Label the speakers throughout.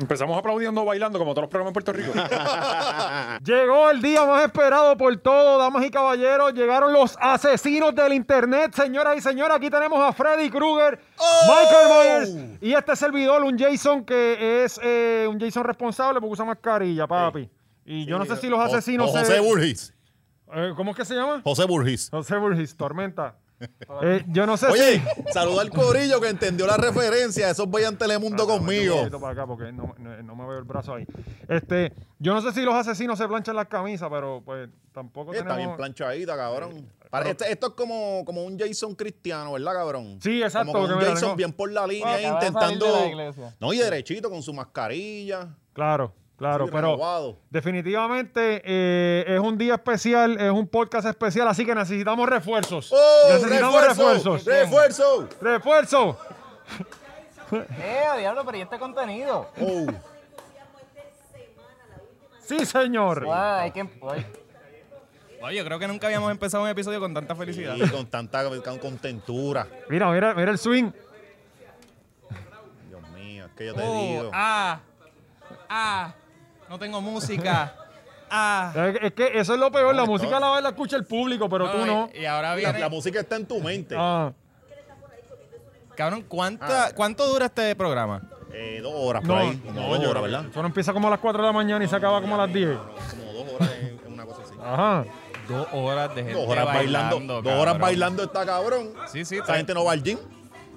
Speaker 1: Empezamos aplaudiendo, bailando, como todos los programas en Puerto Rico.
Speaker 2: Llegó el día más esperado por todo, damas y caballeros. Llegaron los asesinos del internet, señoras y señores. Aquí tenemos a Freddy Krueger,
Speaker 3: Oh.
Speaker 2: Michael Myers y este servidor, un Jason que es eh, un Jason responsable porque usa mascarilla, papi. Y yo no sé si los asesinos
Speaker 3: O- o
Speaker 2: se-
Speaker 3: José Burgis.
Speaker 2: Eh, ¿Cómo es que se llama?
Speaker 3: José Burgis.
Speaker 2: José Burgis, Tormenta. Eh, yo no sé
Speaker 3: Oye,
Speaker 2: si...
Speaker 3: saluda al corillo que entendió la referencia. Esos vayan
Speaker 2: Ah,
Speaker 3: Telemundo
Speaker 2: Un
Speaker 3: conmigo.
Speaker 2: poquito para acá porque no, no- no me veo el brazo ahí. Este, yo no sé si los asesinos se planchan las camisas, pero pues tampoco
Speaker 3: Está bien
Speaker 2: tenemos...
Speaker 3: planchadita, cabrón. Para- este- esto es como, como un Jason cristiano, ¿verdad, cabrón?
Speaker 2: Sí, exacto,
Speaker 3: Como,
Speaker 2: que
Speaker 3: con un
Speaker 2: mira,
Speaker 3: Jason
Speaker 2: tengo-
Speaker 3: bien por la línea, ahí
Speaker 4: acaba de
Speaker 3: intentando.
Speaker 4: salir de la iglesia.
Speaker 3: no, y derechito con su mascarilla.
Speaker 2: Claro, claro,
Speaker 3: Sí,
Speaker 2: pero
Speaker 3: renovado.
Speaker 2: definitivamente eh, es un día especial, es un podcast especial, así que necesitamos refuerzos.
Speaker 3: ¡Oh!
Speaker 2: necesitamos
Speaker 3: ¡Refuerzo!
Speaker 2: refuerzos.
Speaker 3: ¡Refuerzo!
Speaker 2: ¡Refuerzo!
Speaker 4: Eh, diablo, pero ¿y este contenido?
Speaker 3: Oh,
Speaker 2: Sí, señor.
Speaker 4: Guau, hay que... Ay,
Speaker 5: Oye, yo creo que nunca habíamos empezado un episodio con tanta felicidad.
Speaker 3: y con tanta con contentura.
Speaker 2: Mira, mira, mira el swing.
Speaker 3: Dios mío, es que yo te
Speaker 5: Oh,
Speaker 3: digo.
Speaker 5: ah, ah, no tengo música. Ah.
Speaker 2: Es es que eso es lo peor, la
Speaker 3: está-
Speaker 2: música la, la escucha el público, pero tú
Speaker 5: y-
Speaker 2: no.
Speaker 5: Y, ahora
Speaker 3: la,
Speaker 5: viene.
Speaker 3: la música está en tu mente.
Speaker 2: Ah,
Speaker 5: Cabrón, ¿cuánta, ¿cuánto dura este programa?
Speaker 3: Eh, dos horas por
Speaker 2: no,
Speaker 3: ahí. Como
Speaker 2: no,
Speaker 3: dos
Speaker 2: yo-
Speaker 3: horas, ¿verdad?
Speaker 2: Eso no empieza como a las 4 de la mañana y se acaba como a las 10.
Speaker 3: Como dos horas es una cosa así.
Speaker 2: Ajá.
Speaker 5: Dos horas de gente
Speaker 3: Dos horas bailando, dos horas
Speaker 5: cabrón.
Speaker 3: bailando está cabrón.
Speaker 5: Sí, sí,
Speaker 3: Esa
Speaker 5: está-
Speaker 3: gente no va al gym.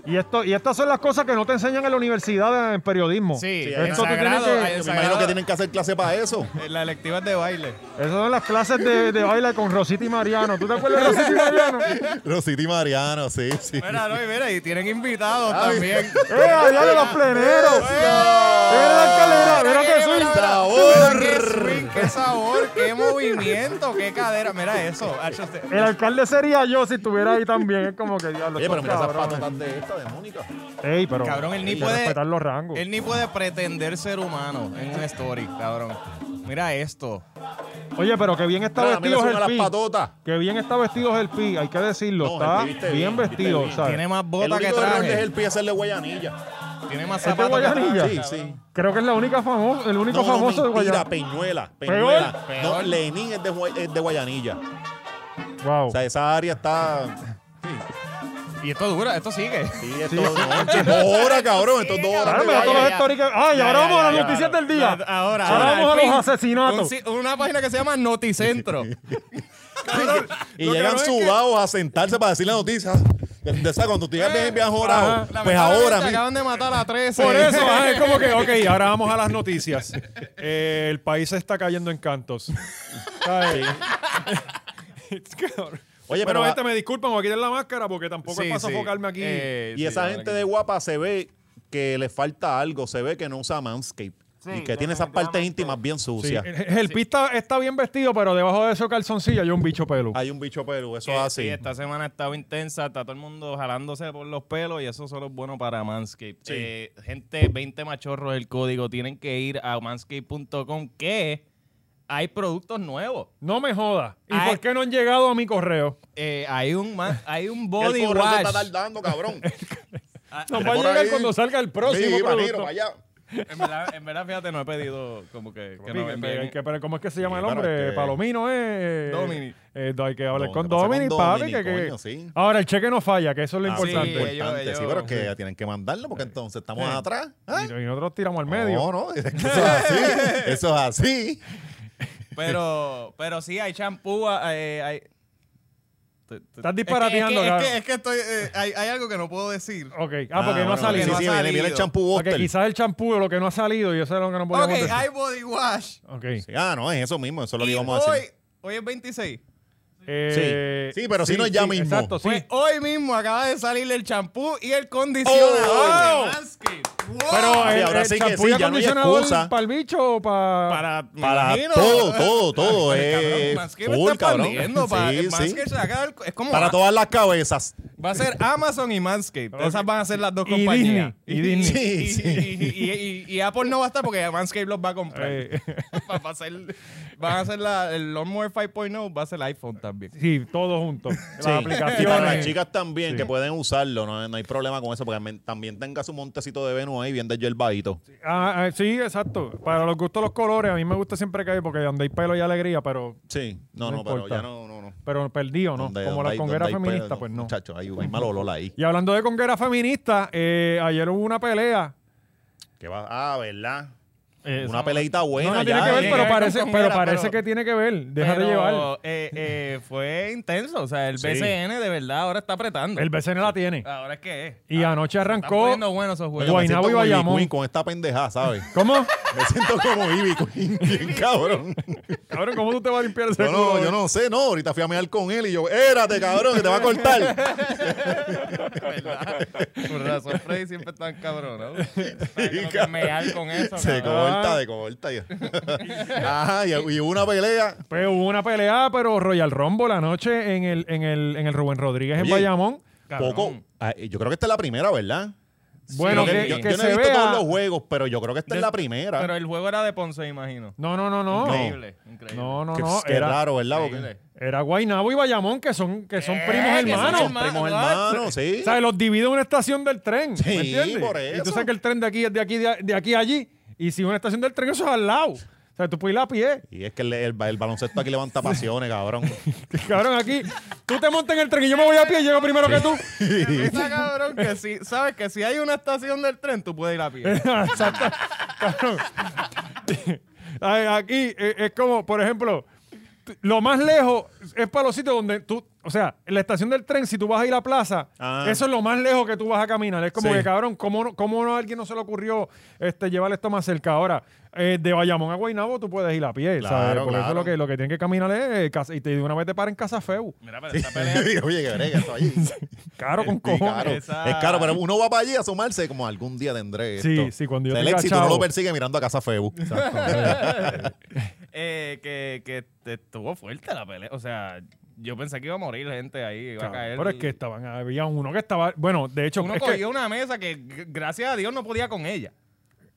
Speaker 2: Y, esto, y estas son las cosas que no te enseñan en la universidad en periodismo.
Speaker 5: Sí,
Speaker 3: Sí,
Speaker 5: en
Speaker 3: esto tú
Speaker 2: tienes
Speaker 5: sagrado,
Speaker 2: que-
Speaker 3: Yo
Speaker 5: en
Speaker 3: me
Speaker 5: sagrado,
Speaker 3: imagino que tienen que hacer clase para eso.
Speaker 5: en las electivas de baile.
Speaker 2: Esas son las clases de, de baile con Rosita y Mariano. ¿Tú te acuerdas de Rosita y Mariano?
Speaker 3: Rosita y Mariano, sí, sí.
Speaker 5: Mira, no, y mira, y tienen invitados
Speaker 3: Ay.
Speaker 5: también.
Speaker 2: ¡Eh, hablar de los pleneros! ¡Mira la escalera! ¡Mira qué swing!
Speaker 3: sabor.
Speaker 5: Mira ¡Qué swing, qué sabor! ¡Qué movimiento! ¡Qué cadera! Mira eso. Hacho, este-
Speaker 2: El alcalde sería yo si estuviera ahí también. Es como que diablo.
Speaker 3: Oye,
Speaker 2: estos
Speaker 3: pero mira esas
Speaker 2: cabrones.
Speaker 3: patotas de esta, de Mónica.
Speaker 2: Ey, pero.
Speaker 5: Cabrón, él ni
Speaker 2: hay que
Speaker 5: puede-
Speaker 2: respetar los rangos.
Speaker 5: Él ni puede pretender ser humano en un story, cabrón. Mira esto.
Speaker 2: Oye, pero que bien está
Speaker 3: Mira, mira,
Speaker 2: vestido
Speaker 3: es una de las
Speaker 2: el pi.
Speaker 3: patotas.
Speaker 2: Que bien está vestido el pi, hay que decirlo.
Speaker 3: No,
Speaker 2: está
Speaker 3: Helpi, viste
Speaker 2: bien,
Speaker 3: bien, viste
Speaker 2: vestido,
Speaker 3: bien.
Speaker 2: ¿sabes?
Speaker 5: Tiene más
Speaker 3: El
Speaker 5: bota que
Speaker 3: único error es
Speaker 5: traje.
Speaker 3: el este pie hacerle guayanilla.
Speaker 5: Tiene más
Speaker 2: ¿Es de
Speaker 5: zapatos que
Speaker 2: Guayanilla?
Speaker 5: traje.
Speaker 3: Sí, sí.
Speaker 2: Creo que es la única famosa, el único
Speaker 3: No, no,
Speaker 2: famoso de
Speaker 3: mentira,
Speaker 2: Guayana.
Speaker 3: Peñuela. Peñuela. No,
Speaker 5: Peor.
Speaker 3: Lenín es de, Guay- es de Guayanilla.
Speaker 2: Wow.
Speaker 3: O sea, esa área está...
Speaker 5: Y esto dura, esto sigue.
Speaker 3: Sí, esto, no, che, dos horas, cabrón. Estos dos horas.
Speaker 2: Claro,
Speaker 3: de
Speaker 2: Ah, me da todos
Speaker 3: baile.
Speaker 2: los
Speaker 5: ya, ya.
Speaker 2: stories que- Ay,
Speaker 5: Ya,
Speaker 2: ahora
Speaker 5: ya,
Speaker 2: vamos a
Speaker 5: ya,
Speaker 2: las
Speaker 5: ya,
Speaker 2: noticias
Speaker 5: ya.
Speaker 2: del día.
Speaker 5: Ahora, ahora,
Speaker 2: vamos a
Speaker 5: al
Speaker 2: los
Speaker 5: fin,
Speaker 2: asesinatos.
Speaker 5: un si- una página que se llama Noticentro. Cabrón,
Speaker 3: Y
Speaker 5: lo
Speaker 3: llegan
Speaker 5: cabrón es que-
Speaker 3: sudados a sentarse para decir la noticia. De, de- ¿sabes? cuando tú llegas bien, bien jorado,
Speaker 5: Ajá.
Speaker 3: pues ahora.
Speaker 5: Lamentablemente
Speaker 3: mira,
Speaker 5: acaban de matar a 13.
Speaker 2: Por eso, ah, es como que, ok, ahora vamos a las noticias. Eh, el país se está cayendo en cantos. Ay. Cabrón.
Speaker 3: Oye,
Speaker 2: Bueno, este
Speaker 3: pero
Speaker 2: gente,
Speaker 3: va-
Speaker 2: me disculpan, voy a quitar la máscara porque tampoco
Speaker 5: Sí,
Speaker 2: es para
Speaker 5: sí.
Speaker 2: sofocarme aquí.
Speaker 5: Eh,
Speaker 3: Y
Speaker 5: sí,
Speaker 3: esa gente de guapa se ve que le falta algo, se ve que no usa manscape.
Speaker 4: Sí,
Speaker 3: y que tiene esas partes
Speaker 4: definitivamente.
Speaker 3: íntimas bien
Speaker 2: Sí,
Speaker 3: sucias.
Speaker 2: el el pista está bien vestido, pero debajo de esos calzoncillos hay un bicho pelo.
Speaker 3: Hay un bicho Perú, eso
Speaker 5: Que
Speaker 3: es
Speaker 5: Eh, sí,
Speaker 3: así.
Speaker 5: esta semana ha estado intensa, está todo el mundo jalándose por los pelos y eso solo es bueno para Manscaped.
Speaker 3: Sí.
Speaker 5: Eh, gente, 20 machorros el código, tienen que ir a manscaped.com que hay productos nuevos.
Speaker 2: No me jodas. ¿Y
Speaker 5: Ay.
Speaker 2: por qué no han llegado a mi correo?
Speaker 5: Eh, hay un ma- hay un
Speaker 3: El
Speaker 5: body
Speaker 3: correo se está
Speaker 5: wash.
Speaker 3: tardando, cabrón.
Speaker 2: Nos va a
Speaker 3: Por
Speaker 2: llegar
Speaker 3: ahí.
Speaker 2: cuando salga el próximo
Speaker 3: Sí,
Speaker 2: producto.
Speaker 3: Maniro, para allá.
Speaker 5: En verdad, en verdad, fíjate, no he pedido como que, que
Speaker 2: Sí,
Speaker 5: no
Speaker 2: que-
Speaker 5: me
Speaker 2: que-
Speaker 5: envíen.
Speaker 2: que- pero ¿Cómo es que se llama
Speaker 3: Sí,
Speaker 2: el hombre?
Speaker 3: claro, que-
Speaker 2: Palomino, ¿eh?
Speaker 5: Dominic.
Speaker 2: Eh, hay que hablar
Speaker 3: No,
Speaker 2: con
Speaker 3: ¿qué pasa con
Speaker 2: Dominic, papi.
Speaker 3: Dominic,
Speaker 2: que- que-
Speaker 3: coño, sí.
Speaker 2: Ahora, el cheque no falla, que eso es lo
Speaker 3: Ah, sí,
Speaker 2: importante.
Speaker 5: ellos-
Speaker 3: importante,
Speaker 5: ellos-
Speaker 3: sí, pero es que tienen que mandarlo porque entonces estamos
Speaker 2: Sí.
Speaker 3: atrás. ¿eh?
Speaker 2: Y, y nosotros tiramos al medio.
Speaker 3: No, no, es que eso es así. Eso es así.
Speaker 5: Pero, pero sí, hay champú, eh, hay...
Speaker 2: Estás disparateando,
Speaker 5: es que, es que-
Speaker 2: cabrón.
Speaker 5: es que estoy, eh, hay, hay algo que no puedo decir.
Speaker 2: Ok, ah, porque no
Speaker 3: Ah,
Speaker 2: ha
Speaker 3: bueno,
Speaker 2: salido.
Speaker 3: Sí,
Speaker 5: No ha
Speaker 3: sí, viene, viene el
Speaker 5: salido.
Speaker 3: champú
Speaker 2: Ok,
Speaker 3: Buster.
Speaker 2: quizás el champú lo que no ha salido, yo sé lo que no podemos
Speaker 5: Ok,
Speaker 2: decir.
Speaker 5: hay body wash.
Speaker 2: Ok.
Speaker 3: Sí, Ah, no, es eso mismo, eso es lo que
Speaker 5: Y
Speaker 3: íbamos a
Speaker 5: hoy,
Speaker 3: decir.
Speaker 5: hoy es 26.
Speaker 2: Eh,
Speaker 3: Sí, sí, pero si no es ya mismo.
Speaker 2: Exacto, sí.
Speaker 5: Pues hoy mismo acaba de salir el champú y el condicionador
Speaker 3: Oh.
Speaker 5: de Manscaped. Wow.
Speaker 2: pero
Speaker 3: Sí,
Speaker 2: el,
Speaker 3: ahora
Speaker 2: el
Speaker 3: sí que
Speaker 2: champú
Speaker 3: sí,
Speaker 2: y
Speaker 3: ya no hay
Speaker 2: acondicionador
Speaker 3: excusa.
Speaker 2: para el bicho o para...
Speaker 5: para, me
Speaker 3: Para
Speaker 5: imagino.
Speaker 3: todo, todo, todo.
Speaker 5: Cabrón,
Speaker 3: es
Speaker 5: Manscaped
Speaker 3: full,
Speaker 5: está
Speaker 3: cabrón.
Speaker 5: expandiendo, pa-
Speaker 3: Sí, sí.
Speaker 5: Manscaped se acaba el- es como
Speaker 3: Para
Speaker 5: ah,
Speaker 3: todas las cabezas.
Speaker 5: Va a ser Amazon y Manscaped. Esas van a ser las dos
Speaker 2: Y
Speaker 5: compañías.
Speaker 2: Disney, y Disney.
Speaker 5: Y- y- y- y- y- y Apple no va a estar porque Manscaped los va a comprar.
Speaker 2: Eh,
Speaker 5: Va- va a ser- van a ser la, el Lawnmower 5.0, va a ser el iPhone también.
Speaker 2: sí, todo junto. Las
Speaker 3: Y para las
Speaker 2: aplicaciones.
Speaker 3: chicas también,
Speaker 2: Sí.
Speaker 3: que pueden usarlo, no, no hay problema con eso, porque men- también tenga su montecito de Venus ahí bien yerbadito.
Speaker 2: Ah, ah, sí, exacto. Para los gustos los colores, a mí me gusta siempre que hay, porque donde hay pelo hay alegría, pero,
Speaker 3: Sí, no,
Speaker 2: No
Speaker 3: no, pero
Speaker 2: importa.
Speaker 3: ya no, no, no.
Speaker 2: pero perdido, ¿no?
Speaker 3: Donde-
Speaker 2: Como
Speaker 3: donde
Speaker 2: la
Speaker 3: hay-
Speaker 2: conguera
Speaker 3: donde hay
Speaker 2: feminista,
Speaker 3: pedo,
Speaker 2: pues no.
Speaker 3: Muchacho, hay, hay mal olor ahí.
Speaker 2: Y hablando de conguera feminista, eh, ayer hubo una pelea.
Speaker 3: Que va- ah, ¿verdad?
Speaker 5: Eh,
Speaker 3: Una
Speaker 5: son-
Speaker 3: peleita buena.
Speaker 2: No, no
Speaker 3: ya,
Speaker 2: tiene que ver,
Speaker 3: eh.
Speaker 5: tiene
Speaker 2: pero
Speaker 5: que ver
Speaker 2: parece,
Speaker 5: con
Speaker 2: pero
Speaker 5: conguera,
Speaker 2: parece
Speaker 5: pero-
Speaker 2: que tiene que ver. Deja
Speaker 5: Pero,
Speaker 2: de llevar.
Speaker 5: eh, eh, fue intenso. O sea, el
Speaker 3: Sí.
Speaker 5: BCN de verdad ahora está apretando.
Speaker 2: El BCN la tiene.
Speaker 5: Ahora es que es.
Speaker 2: Y anoche
Speaker 5: Están
Speaker 2: arrancó.
Speaker 5: poniendo buenos esos
Speaker 3: Oye, me
Speaker 5: juegos.
Speaker 2: Guay- Guaynabo
Speaker 3: siento
Speaker 2: y
Speaker 3: como Ivy
Speaker 2: Bayamón.
Speaker 3: Queen con esta pendeja, ¿sabes?
Speaker 2: ¿Cómo?
Speaker 3: Me siento como Ivy Queen, bien cabrón.
Speaker 2: Cabrón, ¿cómo tú te vas a limpiar ese
Speaker 3: Yo no,
Speaker 2: culo?
Speaker 3: yo no sé, no. Ahorita fui a mear con él y yo, érate, cabrón, que te va a cortar.
Speaker 5: ¿verdad? Por razón, Freddy siempre están cabronados.
Speaker 3: cabrón.
Speaker 5: Mear con eso.
Speaker 3: Se
Speaker 5: cabrón.
Speaker 3: corta, de corta. y- Ajá, y, y hubo una pelea.
Speaker 2: Pues hubo una pelea, pero Royal Rumble la noche en el, en el, en el Rubén Rodríguez en
Speaker 3: Oye,
Speaker 2: Bayamón.
Speaker 5: Cabrón.
Speaker 3: Poco. ah, yo creo que esta es la primera, ¿verdad?
Speaker 2: Bueno,
Speaker 3: Creo
Speaker 2: que-
Speaker 3: yo,
Speaker 2: que
Speaker 3: yo no he
Speaker 2: se
Speaker 3: visto
Speaker 2: vea-
Speaker 3: todos los juegos, pero yo creo que esta
Speaker 5: Yo-
Speaker 3: es la primera.
Speaker 5: Pero el juego era de Ponce, imagino.
Speaker 2: No, no, no, no.
Speaker 5: Increíble, increíble.
Speaker 2: No, no,
Speaker 3: Qué-
Speaker 2: no.
Speaker 3: qué
Speaker 2: Era,
Speaker 3: raro, ¿verdad? Porque-
Speaker 5: Increíble.
Speaker 2: era Guaynabo y Bayamón, que son, que son primos
Speaker 5: que son
Speaker 2: hermanos.
Speaker 5: hermanos.
Speaker 3: primos
Speaker 5: hermano,
Speaker 3: hermanos, sí.
Speaker 2: O sea, los divide una estación del tren.
Speaker 3: Sí,
Speaker 2: ¿Me entiendes?
Speaker 3: por
Speaker 2: Y tú
Speaker 3: eso.
Speaker 2: sabes que el tren de aquí es de aquí, de, de aquí a allí. Y si una estación del tren, eso es al lado. O sea, tú puedes ir a pie.
Speaker 3: Y es que el, el- el baloncesto aquí levanta pasiones, cabrón.
Speaker 2: Cabrón, aquí. Tú te montas en el tren y yo me voy a pie y llego primero que tú.
Speaker 5: Está cabrón que si, sabes que si hay una estación del tren, tú puedes ir a pie.
Speaker 2: Exacto. Cabrón. Ay, Aquí eh, es como, por ejemplo, t- lo más lejos es para los sitios donde tú, o sea, en la estación del tren, si tú vas a ir a plaza,
Speaker 3: Ah.
Speaker 2: eso es lo más lejos que tú vas a caminar. Es como
Speaker 3: Sí.
Speaker 2: que, cabrón, ¿cómo, no- cómo no a alguien no se le ocurrió este, llevar esto más cerca? Ahora, eh, de Bayamón a Guaynabo tú puedes ir a pie,
Speaker 3: Claro,
Speaker 2: ¿sabes? Porque eso
Speaker 3: claro.
Speaker 2: lo que, lo que tienen que caminar es, eh, casa- y te de una vez te paran en Casa Feu.
Speaker 5: Mira, pero esta pelea.
Speaker 3: Oye, que brega eso ahí.
Speaker 2: Caro con
Speaker 3: Eh, Sí,
Speaker 2: cojones.
Speaker 3: caro.
Speaker 5: Esa-
Speaker 3: Es caro, pero uno va para allí a asomarse como algún día tendré esto.
Speaker 2: Sí, sí, cuando yo
Speaker 3: O sea, el
Speaker 2: tenga
Speaker 3: éxito no
Speaker 2: chavo.
Speaker 3: lo persigue mirando a Casa Febu.
Speaker 5: eh, que, que te- estuvo fuerte la pelea. O sea, yo pensé que iba a morir gente ahí, iba a
Speaker 2: Cabrón,
Speaker 5: caer.
Speaker 2: Pero es que estaban, había uno que estaba, bueno, de hecho,
Speaker 5: uno
Speaker 2: es que-
Speaker 5: cogió una mesa que g- gracias a Dios no podía con ella.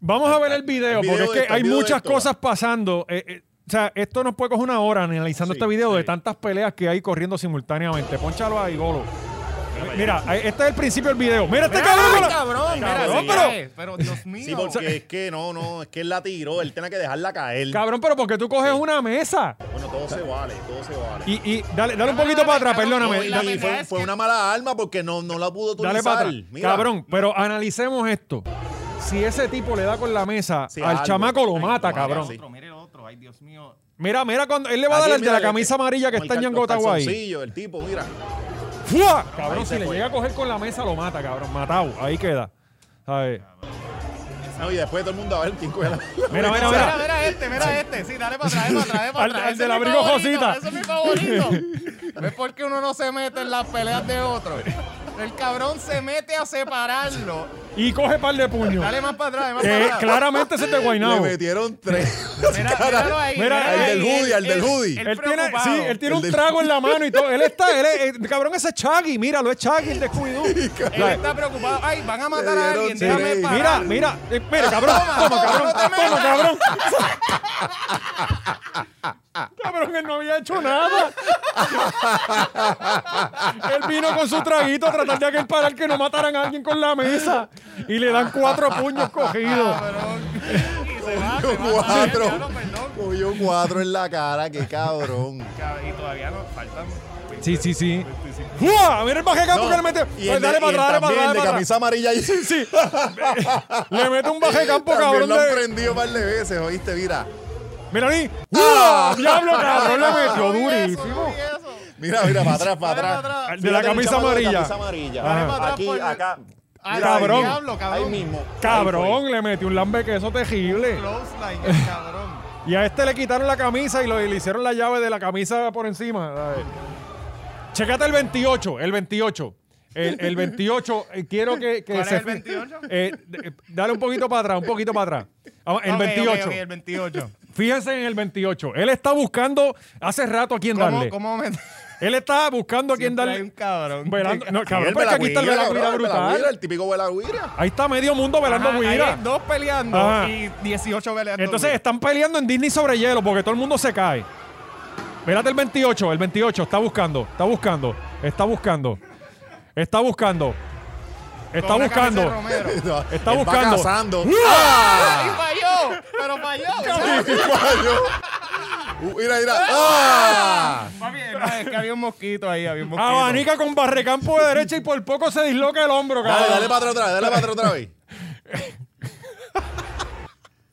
Speaker 2: Vamos a ver el video,
Speaker 3: El video
Speaker 2: porque
Speaker 3: de
Speaker 2: es que
Speaker 3: esto,
Speaker 2: hay
Speaker 3: el video de
Speaker 2: muchas
Speaker 3: esto,
Speaker 2: cosas pasando. Eh, eh, o sea, esto nos puede coger una hora analizando
Speaker 3: Sí,
Speaker 2: este video de tantas peleas que hay corriendo simultáneamente. Pónchalo ahí, Golo. Eh, Mira, eh, este es el principio del video. Mira este cabrón.
Speaker 5: ¡Ay,
Speaker 2: Golo!
Speaker 5: cabrón! mira,
Speaker 2: Cabrón,
Speaker 5: sí,
Speaker 2: pero-
Speaker 5: eh, pero Dios mío.
Speaker 3: Sí, porque es que no, no, es que él la tiró, él tiene que dejarla caer.
Speaker 2: Cabrón, pero porque tú coges una mesa?
Speaker 3: Bueno, todo se vale, todo se vale.
Speaker 2: Y, y dale, dale un poquito para atrás,
Speaker 5: cabrón,
Speaker 3: No,
Speaker 2: perdóname.
Speaker 3: y-
Speaker 5: la
Speaker 2: Dale,
Speaker 3: y
Speaker 5: verdad
Speaker 3: fue,
Speaker 5: es
Speaker 3: fue
Speaker 5: que-
Speaker 3: una mala arma porque no, no la pudo utilizar.
Speaker 2: dale para atrás.
Speaker 3: Mira.
Speaker 2: Cabrón, pero analicemos esto. Si ese tipo le da con la mesa,
Speaker 3: Sí,
Speaker 2: al
Speaker 3: algo.
Speaker 2: chamaco lo
Speaker 3: Ay,
Speaker 2: mata,
Speaker 3: lo mata,
Speaker 2: cabrón.
Speaker 3: sí.
Speaker 5: Otro, mire el otro, ay Dios mío.
Speaker 2: Mira, mira, cuando él le va a dar
Speaker 3: Aquí,
Speaker 2: al de
Speaker 3: mira,
Speaker 2: la
Speaker 3: el-
Speaker 2: camisa amarilla que
Speaker 3: con
Speaker 2: está
Speaker 3: el
Speaker 2: en
Speaker 3: cal-
Speaker 2: Yangotaguay.
Speaker 3: los calzoncillos, El tipo, mira.
Speaker 2: ¡Fua! Cabrón,
Speaker 3: Ahí
Speaker 2: si
Speaker 3: se
Speaker 2: le
Speaker 3: fue.
Speaker 2: llega a coger con la mesa, lo mata, cabrón. Matado. Ahí queda. ¿Sabes?
Speaker 3: No, y después todo el mundo a ver quién coge la.
Speaker 2: Mira, mira,
Speaker 5: Mira,
Speaker 2: mira.
Speaker 5: mira este, mira este. Sí, dale para atrás, dale para atrás, dale para
Speaker 2: Al-
Speaker 5: atrás.
Speaker 2: al
Speaker 5: Ese
Speaker 2: del
Speaker 5: es mi
Speaker 2: abrigo
Speaker 5: favorito,
Speaker 2: Josita.
Speaker 5: Ese es mi favorito. ¿Ves por qué uno no se mete en las peleas de otro? El cabrón se mete a separarlo.
Speaker 2: Y coge par de puños.
Speaker 5: Dale más para atrás, dale más
Speaker 1: Eh,
Speaker 5: para
Speaker 2: Que
Speaker 5: atrás.
Speaker 2: claramente se te
Speaker 3: Le
Speaker 2: guainao.
Speaker 3: metieron tres.
Speaker 5: Mira, míralo ahí.
Speaker 2: Mira,
Speaker 5: míralo
Speaker 2: el
Speaker 5: ahí,
Speaker 3: del hoodie,
Speaker 5: él-
Speaker 3: el del
Speaker 5: él-
Speaker 3: hoodie.
Speaker 5: él
Speaker 2: Él tiene,
Speaker 5: preocupado.
Speaker 2: sí, él tiene
Speaker 3: El
Speaker 2: un
Speaker 3: del-
Speaker 2: trago en la mano y todo. Él está, él es, eh, cabrón, ese es Chaggy. Míralo, es Chaggy el de Scooby-Doo.
Speaker 5: Él está preocupado. Ay, van a matar
Speaker 3: Le
Speaker 5: a
Speaker 3: dieron
Speaker 5: alguien.
Speaker 3: sí.
Speaker 5: Déjame
Speaker 3: Mira,
Speaker 5: parar.
Speaker 2: Mira, mira, eh, mira, cabrón. Toma, cabrón. Toma, cabrón. Cabrón, él no había hecho nada. Él vino con su traguito a tratar de aquel parar que no mataran a alguien con la mesa. Y le dan cuatro puños cogidos.
Speaker 3: Ah,
Speaker 5: Cabrón. Y se va, se va.
Speaker 3: cuatro.
Speaker 5: Ay, diablo, perdón.
Speaker 3: Cogió cuatro en la cara, qué cabrón.
Speaker 5: Cab- Y todavía nos faltan.
Speaker 2: Sí, sí, sí. ¡Fua! Mira el baje acá porque le mete.
Speaker 3: y
Speaker 2: Pues
Speaker 3: el
Speaker 2: dale
Speaker 3: de-
Speaker 2: para
Speaker 3: y el
Speaker 2: atrás, dale para atrás,
Speaker 3: también,
Speaker 2: dale
Speaker 3: de
Speaker 2: para atrás.
Speaker 3: camisa amarilla ahí.
Speaker 2: Sí. Le mete un baje campo,
Speaker 3: También
Speaker 2: cabrón.
Speaker 3: Lo han
Speaker 2: de-
Speaker 3: prendido un par de veces, oíste, mira.
Speaker 2: Mira ahí.
Speaker 3: Ah.
Speaker 2: ¡Fua! Diablo, cabrón, le metió durísimo.
Speaker 3: Mira, mira, para atrás,
Speaker 5: Dale
Speaker 3: para
Speaker 5: para
Speaker 3: atrás.
Speaker 5: atrás.
Speaker 2: De la
Speaker 3: Fíjate el
Speaker 2: camisa
Speaker 3: chamaco de
Speaker 2: amarilla.
Speaker 3: camisa amarilla.
Speaker 2: Ajá.
Speaker 5: para atrás
Speaker 3: Aquí,
Speaker 5: por-
Speaker 3: acá.
Speaker 5: Ay,
Speaker 3: Mira,
Speaker 2: cabrón.
Speaker 5: diablo, cabrón.
Speaker 3: Ahí mismo. Ahí
Speaker 2: Cabrón, le metió un lambe queso terrible.
Speaker 5: Close line, el cabrón.
Speaker 2: Y a este le quitaron la camisa y, lo, y le hicieron la llave de la camisa por encima. ¿sabes? Chécate el 28, el 28. El, el 28, eh, quiero que, que
Speaker 5: ¿Cuál es
Speaker 2: se
Speaker 5: el
Speaker 2: fi-
Speaker 5: 28?
Speaker 2: eh, eh, dale un poquito para atrás, un poquito para atrás. Vamos, El
Speaker 5: Ok, ok,
Speaker 2: 28.
Speaker 5: ok, el 28.
Speaker 2: Fíjense en el 28. Él está buscando hace rato a quién
Speaker 5: ¿Cómo,
Speaker 2: darle.
Speaker 5: cómo me-
Speaker 1: Él está buscando a quien
Speaker 5: Siempre hay un
Speaker 1: darle.
Speaker 5: cabrón.
Speaker 1: velando- No,
Speaker 3: Y
Speaker 1: cabrón,
Speaker 3: el
Speaker 1: pero es que aquí está el
Speaker 3: velagüira,
Speaker 1: velagüira
Speaker 3: cabrón, el velagüira,
Speaker 1: brutal.
Speaker 3: El típico velagüira.
Speaker 1: Ahí está medio mundo velando
Speaker 5: Ajá, ahí
Speaker 1: guira.
Speaker 5: hay dos peleando
Speaker 1: Ajá.
Speaker 5: y 18 peleando.
Speaker 1: Entonces
Speaker 5: guira.
Speaker 1: están peleando en Disney sobre hielo porque todo el mundo se cae. Mírate el 28, el 28, está buscando, está buscando, está buscando, está buscando, está
Speaker 5: Con una cabeza de
Speaker 1: buscando. Ah.
Speaker 5: Romero.
Speaker 1: Está
Speaker 3: Él Va
Speaker 1: buscando.
Speaker 3: cazando.
Speaker 5: ¡Y falló! ¡Pero falló!
Speaker 3: Uh, Mira, mira. ¡Ah!
Speaker 5: Papi, no, es que había un mosquito ahí, había un mosquito.
Speaker 1: Abanica con barrecampo de derecha y por poco se disloca el hombro,
Speaker 3: Dale,
Speaker 1: cabrón.
Speaker 3: dale para atrás otra vez, dale para atrás otra vez.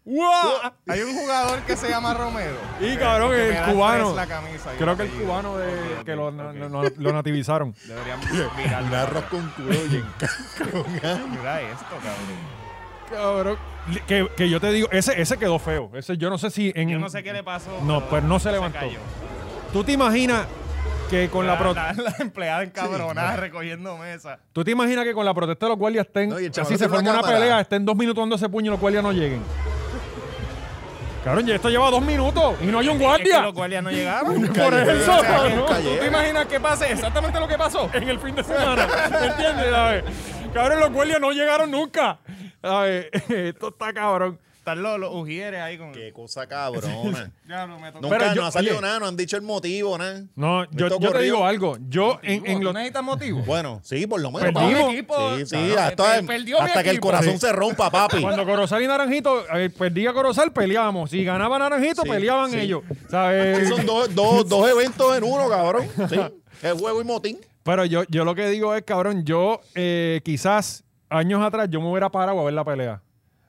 Speaker 1: ¡Guau!
Speaker 5: Hay un jugador que se llama Romero.
Speaker 1: Y cabrón,
Speaker 5: Que me
Speaker 1: el
Speaker 5: da
Speaker 1: cubano.
Speaker 5: tres la camisa y
Speaker 1: Creo que el
Speaker 5: apellido.
Speaker 1: cubano de, que lo,
Speaker 5: Ok,
Speaker 1: no-
Speaker 5: ok.
Speaker 1: no- no- lo nativizaron.
Speaker 5: Deberíamos mirar.
Speaker 3: Un arroz con culo y en
Speaker 5: Mira esto, cabrón.
Speaker 1: Cabrón. Que, que yo te digo, ese, ese quedó feo. Ese yo no sé si en.
Speaker 5: Yo no sé qué le pasó.
Speaker 1: No,
Speaker 5: pero
Speaker 1: pues no se levantó.
Speaker 5: cayó.
Speaker 1: Tú te imaginas que con la, pro-
Speaker 5: la, la empleada encabronada recogiendo mesa.
Speaker 1: Tú te imaginas que con la protesta de los guardias estén.
Speaker 3: No, y el
Speaker 1: así
Speaker 3: chaval
Speaker 1: se
Speaker 3: tiene
Speaker 1: forma
Speaker 3: una
Speaker 1: una
Speaker 3: cámara.
Speaker 1: pelea, estén dos minutos dando ese puño y los guardias no lleguen. Cabrón, ya esto lleva dos minutos y no hay un
Speaker 5: Es que
Speaker 1: guardia.
Speaker 5: los guardias no llegaron.
Speaker 1: Por
Speaker 3: Nunca
Speaker 1: eso,
Speaker 3: llegaron,
Speaker 1: cabrón.
Speaker 3: nunca
Speaker 1: ¿Tú te
Speaker 3: llegaron.
Speaker 1: imaginas qué pasa? Exactamente lo que pasó en el fin de semana. ¿Me entiendes? ¿Sabes? Cabrón, los guardias no llegaron nunca. ¿Sabes? Esto está cabrón.
Speaker 5: Están los, los ujieres ahí con.
Speaker 3: Qué cosa cabrona.
Speaker 5: Ya no me toca.
Speaker 3: Nunca
Speaker 1: Pero yo-
Speaker 3: no ha salido
Speaker 1: oye.
Speaker 3: nada, no han dicho el motivo, nada.
Speaker 1: No, yo,
Speaker 3: Esto
Speaker 1: yo te
Speaker 3: ocurrió.
Speaker 1: digo algo. Pues Yo en, en
Speaker 5: ¿Tú
Speaker 1: los...
Speaker 5: necesitas motivo?
Speaker 3: Bueno, sí, por lo menos.
Speaker 1: Perdimos.
Speaker 3: papi.
Speaker 5: Mi equipo,
Speaker 3: Sí, sí,
Speaker 5: cabrón,
Speaker 3: hasta,
Speaker 5: per- perdió mi
Speaker 3: hasta que el
Speaker 5: equipo.
Speaker 3: corazón
Speaker 5: Sí.
Speaker 3: se rompa, papi.
Speaker 1: Cuando Corozal y Naranjito eh, perdía Corozal, peleábamos. Si ganaba Naranjito,
Speaker 3: Sí,
Speaker 1: peleaban
Speaker 3: sí.
Speaker 1: ellos. eh, ¿sabes?
Speaker 3: Son dos, dos, dos eventos en uno, cabrón. Sí. El juego y motín.
Speaker 1: Pero yo, yo lo que digo es, cabrón, yo eh, quizás años atrás yo me hubiera parado a ver la pelea.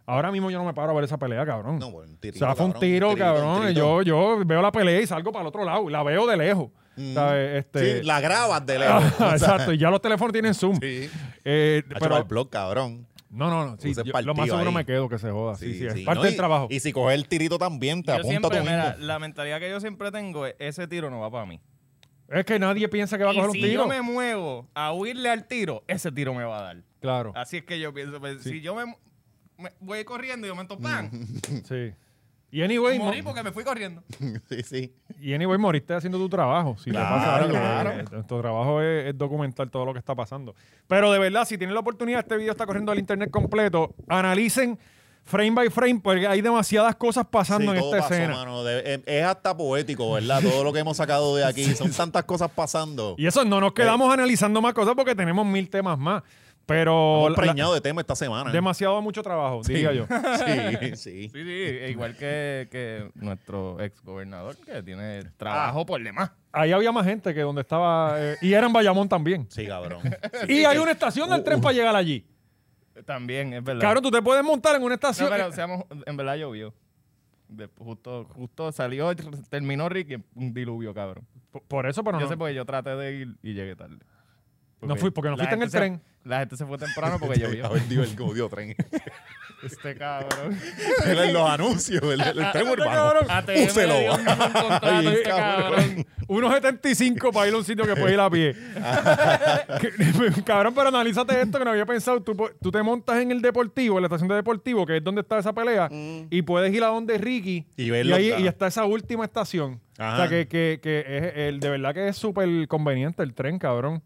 Speaker 1: Ahora mismo yo no me paro a ver esa pelea, cabrón.
Speaker 3: No, bueno, un
Speaker 1: o
Speaker 3: tirito,
Speaker 1: sea, fue un
Speaker 3: cabrón, un
Speaker 1: tiro,
Speaker 3: tirito,
Speaker 1: cabrón.
Speaker 3: un tirito. Mm.
Speaker 1: Yo, yo veo la pelea y salgo para el otro lado. La veo de lejos. ¿sabes? Este...
Speaker 3: Sí, la grabas de lejos.
Speaker 1: Exacto, y ya los teléfonos tienen Zoom.
Speaker 3: Sí.
Speaker 1: Eh,
Speaker 3: Ha hecho
Speaker 1: pero,
Speaker 3: el blog, cabrón.
Speaker 1: no, no, no. sí,
Speaker 3: Usen
Speaker 1: yo- lo más
Speaker 3: partido
Speaker 1: seguro
Speaker 3: ahí.
Speaker 1: me quedo que se joda. Sí, sí, es
Speaker 3: sí.
Speaker 1: parte
Speaker 3: No,
Speaker 1: del
Speaker 3: y-
Speaker 1: trabajo.
Speaker 3: Y si coges el tirito también, te
Speaker 5: Yo
Speaker 3: apunta tú
Speaker 5: siempre, mira,
Speaker 3: mismo.
Speaker 5: la mentalidad que yo siempre tengo es: ese tiro no va para mí.
Speaker 1: es que nadie piensa que va a
Speaker 5: Y
Speaker 1: coger
Speaker 5: si
Speaker 1: un tiro.
Speaker 5: yo me muevo a huirle al tiro, ese tiro me va a dar.
Speaker 1: Claro.
Speaker 5: Así es que yo pienso, pues, si yo me, me- voy corriendo y yo me pan,
Speaker 3: Ah.
Speaker 1: Sí. Y anyway, mo-
Speaker 5: morí porque me fui corriendo.
Speaker 3: Sí, sí.
Speaker 1: Y anyway, moriste haciendo tu trabajo. Si te
Speaker 3: Claro,
Speaker 1: pasa algo,
Speaker 3: claro.
Speaker 1: eh, eh, tu trabajo es, es documentar todo lo que está pasando. Pero de verdad, si tienen la oportunidad, este video está corriendo al internet completo. Analicen frame by frame, porque hay demasiadas cosas pasando
Speaker 3: Sí,
Speaker 1: en
Speaker 3: todo
Speaker 1: esta
Speaker 3: pasó,
Speaker 1: escena.
Speaker 3: mano. De- eh, es- es hasta poético, ¿verdad? Todo lo que hemos sacado de aquí. Son tantas cosas pasando.
Speaker 1: Y eso no
Speaker 3: Eh.
Speaker 1: nos quedamos analizando más cosas porque tenemos mil temas más. Pero
Speaker 3: Hemos
Speaker 1: la-
Speaker 3: preñado de tema esta semana.
Speaker 1: demasiado mucho trabajo, diría yo.
Speaker 3: Sí, sí.
Speaker 5: Sí, sí, e igual que, que nuestro ex gobernador que tiene trabajo por demás.
Speaker 1: Ahí había más gente que donde estaba. eh, y era en Bayamón también.
Speaker 3: Sí, Uh, cabrón.
Speaker 1: y hay una estación del tren para llegar allí.
Speaker 5: También, es verdad.
Speaker 1: Cabrón, tú te puedes montar en una
Speaker 5: No,
Speaker 1: estación.
Speaker 5: pero seamos, en verdad llovió. De- justo, justo salió, terminó Ricky, un diluvio, cabrón.
Speaker 1: Eh, Por- Por eso, pero
Speaker 5: yo
Speaker 1: no.
Speaker 5: sé porque yo traté de ir y llegué tarde.
Speaker 1: No fui, porque no
Speaker 5: la
Speaker 1: fuiste en
Speaker 5: gente
Speaker 1: el
Speaker 5: se-
Speaker 1: tren.
Speaker 5: La gente se fue temprano porque
Speaker 3: Ha
Speaker 5: llovió.
Speaker 3: vendido el como dio tren.
Speaker 5: este cabrón. Ah, este
Speaker 3: Él en los anuncios, el, el tren urbano.
Speaker 1: cabrón.
Speaker 5: ATM
Speaker 3: Úselo.
Speaker 5: le dio un contrato a
Speaker 3: Ay,
Speaker 5: este
Speaker 3: cabrón.
Speaker 5: cabrón.
Speaker 1: 1.75 para ir a un sitio que puedes ir a pie. Que- cabrón, pero analízate esto que no había pensado. Tú, po- tú te montas en el deportivo, en la estación de deportivo, que es donde está esa pelea, y puedes ir a donde Ricky.
Speaker 3: Mm. Y verlo, Ah.
Speaker 1: ahí-
Speaker 3: claro.
Speaker 1: y está esa última estación.
Speaker 3: Ajá.
Speaker 1: O sea, que, que- que es el, de verdad que es súper conveniente el tren, cabrón.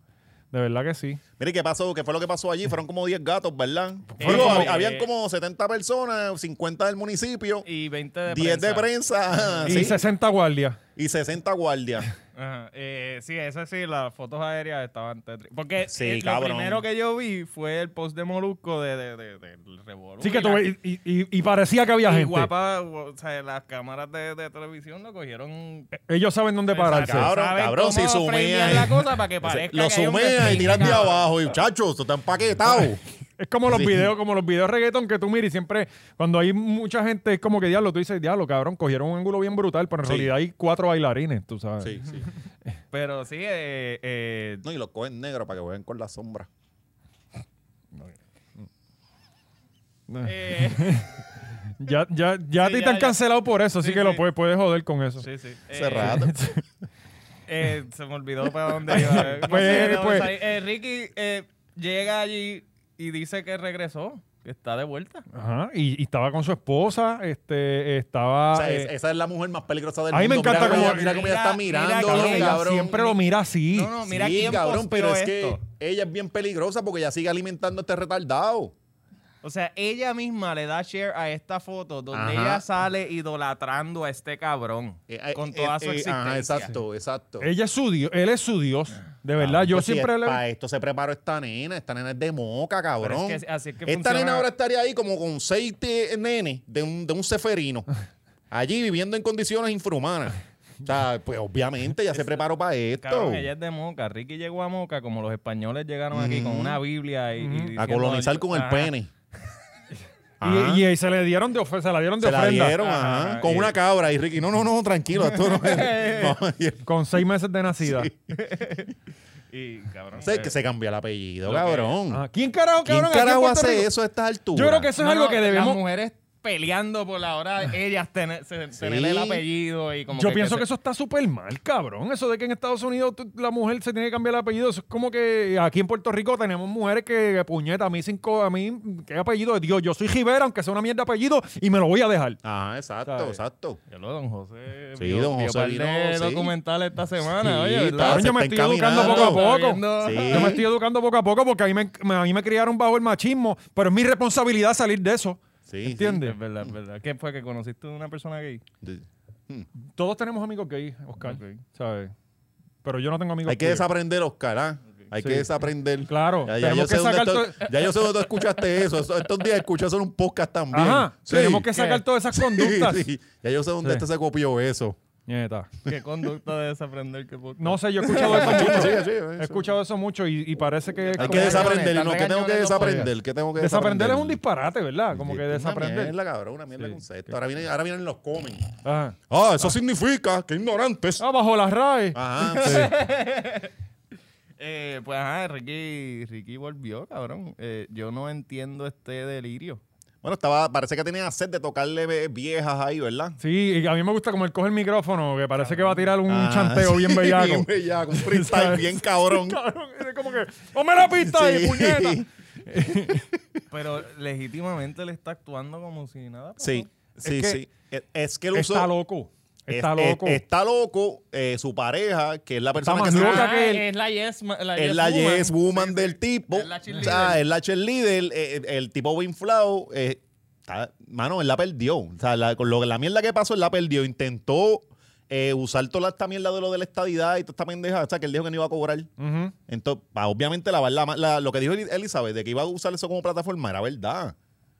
Speaker 1: De verdad que sí.
Speaker 3: Mire, ¿qué pasó? ¿Qué fue lo que pasó allí? Fueron como 10 gatos, ¿verdad?
Speaker 5: Fueron
Speaker 3: Digo,
Speaker 5: Eh, como-
Speaker 3: hab- habían como 70 personas, 50 del municipio,
Speaker 5: Y 20 de
Speaker 3: 10 de prensa ajá,
Speaker 1: Y
Speaker 3: sí,
Speaker 1: 60 guardias.
Speaker 3: y 60 guardias.
Speaker 5: Ajá, eh, sí, eso sí, las fotos aéreas estaban tétricas. Porque
Speaker 3: Sí,
Speaker 5: eh, lo
Speaker 3: cabrón.
Speaker 5: primero que yo vi fue el post de Molusco de, de, de- del revolú.
Speaker 1: Sí, que
Speaker 5: Y
Speaker 1: tú
Speaker 5: la-
Speaker 1: ves- y, y- y parecía que había
Speaker 5: y
Speaker 1: gente.
Speaker 5: guapa, o sea, las cámaras de, de televisión lo cogieron.
Speaker 1: Ellos saben dónde pararse.
Speaker 3: Cabrón,
Speaker 5: Saben
Speaker 3: cabrón,
Speaker 5: cómo
Speaker 3: si sumea
Speaker 5: framear
Speaker 3: y-
Speaker 5: la cosa para que
Speaker 3: Entonces,
Speaker 5: parezca
Speaker 3: Lo
Speaker 5: que hay un
Speaker 3: sumea y
Speaker 5: destino,
Speaker 3: tiran de
Speaker 5: cabrón.
Speaker 3: abajo. Y, muchachos, esto está empaquetado.
Speaker 1: Es como los
Speaker 3: Sí.
Speaker 1: videos, como los videos reggaeton que tú miras y siempre, cuando hay mucha gente, es como que diablo, tú dices, diablo, cabrón, cogieron un ángulo bien brutal, pero en
Speaker 3: Sí.
Speaker 1: realidad hay cuatro bailarines, tú sabes.
Speaker 3: Sí, sí.
Speaker 5: Pero sí, eh, eh,
Speaker 3: No, y los cogen negros para que jueguen con la sombra.
Speaker 5: eh,
Speaker 1: Ya, ya, ya
Speaker 5: Sí,
Speaker 1: a ti
Speaker 5: ya,
Speaker 1: te han
Speaker 5: ya.
Speaker 1: cancelado por eso, así
Speaker 5: Sí,
Speaker 1: que lo
Speaker 5: sí.
Speaker 1: puedes, puedes joder con eso.
Speaker 5: sí, sí. eh,
Speaker 3: Cerrado.
Speaker 5: Eh, se me olvidó para dónde iba. No sé,
Speaker 1: Pues,
Speaker 5: no,
Speaker 1: pues.
Speaker 5: o sea, eh, Ricky eh, llega allí y dice que regresó. que está de vuelta.
Speaker 1: Ajá, y, y estaba con su esposa, este, estaba...
Speaker 3: O sea, es-
Speaker 1: eh,
Speaker 3: esa es la mujer más peligrosa del
Speaker 1: a mí me
Speaker 3: mundo. Mira
Speaker 1: encanta
Speaker 3: cómo
Speaker 1: cómo-
Speaker 3: ella- Mira cómo ella está
Speaker 5: Mira, mira,
Speaker 3: mirando,
Speaker 1: cabrón,
Speaker 5: que
Speaker 1: ella
Speaker 3: cabrón.
Speaker 1: siempre lo mira así.
Speaker 5: No, no, mira
Speaker 3: sí,
Speaker 5: quién
Speaker 3: cabrón, pero
Speaker 5: posteó
Speaker 3: es
Speaker 5: esto.
Speaker 3: que ella es bien peligrosa porque ella sigue alimentando a este retardado.
Speaker 5: O sea, ella misma le da share a esta foto
Speaker 3: Ajá.
Speaker 5: donde ella sale idolatrando a este cabrón
Speaker 3: Eh, eh,
Speaker 5: con toda
Speaker 3: eh,
Speaker 5: su
Speaker 3: eh,
Speaker 5: existencia.
Speaker 3: Ajá, exacto, exacto.
Speaker 1: Ella es su dios, él es su dios. De
Speaker 3: Ah,
Speaker 1: verdad, yo
Speaker 3: pues
Speaker 1: siempre le...
Speaker 3: Para esto se preparó esta nena. Esta nena es de moca,
Speaker 5: Pero
Speaker 3: cabrón.
Speaker 5: es que así es que
Speaker 3: esta
Speaker 5: funciona-
Speaker 3: nena ahora estaría ahí como con seis te- nenes de un, de un ceferino. allí viviendo en condiciones infrahumanas. O sea, pues obviamente ya se preparó para esto.
Speaker 5: Cabrón, ella es de Moca. Ricky llegó a Moca como los españoles llegaron aquí con una Biblia y, y
Speaker 3: a
Speaker 5: diciendo-
Speaker 3: colonizar con el
Speaker 5: Ajá.
Speaker 3: pene. Ajá.
Speaker 1: Y, y- y se le dieron de ofrenda, se la dieron de
Speaker 3: se la
Speaker 1: ofrenda.
Speaker 3: dieron, ajá,
Speaker 5: Ajá,
Speaker 3: con
Speaker 5: y-
Speaker 3: una cabra. Y Ricky, no, no, no, tranquilo, esto no es. no, y el-
Speaker 1: Con seis meses de nacida.
Speaker 5: Y, cabrón,
Speaker 3: sé
Speaker 5: eh,
Speaker 3: que se cambió el apellido,
Speaker 5: Lo que-
Speaker 3: cabrón.
Speaker 1: Ajá. ¿Quién carajo,
Speaker 3: ¿Quién
Speaker 1: Ah, cabrón? aquí en
Speaker 3: carajo
Speaker 1: Puerto
Speaker 3: hace
Speaker 1: Rico?
Speaker 3: eso a estas alturas?
Speaker 1: Yo creo que eso
Speaker 5: no,
Speaker 1: es algo
Speaker 5: no,
Speaker 1: que debemos...
Speaker 5: Las mujeres peleando por la hora de ellas tener, se- tener el apellido y como
Speaker 1: Yo pienso que,
Speaker 5: se-
Speaker 1: eso está súper mal, cabrón. Eso de que en Estados Unidos tú- la mujer se tiene que cambiar el apellido. Eso es como que aquí en Puerto Rico tenemos mujeres que, puñeta, a mí cinco, a mí, qué apellido de Dios. Yo soy Rivera, aunque sea una mierda de apellido, y me lo voy a dejar.
Speaker 3: Ajá, Ah, exacto,
Speaker 1: ¿Sabes?
Speaker 3: exacto.
Speaker 5: Ya lo, don José.
Speaker 3: Sí, don José
Speaker 5: par
Speaker 3: vino,
Speaker 5: de
Speaker 3: sí.
Speaker 5: documentales esta
Speaker 3: Sí,
Speaker 5: semana, oye, ¿verdad?
Speaker 1: Cabrón,
Speaker 3: se
Speaker 1: yo me
Speaker 3: está
Speaker 1: estoy educando poco a
Speaker 3: encaminando.
Speaker 1: poco.
Speaker 5: Está
Speaker 3: viendo. Sí.
Speaker 1: Yo me estoy educando poco a poco porque a mí, me, me- a mí me criaron bajo el machismo, pero es mi responsabilidad salir de eso.
Speaker 3: Sí, sí.
Speaker 1: ¿Entiendes?
Speaker 5: Es verdad, es verdad. ¿Qué fue que conociste una persona gay?
Speaker 1: Todos tenemos amigos gays, Oscar. ¿Sabes? Pero yo no tengo amigos
Speaker 3: Hay que
Speaker 1: gays.
Speaker 3: desaprender, Oscar, ¿ah? Hay
Speaker 1: Sí.
Speaker 3: que desaprender.
Speaker 1: Claro,
Speaker 3: Ya, ya
Speaker 1: tenemos
Speaker 3: yo sé
Speaker 1: que
Speaker 3: dónde
Speaker 1: sacar
Speaker 3: estoy- ya yo sé dónde tú escuchaste eso. Eso- Estos días escuché eso en un podcast también.
Speaker 1: Ajá,
Speaker 3: Sí.
Speaker 1: tenemos que sacar todas esas conductas.
Speaker 3: Sí, sí. Ya yo sé dónde
Speaker 1: Sí.
Speaker 3: este se copió eso.
Speaker 1: Nieta.
Speaker 5: ¿Qué conducta de desaprender que por-
Speaker 1: No sé, yo he escuchado eso
Speaker 3: Sí,
Speaker 1: mucho.
Speaker 3: sí, sí, eso.
Speaker 1: He escuchado eso mucho y, y parece que...
Speaker 3: Hay
Speaker 1: como-
Speaker 3: que desaprender.
Speaker 5: Están
Speaker 3: ¿no? ¿Qué tengo que
Speaker 5: regañando
Speaker 3: desaprender? ¿Qué tengo que
Speaker 1: Desaprender es un disparate, ¿verdad? Como
Speaker 3: Sí,
Speaker 1: que
Speaker 3: es una
Speaker 1: desaprender.
Speaker 3: mierda, cabrón, una mierda de
Speaker 1: Sí.
Speaker 3: concepto. Ahora vienen, ahora vienen los comen.
Speaker 1: Ajá.
Speaker 3: Ah, eso significa que ignorantes.
Speaker 1: Ah, bajo las RAE.
Speaker 3: Ajá, sí.
Speaker 5: Eh, pues ajá, Ricky, Ricky volvió, cabrón. Eh, yo no entiendo este delirio.
Speaker 3: Bueno, estaba, parece que tenía sed de tocarle ve- viejas ahí, ¿verdad?
Speaker 1: Sí, y a mí me gusta como él coge el micrófono, que parece que va a tirar un
Speaker 3: Ah,
Speaker 1: chanteo
Speaker 3: sí,
Speaker 1: bien bellaco.
Speaker 3: bien bellaco, un freestyle bien cabrón.
Speaker 1: Cabrón, es como que, ¡Ponme la pista ahí,
Speaker 3: Sí.
Speaker 1: puñeta!
Speaker 5: Pero legítimamente le está actuando como si nada. pasó.
Speaker 3: Sí, sí,
Speaker 1: que-
Speaker 3: sí. Es- Es que lo usó.
Speaker 1: Está loco. Está
Speaker 3: es- es-
Speaker 1: loco.
Speaker 3: está loco. eh, su pareja, que es la persona
Speaker 1: más
Speaker 3: que se-
Speaker 1: loca
Speaker 5: Ah,
Speaker 1: que él-
Speaker 5: es la yes, ma- la
Speaker 3: es
Speaker 5: yes
Speaker 3: la
Speaker 5: woman.
Speaker 3: yes woman del tipo.
Speaker 5: Es la
Speaker 3: o sea,
Speaker 5: cheerleader.
Speaker 3: es la cheerleader. eh, eh, El, tipo bien inflado. eh, está- mano, él la perdió. O sea, la, con lo, la mierda que pasó, él la perdió. Intentó eh, usar toda esta mierda de lo de la estadidad y toda esta pendeja. O sea, que él dijo que no iba a cobrar.
Speaker 1: Ujú.
Speaker 3: Entonces, pa- obviamente, la, la- la- lo que dijo Eli- Elizabeth de que iba a usar eso como plataforma era verdad.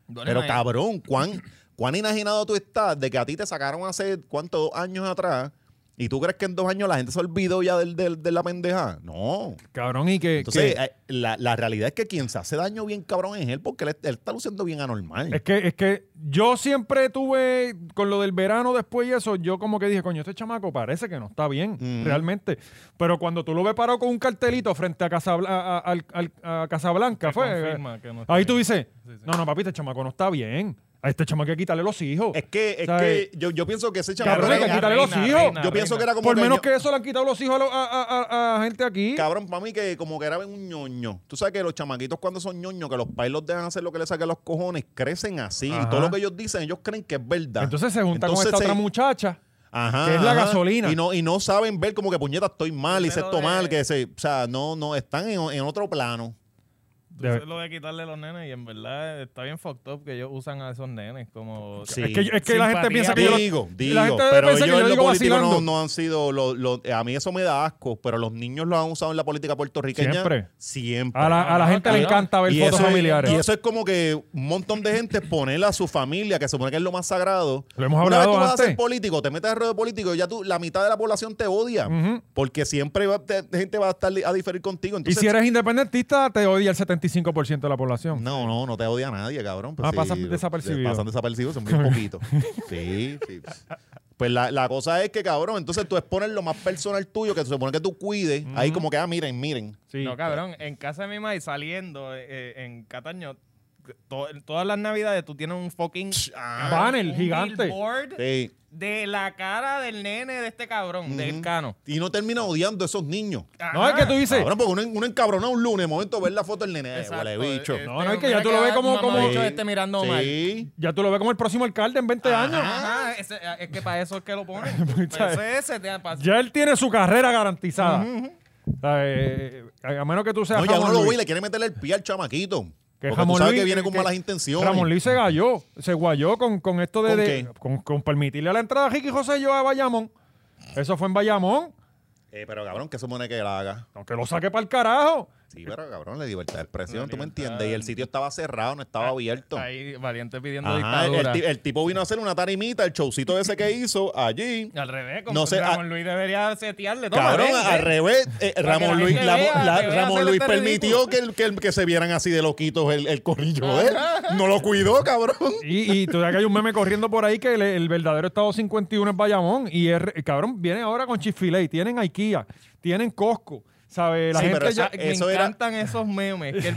Speaker 5: Duele
Speaker 3: Pero
Speaker 1: eh.
Speaker 5: más.
Speaker 3: cabrón, ¿cuán, ¿cuán enajenado tú estás de que a ti te sacaron hace cuántos años atrás y tú crees que en dos años la gente se olvidó ya del, del- de la pendeja? No.
Speaker 1: Cabrón, y que...
Speaker 3: Entonces,
Speaker 1: que-
Speaker 3: eh, la, la realidad es que quien se hace daño bien cabrón es él porque él, él está luciendo bien anormal.
Speaker 1: Es que, es que yo siempre tuve, con lo del verano después y eso, yo como que dije, coño, este chamaco parece que no está bien,
Speaker 3: Mm.
Speaker 1: realmente. Pero cuando tú lo ves parado con un cartelito frente a, Casabla- a- a- al- al- a Casablanca,
Speaker 5: Que
Speaker 1: fue,
Speaker 5: confirma que no está
Speaker 1: ahí
Speaker 5: bien.
Speaker 1: tú dices,
Speaker 5: Sí, sí.
Speaker 1: no, no, papi, este chamaco no está bien. A este chamaco hay que quitarle los hijos.
Speaker 3: Es que, es
Speaker 1: ¿Sabes?
Speaker 3: que yo, yo pienso que ese chaval...
Speaker 1: Cabrón, hay que
Speaker 3: era-
Speaker 1: quitarle los hijos.
Speaker 3: yo pienso que era como
Speaker 1: Por menos
Speaker 3: ño-
Speaker 1: que eso le han quitado los hijos a, lo- a- a- a- a gente aquí.
Speaker 3: Cabrón, para mí que como que era un ñoño. Tú sabes que los chamaquitos cuando son ñoños, que los pais los dejan hacer lo que les saque los cojones, crecen así.
Speaker 1: Ajá.
Speaker 3: Y todo lo que ellos dicen, ellos creen que es verdad.
Speaker 1: Entonces se junta
Speaker 3: Entonces
Speaker 1: con esta
Speaker 3: se-
Speaker 1: otra muchacha.
Speaker 3: Ajá,
Speaker 1: que es la
Speaker 3: ajá.
Speaker 1: gasolina.
Speaker 3: Y no, y no saben ver como que puñeta estoy mal, hice
Speaker 5: Dímelo
Speaker 3: esto mal,
Speaker 5: de-
Speaker 3: que se, o sea, no, no, están en, en otro plano.
Speaker 5: Tú haces lo de quitarle los nenes y en verdad está bien fucked up que ellos usan a esos nenes como...
Speaker 3: Sí.
Speaker 1: Es que, es que la gente
Speaker 5: Simpatía.
Speaker 1: piensa que yo... lo-
Speaker 3: Digo,
Speaker 1: y
Speaker 3: digo,
Speaker 1: la gente
Speaker 3: pero
Speaker 1: piensa que yo
Speaker 3: ellos en
Speaker 1: lo
Speaker 3: lo
Speaker 1: digo
Speaker 3: político no,
Speaker 1: vacilando.
Speaker 3: no han sido, lo- lo- a mí eso me da asco, pero los niños lo han usado en la política puertorriqueña
Speaker 1: Siempre.
Speaker 3: siempre.
Speaker 1: A la, a la
Speaker 5: Ah,
Speaker 1: gente le
Speaker 5: cabrón.
Speaker 1: encanta ver
Speaker 3: y
Speaker 1: fotos
Speaker 3: eso es-
Speaker 1: familiares.
Speaker 3: y eso es como que un montón de gente ponerle a su familia, que se supone que es lo más sagrado.
Speaker 1: Lo hemos
Speaker 3: Una vez
Speaker 1: hablado
Speaker 3: tú vas a ser
Speaker 1: antes.
Speaker 3: político, te metes al ruedo político y ya tú, la mitad de la población te odia.
Speaker 1: Ujú.
Speaker 3: Porque siempre va- te- gente va a estar a diferir
Speaker 1: Y
Speaker 3: contigo. Entonces,
Speaker 1: si eres independentista, te odia el 75% de la población.
Speaker 3: No, no, no te odia a nadie, cabrón. Pues
Speaker 1: Ah, pasan desapercibidos.
Speaker 3: Pasan desapercibidos, son muy poquitos. sí, sí. Pues la, la cosa es que, cabrón, entonces tú expones lo más personal tuyo, que se supone que tú cuides. Ahí como que, ah, miren, miren.
Speaker 1: Sí.
Speaker 5: No, cabrón, en casa de mi madre saliendo eh, en eh, Cataño to- todas las navidades tú tienes un fucking
Speaker 3: Ah,
Speaker 1: Banner
Speaker 5: un
Speaker 1: gigante.
Speaker 5: billboard
Speaker 3: sí.
Speaker 5: de la cara del nene de este cabrón, del cano.
Speaker 3: Y no termina odiando a esos niños.
Speaker 1: No, es que tú dices.
Speaker 3: Cabrón, porque uno, uno encabronado un lunes, de momento ver la foto del nene, eh,
Speaker 5: Exacto,
Speaker 3: huele bicho.
Speaker 5: eh,
Speaker 1: No, no,
Speaker 5: este
Speaker 1: es que ya tú lo ves como-
Speaker 5: mamabicho
Speaker 1: como-
Speaker 3: Sí.
Speaker 5: este mirando mal.
Speaker 3: Sí.
Speaker 1: Ya tú lo ves como el próximo alcalde en
Speaker 3: Ah.
Speaker 1: 20 años.
Speaker 5: Ajá, ese- eh, es que para eso es que lo ponen. Para eso es ese, te- para-
Speaker 1: Pues, Ya él tiene su carrera garantizada. O sea, eh, a menos que tú seas
Speaker 3: No, ya
Speaker 1: Ramón
Speaker 3: uno lo ve y
Speaker 1: Luis.
Speaker 3: le quiere meterle el pie al chamaquito.
Speaker 1: Que
Speaker 3: porque
Speaker 1: Ramón
Speaker 3: tú sabes
Speaker 1: Luis-
Speaker 3: que viene con
Speaker 1: que-
Speaker 3: malas intenciones.
Speaker 1: Ramón Luis se galló, se guayó con, con esto de,
Speaker 3: ¿Con
Speaker 1: de-
Speaker 3: qué?
Speaker 1: con, con permitirle la entrada a Ricky José y yo a Bayamón. Eso fue en Bayamón.
Speaker 3: Eh, pero cabrón, que se supone que la haga.
Speaker 1: Aunque lo saque para el carajo.
Speaker 3: Sí, pero cabrón, la libertad Ah, de expresión, tú me entiendes. Y el sitio estaba cerrado, no estaba abierto.
Speaker 5: Ahí, valiente pidiendo
Speaker 3: Ajá, el,
Speaker 5: dictadura.
Speaker 3: ti- el tipo vino a hacer una tarimita, el showcito ese que hizo allí.
Speaker 5: Al revés, como
Speaker 3: No sé,
Speaker 5: Ramón
Speaker 3: a-
Speaker 5: Luis debería setearle. Toma,
Speaker 3: Cabrón,
Speaker 5: ven,
Speaker 3: al
Speaker 5: ven.
Speaker 3: revés, eh, Ramón
Speaker 5: la
Speaker 3: Luis,
Speaker 5: gente
Speaker 3: la-
Speaker 5: vea,
Speaker 3: la-
Speaker 5: que vea
Speaker 3: Ramón
Speaker 5: hacer
Speaker 3: Luis
Speaker 5: este
Speaker 3: permitió
Speaker 5: ridículo.
Speaker 3: que, el- que, el- que se vieran así de loquitos el, el corrillo de él. No lo cuidó, cabrón.
Speaker 1: Y, y tú sabes que hay un meme corriendo por ahí que el, el verdadero estado 51 es Bayamón. Y es, re- cabrón, vienen ahora con Chick-fil-A, tienen IKEA, tienen Costco. ¿Sabes? La
Speaker 3: Sí,
Speaker 1: gente
Speaker 3: pero
Speaker 1: ya.
Speaker 5: Ya,
Speaker 3: esa-
Speaker 5: me
Speaker 3: eso era-
Speaker 5: encantan esos memes que el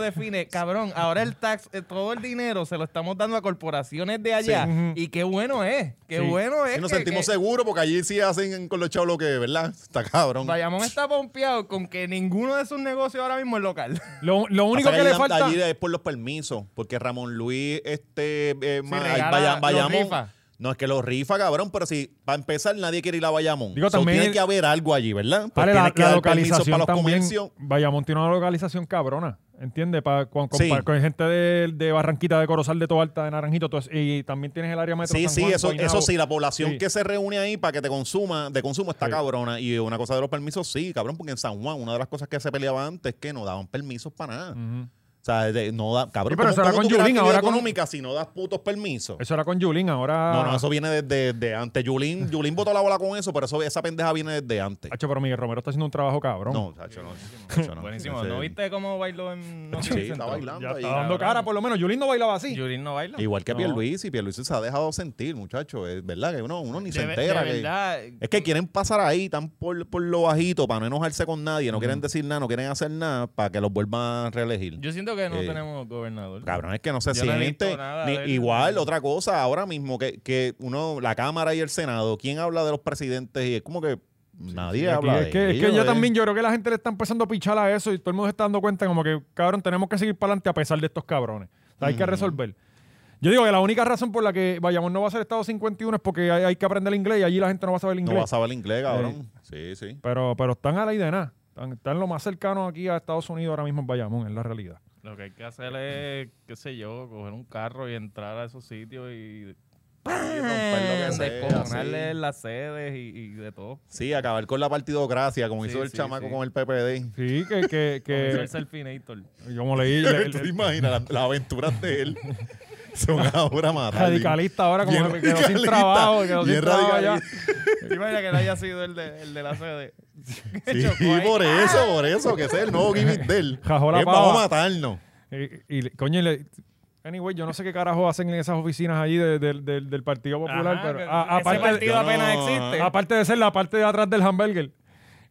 Speaker 5: define. Cabrón, ahora el tax, eh, todo el dinero se lo estamos dando a corporaciones de allá.
Speaker 1: Sí. Ujú.
Speaker 5: Y qué bueno es, qué
Speaker 1: Sí.
Speaker 5: bueno es.
Speaker 3: Sí, nos
Speaker 5: que-
Speaker 3: sentimos
Speaker 5: que
Speaker 3: seguros porque allí sí hacen con los chavos lo que, ¿verdad? Está cabrón.
Speaker 5: Bayamón está pompeado con que ninguno de sus negocios ahora mismo es local.
Speaker 1: Lo, lo único
Speaker 3: Pasa
Speaker 1: que le
Speaker 3: allí dan-
Speaker 1: falta.
Speaker 3: allí es por los permisos, porque Ramón Luis, este, eh, ma-
Speaker 5: regala,
Speaker 3: ay, Baya-
Speaker 5: los
Speaker 3: Bayamón-
Speaker 5: rifa.
Speaker 3: No, es que los rifa, cabrón, pero si, para empezar, nadie quiere ir a Bayamón.
Speaker 1: Digo,
Speaker 3: So,
Speaker 1: también
Speaker 3: tiene
Speaker 1: el-
Speaker 3: que haber algo allí, ¿verdad? Pues
Speaker 1: Vale, la,
Speaker 3: tienes que
Speaker 1: la
Speaker 3: dar permisos
Speaker 1: localización
Speaker 3: para los
Speaker 1: también.
Speaker 3: comercios.
Speaker 1: Bayamón tiene una localización cabrona, ¿entiendes? Pa- con, con-
Speaker 3: Sí.
Speaker 1: pa- con gente de, de Barranquita, de Corozal, de Toalta, de Naranjito, todo eso. y también tienes el área metro.
Speaker 3: Sí,
Speaker 1: San
Speaker 3: sí,
Speaker 1: Juan,
Speaker 3: eso,
Speaker 1: Guaynabo.
Speaker 3: eso sí, la población
Speaker 1: Sí.
Speaker 3: que se reúne ahí para que te consuma, de consumo está cabrona. Y una cosa de los permisos, sí, cabrón, porque en San Juan una de las cosas que se peleaba antes es que no daban permisos para nada. O sea, de- no da, cabrón,
Speaker 1: Sí, pero
Speaker 3: ¿cómo-
Speaker 1: eso era
Speaker 3: cómo
Speaker 1: con
Speaker 3: tú creas
Speaker 1: Yulín,
Speaker 3: actividad
Speaker 1: ahora con-
Speaker 3: económica si no das putos permisos?
Speaker 1: Eso era con Yulín, ahora.
Speaker 3: No, no, eso viene desde, desde antes. Yulín, Yulín botó la bola con eso, pero eso, esa pendeja viene desde antes.
Speaker 1: Hacho, pero Miguel Romero está haciendo un trabajo cabrón.
Speaker 3: No, chacho, no. chacho, no.
Speaker 5: Buenísimo.
Speaker 3: Ese-
Speaker 5: ¿No viste cómo bailó en
Speaker 3: Sí, está bailando
Speaker 1: Ya
Speaker 3: ahí.
Speaker 1: está dando cara, por lo menos. Yulín no bailaba así.
Speaker 5: Yurin no baila.
Speaker 3: Igual que
Speaker 1: No.
Speaker 3: Pierluisi, Pierluisi se ha dejado sentir, muchacho. Es verdad que uno, uno ni se
Speaker 5: De- de
Speaker 3: entera. que-
Speaker 5: verdad,
Speaker 3: Es que quieren pasar ahí tan por, por lo bajito para no enojarse con nadie, no
Speaker 1: Mm.
Speaker 3: quieren decir nada, no quieren hacer nada para que los vuelvan a reelegir.
Speaker 5: Yo siento que no
Speaker 3: Eh,
Speaker 5: tenemos gobernador.
Speaker 3: Cabrón, es que no se
Speaker 5: Yo no he visto
Speaker 3: siente.
Speaker 5: nada
Speaker 3: ni-
Speaker 5: de él.
Speaker 3: igual, otra cosa, ahora mismo que, que uno, la Cámara y el Senado, ¿quién habla de los presidentes? Y es como que nadie
Speaker 1: Y aquí
Speaker 3: habla
Speaker 1: es
Speaker 3: de
Speaker 1: que, es que
Speaker 3: ellos,
Speaker 1: ya
Speaker 3: eh.
Speaker 1: también yo creo que la gente le está empezando a pichar a eso y todo el mundo se está dando cuenta como que, cabrón, tenemos que seguir para adelante a pesar de estos cabrones. O sea, hay que resolver. Yo digo que la única razón por la que Bayamón no va a ser Estado 51 es porque hay, hay que aprender inglés y allí la gente no va a saber
Speaker 3: No
Speaker 1: inglés.
Speaker 3: va a saber inglés, cabrón. Sí, sí.
Speaker 1: pero, pero están a la idea de nada. Están, están lo más cercano aquí a Estados Unidos ahora mismo en Bayamón, es la realidad.
Speaker 5: Lo que hay que hacer es, qué sé yo, coger un carro y entrar a esos sitios y
Speaker 3: romper lo que sea,
Speaker 5: descojonarle
Speaker 3: sí.
Speaker 5: las sedes y, y de todo.
Speaker 3: Sí, acabar con la partidocracia, como
Speaker 5: Sí,
Speaker 3: hizo el
Speaker 5: sí,
Speaker 3: chamaco
Speaker 5: sí.
Speaker 3: con el PPD.
Speaker 1: Sí, que... que,
Speaker 5: Como
Speaker 1: que
Speaker 5: hizo el Selfinator.
Speaker 1: yo como leí... le-
Speaker 3: ¿Tú te
Speaker 1: le-
Speaker 3: imaginas las las aventuras de él? Son ahora matar.
Speaker 1: radicalista ahora como
Speaker 3: Bien
Speaker 1: que quedó sin
Speaker 3: radicalista,
Speaker 1: trabajo, quedó
Speaker 3: bien
Speaker 1: sin trabajo allá.
Speaker 3: radicalista.
Speaker 5: ¿Te imaginas que él haya sido el de, el de la sede?
Speaker 3: Sí,
Speaker 5: Chocó ahí.
Speaker 3: por eso, por eso, que ese es el nuevo gimmick de él.
Speaker 1: Jajó la
Speaker 3: Es, vamos
Speaker 1: pava.
Speaker 3: a matarnos.
Speaker 1: Y, y le- coño, y le- anyway, yo no sé qué carajo hacen en esas oficinas allí de- del- del- del Partido Popular,
Speaker 5: Ajá, que
Speaker 1: pero a-
Speaker 5: ese
Speaker 1: aparte,
Speaker 5: partido
Speaker 3: Yo no- ah,
Speaker 5: apenas existe.
Speaker 1: aparte de ser la parte de atrás del hamburger,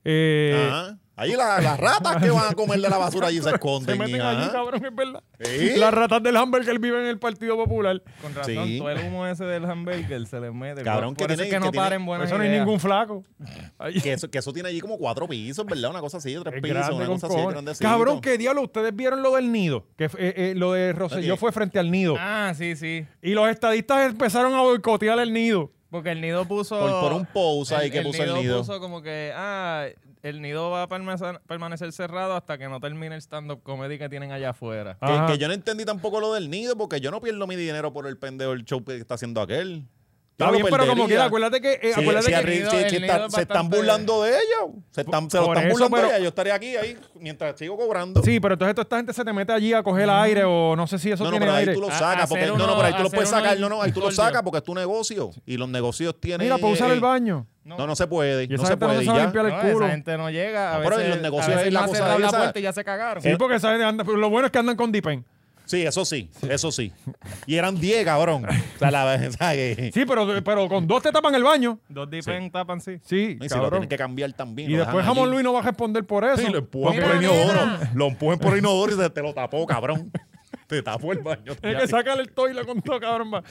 Speaker 1: eh,
Speaker 3: Ajá. Ahí la- las ratas que van a comer de la basura allí se esconden.
Speaker 1: se meten
Speaker 3: hija.
Speaker 1: allí, cabrón, es verdad.
Speaker 3: Sí.
Speaker 1: Las ratas del hamburger viven en el Partido Popular.
Speaker 5: Con razón,
Speaker 3: Sí.
Speaker 5: todo el humo ese del hamburger se les mete.
Speaker 3: Cabrón,
Speaker 5: por,
Speaker 3: que
Speaker 5: por eso
Speaker 3: tiene-
Speaker 5: es que no
Speaker 3: que tiene-
Speaker 5: paren
Speaker 1: Por
Speaker 5: buenas
Speaker 1: eso no hay
Speaker 5: ideas.
Speaker 1: ningún flaco. Allí.
Speaker 3: Que eso, que eso tiene allí como cuatro pisos, ¿verdad? Una cosa así, tres
Speaker 1: Es
Speaker 3: pisos,
Speaker 1: grande
Speaker 3: una
Speaker 1: con
Speaker 3: cosa así,
Speaker 1: cojones.
Speaker 3: grandecito.
Speaker 1: Cabrón, qué diablo, ustedes vieron lo del nido, que fue- eh, eh, lo de Rosselló
Speaker 3: Ok.
Speaker 1: fue frente al nido.
Speaker 5: Ah, sí, sí.
Speaker 1: Y los estadistas empezaron a boicotear el nido.
Speaker 5: Porque el nido puso...
Speaker 3: Por- por un post ahí que puso el nido.
Speaker 5: puso como que, ah, el nido va a permanecer, permanecer cerrado hasta que no termine el stand-up comedy que tienen allá afuera.
Speaker 1: Ah.
Speaker 3: Que-
Speaker 1: Ajá.
Speaker 3: Que, yo no entendí tampoco lo del nido, porque yo no pierdo mi dinero por el pendejo el show que está haciendo aquel. Yo
Speaker 1: Está
Speaker 3: lo
Speaker 1: bien, pero como
Speaker 3: perdería.
Speaker 1: quiera, acuérdate que. eh,
Speaker 3: Sí,
Speaker 1: acuérdate
Speaker 3: sí,
Speaker 1: que
Speaker 3: al
Speaker 5: el
Speaker 3: ri-
Speaker 5: nido-
Speaker 3: sí, sí,
Speaker 5: el
Speaker 3: está-
Speaker 5: nido es
Speaker 3: se están
Speaker 5: bastante-
Speaker 3: burlando de ellos. Se, están, se lo
Speaker 1: Por
Speaker 3: están
Speaker 1: eso,
Speaker 3: burlando
Speaker 1: pero-
Speaker 3: de ellos. Yo estaría aquí, ahí, mientras sigo cobrando.
Speaker 1: Sí, pero entonces toda esta gente se te mete allí a coger aire o no sé si eso
Speaker 3: No, no,
Speaker 1: tiene
Speaker 3: pero ahí
Speaker 1: aire.
Speaker 3: tú lo
Speaker 5: A-
Speaker 3: sacas. Porque,
Speaker 5: hacer
Speaker 3: no, no,
Speaker 5: uno-
Speaker 3: pero ahí tú lo
Speaker 5: hacer
Speaker 3: puedes
Speaker 5: uno
Speaker 3: sacar. No, no, ahí tú lo
Speaker 5: disturbio.
Speaker 3: sacas porque es tu negocio. Y los negocios tienen.
Speaker 1: Mira, para usar
Speaker 3: eh,
Speaker 1: el baño.
Speaker 3: No, no se puede.
Speaker 1: Y esa
Speaker 3: No se
Speaker 1: gente no
Speaker 3: puede.
Speaker 1: se
Speaker 3: y
Speaker 1: sabe
Speaker 3: ya.
Speaker 1: limpiar el
Speaker 5: No,
Speaker 1: culo.
Speaker 5: Esa gente no llega. A
Speaker 3: No, Ah, pero
Speaker 5: veces,
Speaker 3: en los negocios
Speaker 5: a veces
Speaker 3: es la
Speaker 5: no
Speaker 3: cosa
Speaker 5: cerraron
Speaker 3: de
Speaker 5: la
Speaker 3: esa-
Speaker 5: puerta y ya se cagaron.
Speaker 3: Eh.
Speaker 1: Sí, porque saben, anda- pero lo bueno es que andan con Dipen.
Speaker 3: Sí, eso sí. Eso sí. Y eran 10, cabrón. O sea, la o sea, que-
Speaker 1: Sí, pero, pero con dos te tapan el baño.
Speaker 5: Dos dipen tapan, sí.
Speaker 1: Sí,
Speaker 3: Y si lo
Speaker 1: cabrón.
Speaker 3: tienen que cambiar también.
Speaker 1: Y
Speaker 3: lo
Speaker 1: después
Speaker 3: dejan
Speaker 1: Jamón
Speaker 3: allí.
Speaker 1: Luis no va a responder por eso.
Speaker 3: Sí, lo empujan
Speaker 1: Porque-
Speaker 3: por el
Speaker 5: Mira,
Speaker 3: inodoro.
Speaker 5: mira.
Speaker 3: Lo empujan por el inodoro y se te lo tapó, cabrón. Te tapo el baño.
Speaker 1: Hay que sacarle el toile con todo, cabrón. va.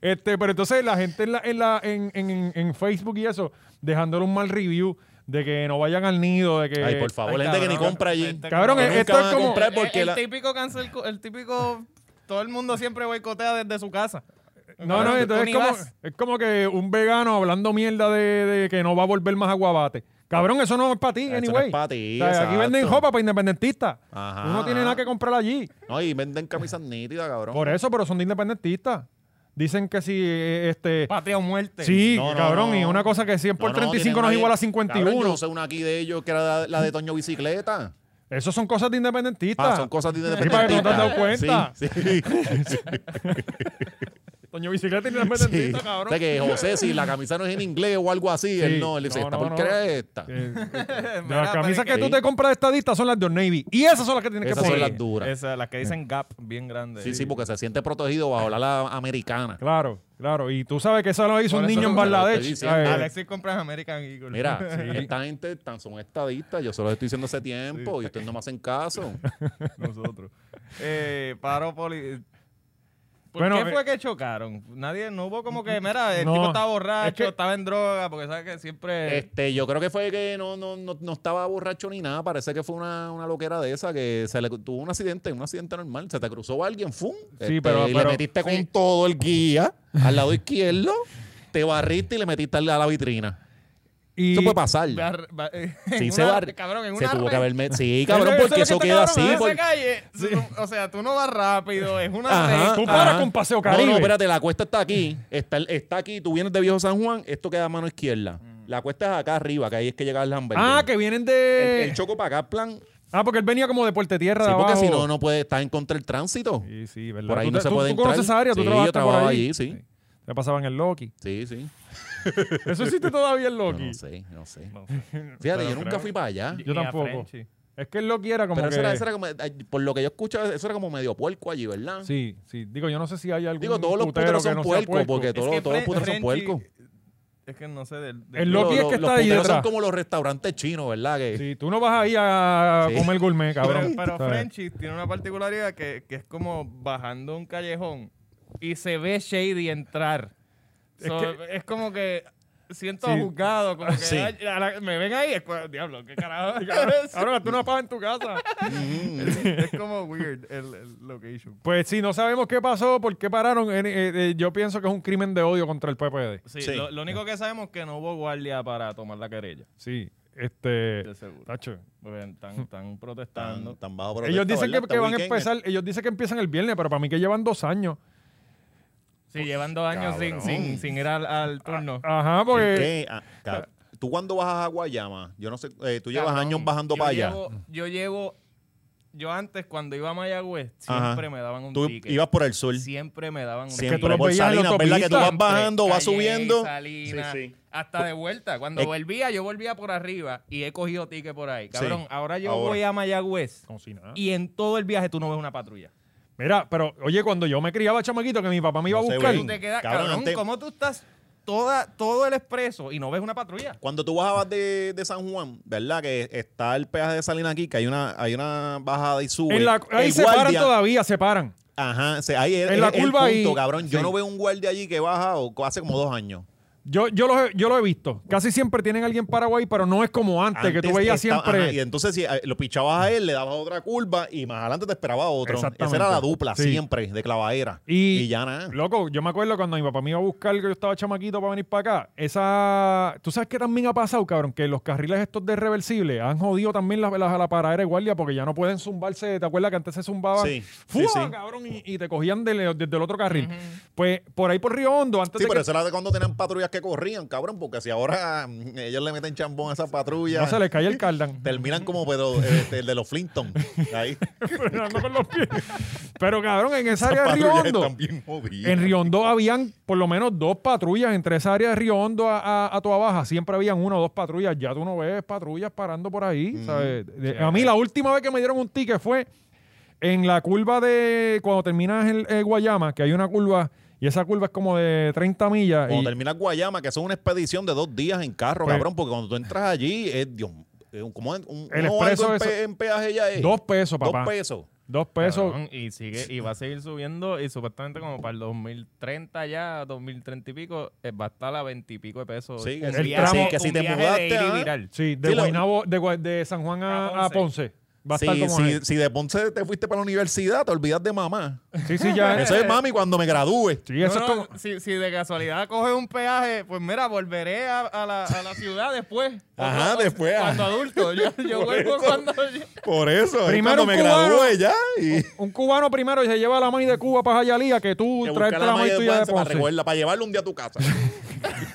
Speaker 1: Este, pero entonces la gente en, la, en, la, en, en, en Facebook y eso, dejándole un mal review de que no vayan al nido, de que...
Speaker 3: Ay, por favor,
Speaker 1: Ay,
Speaker 3: gente que
Speaker 1: cabrón,
Speaker 3: ni compra allí.
Speaker 5: Gente
Speaker 1: Cabrón,
Speaker 3: Que
Speaker 1: eh,
Speaker 3: nunca
Speaker 1: esto es
Speaker 3: van a
Speaker 1: como...
Speaker 3: comprar porque
Speaker 5: el,
Speaker 3: la-
Speaker 5: típico cancel, el típico... Todo el mundo siempre boicotea desde su casa.
Speaker 1: No, no,
Speaker 5: Tú
Speaker 1: entonces
Speaker 5: ni
Speaker 1: es como,
Speaker 5: vas.
Speaker 1: es como que un vegano hablando mierda de, de que no va a volver más a Guabate. Cabrón, eso no es para ti,
Speaker 3: Eso no
Speaker 1: anyway.
Speaker 3: es pa' ti,
Speaker 1: O sea, aquí
Speaker 3: exacto.
Speaker 1: venden jopa para independentistas.
Speaker 3: Ajá,
Speaker 1: Uno no tiene
Speaker 3: ajá.
Speaker 1: nada que comprar allí.
Speaker 3: No, y venden camisas nítidas, cabrón.
Speaker 1: Por eso, pero son de independentistas. Dicen que si eh, este.
Speaker 5: Patria o muerte.
Speaker 1: Sí,
Speaker 3: No, no,
Speaker 1: cabrón,
Speaker 3: no.
Speaker 1: y una cosa que 100 por
Speaker 3: No, no,
Speaker 1: 35 no
Speaker 3: tienen
Speaker 1: es
Speaker 3: ahí-
Speaker 1: igual a
Speaker 3: Cabrón,
Speaker 1: 51.
Speaker 3: yo sé una aquí de ellos que era la, la de Toño Bicicleta.
Speaker 1: Eso son cosas de independentistas.
Speaker 3: Ah, son cosas de
Speaker 1: Sí, para que no te has dado cuenta.
Speaker 3: Sí, sí.
Speaker 1: Toño Bicicleta es
Speaker 3: sí.
Speaker 1: independentista,
Speaker 3: O
Speaker 1: cabrón.
Speaker 3: sea que José, si la camisa no es en inglés o algo así, él
Speaker 1: Sí.
Speaker 3: no, él dice,
Speaker 1: No,
Speaker 3: esta
Speaker 1: no,
Speaker 3: porquería
Speaker 1: no.
Speaker 3: es esta.
Speaker 1: Eh,
Speaker 5: Mira,
Speaker 1: Las
Speaker 5: pero
Speaker 1: camisas
Speaker 5: es
Speaker 1: que tú
Speaker 3: Sí.
Speaker 1: te compras de estadistas son las de Old Navy. Y esas son las que tienes
Speaker 3: Esas
Speaker 1: que
Speaker 3: son
Speaker 1: poner.
Speaker 3: las duras.
Speaker 5: Esa, las que dicen gap bien grande.
Speaker 3: Sí, sí, porque se siente protegido bajo la, ala americana.
Speaker 1: Claro, claro. Y tú sabes que eso lo hizo un
Speaker 5: Por eso
Speaker 1: niño en
Speaker 5: lo que te
Speaker 1: Bangladesh. Eh,
Speaker 3: estoy diciendo.
Speaker 1: ¿sabes?
Speaker 5: Alexis compra American Eagle.
Speaker 3: Mira, esta gente tan son estadistas, yo se los estoy diciendo hace tiempo y ustedes no me hacen caso.
Speaker 5: nosotros. Eh, paro poli. ¿Por
Speaker 1: Bueno,
Speaker 5: qué
Speaker 1: eh,
Speaker 5: fue que chocaron? Nadie, no hubo como que, mira, el
Speaker 1: no,
Speaker 5: tipo estaba borracho,
Speaker 1: es que-
Speaker 5: estaba en droga, porque sabes que siempre...
Speaker 3: Este, yo creo que fue que no, no, no, no estaba borracho ni nada, parece que fue una, una loquera de esa que se le tuvo un accidente, un accidente normal, se te cruzó alguien, ¡fum! Este,
Speaker 1: pero-
Speaker 3: y
Speaker 1: pero-
Speaker 3: le metiste con todo el guía al lado izquierdo, te barriste y le metiste al- a la vitrina.
Speaker 1: Y
Speaker 3: Eso puede pasar.
Speaker 5: Bar- ba- eh, en
Speaker 3: Sí,
Speaker 5: una-
Speaker 3: se barre.
Speaker 5: Cabrón, en
Speaker 3: se
Speaker 5: una
Speaker 3: tuvo que
Speaker 5: red.
Speaker 3: haber metido. Sí,
Speaker 1: Eso
Speaker 3: cabrón,
Speaker 1: es lo
Speaker 3: porque
Speaker 1: que
Speaker 3: eso
Speaker 1: te
Speaker 3: queda
Speaker 1: cabrón
Speaker 3: así.
Speaker 1: hace,
Speaker 5: En
Speaker 3: porque-
Speaker 5: esa calle, tú- o sea, tú no vas rápido, es una
Speaker 3: Ajá,
Speaker 5: red.
Speaker 1: Tú paras
Speaker 3: ajá.
Speaker 1: con Paseo
Speaker 3: No,
Speaker 1: Caribe.
Speaker 3: no, espérate, la cuesta está aquí. Está, está aquí, tú vienes de Viejo San Juan, esto queda a mano izquierda. La cuesta es acá arriba, que ahí es que llega el hamburger.
Speaker 1: Mm. Ah, que vienen
Speaker 3: El,
Speaker 1: de.
Speaker 3: el choco para acá, plan.
Speaker 1: Ah, porque él venía como de Puerto Tierra
Speaker 3: Sí,
Speaker 1: de
Speaker 3: porque
Speaker 1: abajo.
Speaker 3: si no, no puede estar en contra del tránsito.
Speaker 1: Sí, sí, verdad.
Speaker 3: Por ahí
Speaker 1: Tú
Speaker 3: no
Speaker 1: te-
Speaker 3: se
Speaker 1: tú-
Speaker 3: puede
Speaker 1: Tú
Speaker 3: entrar.
Speaker 1: conoces esa área, tú
Speaker 3: Sí, yo
Speaker 1: trabajaste por
Speaker 3: trabajaba
Speaker 1: ahí.
Speaker 3: allí, sí.
Speaker 1: Te pasaban el Loki.
Speaker 3: Sí, sí.
Speaker 1: Eso existe todavía el
Speaker 3: No,
Speaker 1: Loki.
Speaker 3: no sé, no sé. Fíjate, yo nunca fui para allá.
Speaker 1: Yo
Speaker 5: Ni a
Speaker 1: tampoco.
Speaker 5: Frenchy.
Speaker 1: Es que el Loki era como
Speaker 3: Pero
Speaker 1: que...
Speaker 3: eso, era, eso era como, ay, por lo que yo escucho, eso era como medio puerco allí, ¿verdad?
Speaker 1: Sí, sí. Digo, yo no sé si hay algún
Speaker 3: Digo, todos los
Speaker 1: putero
Speaker 3: puteros
Speaker 1: que
Speaker 3: son
Speaker 1: no sea
Speaker 3: puercos,
Speaker 1: puerco.
Speaker 3: porque
Speaker 5: Es
Speaker 3: todos,
Speaker 5: que
Speaker 3: todos los
Speaker 5: Fren-
Speaker 3: puteros son
Speaker 5: Frenchy-
Speaker 3: puercos.
Speaker 5: Es que no sé del... del-
Speaker 1: El Loki
Speaker 3: Lo-
Speaker 1: es que
Speaker 3: lo-
Speaker 1: está ahí
Speaker 3: Los puteros son
Speaker 1: detrás.
Speaker 3: como los restaurantes chinos, ¿verdad? Que,
Speaker 1: Sí, tú no vas ahí a
Speaker 3: Sí.
Speaker 1: comer gourmet,
Speaker 5: Pero,
Speaker 1: cabrón.
Speaker 5: pero
Speaker 1: ¿sabes?
Speaker 5: Frenchy tiene una particularidad que, que es como bajando un callejón y se ve Shady entrar.
Speaker 1: Es
Speaker 5: So, Es,
Speaker 1: que-
Speaker 5: como que siento
Speaker 1: Sí.
Speaker 5: juzgado, como que
Speaker 3: Sí.
Speaker 5: "Ay, a la- me ven ahí, es cua- diablo, qué carajo.
Speaker 1: Cabrón, tú no pagas en tu casa.
Speaker 5: es como weird el, el location.
Speaker 1: Pues sí, no sabemos qué pasó, por qué pararon. Eh, eh, eh, yo pienso que es un crimen de odio contra el PPD.
Speaker 5: Sí,
Speaker 3: Sí.
Speaker 5: Lo, lo único que sabemos es que no hubo guardia para tomar la querella,
Speaker 1: Sí, este...
Speaker 5: de seguro.
Speaker 1: Tacho.
Speaker 5: Porque están, están protestando.
Speaker 3: tan bajo protesta,
Speaker 1: Ellos dicen que,
Speaker 3: ¿verdad?
Speaker 1: que
Speaker 3: Este
Speaker 1: van a
Speaker 3: weekend,
Speaker 1: empezar, ellos dicen que empiezan el viernes, pero para mí que llevan dos años.
Speaker 5: Sí, llevan dos años sin,
Speaker 3: Cabrón.
Speaker 5: sin, sin ir al, al turno.
Speaker 1: Ajá,
Speaker 3: ¿En
Speaker 1: porque
Speaker 3: qué? Ah, cab- ¿Tú cuándo bajas a Guayama? Yo no sé, eh, tú llevas
Speaker 5: Cabrón,
Speaker 3: años bajando
Speaker 5: yo
Speaker 3: para allá.
Speaker 5: llevo- yo llevo. Yo antes, cuando iba a Mayagüez,
Speaker 3: Ajá.
Speaker 5: siempre me daban un
Speaker 3: Tú
Speaker 5: ticket.
Speaker 3: ibas por el sur.
Speaker 5: Siempre me daban un
Speaker 3: Siempre
Speaker 1: tú los
Speaker 3: por
Speaker 1: veías en la
Speaker 3: Salinas, ¿verdad? Que tú vas
Speaker 1: autopista.
Speaker 3: bajando, vas
Speaker 5: Calle,
Speaker 3: subiendo.
Speaker 5: Salinas,
Speaker 3: Sí, sí.
Speaker 5: Hasta de vuelta. Cuando
Speaker 3: Eh,
Speaker 5: volvía, yo volvía por arriba y he cogido ticket por ahí. Cabrón,
Speaker 3: Sí,
Speaker 5: ahora yo
Speaker 3: ahora.
Speaker 5: voy a Mayagüez
Speaker 1: Como si nada.
Speaker 5: y en todo el viaje tú no ves una patrulla.
Speaker 1: Mira, pero oye, cuando yo me criaba chamaquito que mi papá me iba a
Speaker 3: No sé,
Speaker 1: buscar.
Speaker 5: Tú te quedas,
Speaker 3: Cabrón,
Speaker 5: cabrón,
Speaker 3: antes-
Speaker 5: ¿cómo tú estás toda, todo el expreso y no ves una patrulla?
Speaker 3: Cuando tú bajabas de, de San Juan, ¿verdad? Que está el peaje de Salinas aquí, que hay una, hay una bajada y sube.
Speaker 1: En la- ahí
Speaker 3: El
Speaker 1: se paran
Speaker 3: guardia-
Speaker 1: todavía, se paran.
Speaker 3: Ajá, se- ahí es,
Speaker 1: En la
Speaker 3: es el
Speaker 1: curva
Speaker 3: punto,
Speaker 1: ahí.
Speaker 3: cabrón. Yo
Speaker 1: Sí.
Speaker 3: no veo un guardia allí que baja o, hace como dos años.
Speaker 1: Yo, yo, los he, yo lo he visto. Casi siempre tienen a alguien paraguay, pero no es como antes, que tú
Speaker 3: Antes
Speaker 1: veías
Speaker 3: estaba-
Speaker 1: siempre.
Speaker 3: ajá, y entonces si eh, lo pichabas a él, le dabas otra curva y más adelante te esperaba otro. Esa era la
Speaker 1: Exactamente.
Speaker 3: dupla
Speaker 1: Sí.
Speaker 3: siempre, de clavadera.
Speaker 1: Y-
Speaker 3: ya nada.
Speaker 1: Loco, yo me acuerdo cuando mi papá me iba a buscar, que yo estaba chamaquito para venir para acá. Esa. Tú sabes que también ha pasado, cabrón, que los carriles estos de reversible han jodido también las, las, a la paradera de guardia porque ya no pueden zumbarse. ¿Te acuerdas que antes se zumbaban?
Speaker 3: Sí, sí,
Speaker 1: ¡Fua,
Speaker 3: sí.
Speaker 1: cabrón! Y, y te cogían del- desde el otro carril. Pues por ahí por Río Hondo, antes
Speaker 3: Sí,
Speaker 1: de
Speaker 3: pero
Speaker 1: que.
Speaker 3: eso era de cuando tenían patrullas que corrían, cabrón, porque si ahora mm, ellos le meten chambón a esa patrulla,
Speaker 1: No se les cae el cardan.
Speaker 3: terminan como Pedro, eh, este, el de los Flintton. Ahí,
Speaker 1: Frenando con los pies. Pero cabrón, en esa área de Río
Speaker 3: patrullas
Speaker 1: Hondo.
Speaker 3: están bien movidas.
Speaker 1: En Riondo habían por lo menos dos patrullas entre esa área de Riondo a, a, a Toa Baja. Siempre habían una o dos patrullas. Ya tú no ves patrullas parando por ahí. ¿sabes? De- a mí la última vez que me dieron un ticket fue en la curva de cuando terminas el, el Guayama, que hay una curva y esa curva es como de 30 millas.
Speaker 3: Cuando
Speaker 1: y-
Speaker 3: terminas Guayama, que eso es una expedición de dos días en carro,
Speaker 1: Pues-
Speaker 3: cabrón, porque cuando tú entras allí, es Dios, eh, como un, un
Speaker 1: El
Speaker 3: un- algo
Speaker 1: expreso
Speaker 3: en, pe-
Speaker 1: eso-
Speaker 3: en peaje ya es.
Speaker 1: Dos pesos, papá.
Speaker 3: Dos pesos.
Speaker 1: Dos pesos.
Speaker 5: Cabrón, y sigue y va a seguir subiendo y supuestamente como para el 2030 ya, 2030 y pico, eh, va a estar a 20 y pico de pesos.
Speaker 3: Sí,
Speaker 5: Un
Speaker 3: que
Speaker 1: si-
Speaker 5: viaje-
Speaker 1: que
Speaker 3: si- que si
Speaker 5: un
Speaker 3: te
Speaker 5: viaje
Speaker 3: mudaste,
Speaker 5: de ir y
Speaker 3: ah.
Speaker 5: virar.
Speaker 1: Sí, de
Speaker 3: Sí, lo-
Speaker 1: Guaynabo, de, Gua- de San Juan a,
Speaker 5: A
Speaker 1: a Ponce. Va a estar
Speaker 3: Si,
Speaker 1: como
Speaker 3: si-
Speaker 1: es.
Speaker 3: si de Ponce te fuiste para la universidad, te olvidas de mamá.
Speaker 1: Sí, sí, ya.
Speaker 3: Eso es mami cuando me gradúe.
Speaker 1: Eh, Sí, eso
Speaker 5: No,
Speaker 1: es
Speaker 5: no,
Speaker 1: como-
Speaker 5: si, si de casualidad coges un peaje, pues mira, volveré a, a la, a la ciudad después.
Speaker 3: Ajá,
Speaker 5: Cuando-
Speaker 3: después,
Speaker 5: Cuando
Speaker 3: ajá.
Speaker 5: adulto. Yo, yo
Speaker 3: Por
Speaker 5: vuelvo
Speaker 3: eso.
Speaker 5: cuando...
Speaker 3: Por eso, es
Speaker 1: Primero
Speaker 3: cuando me
Speaker 1: un cubano.
Speaker 3: gradúe ya. Y
Speaker 1: Un cubano primero se lleva la maíz de Cuba para Jayalía que tú
Speaker 3: que buscar
Speaker 1: traerte la
Speaker 3: maíz
Speaker 1: maíz tuya de
Speaker 3: Ponce para
Speaker 1: Ponce.
Speaker 3: recogerla, para llevarla un día a tu casa.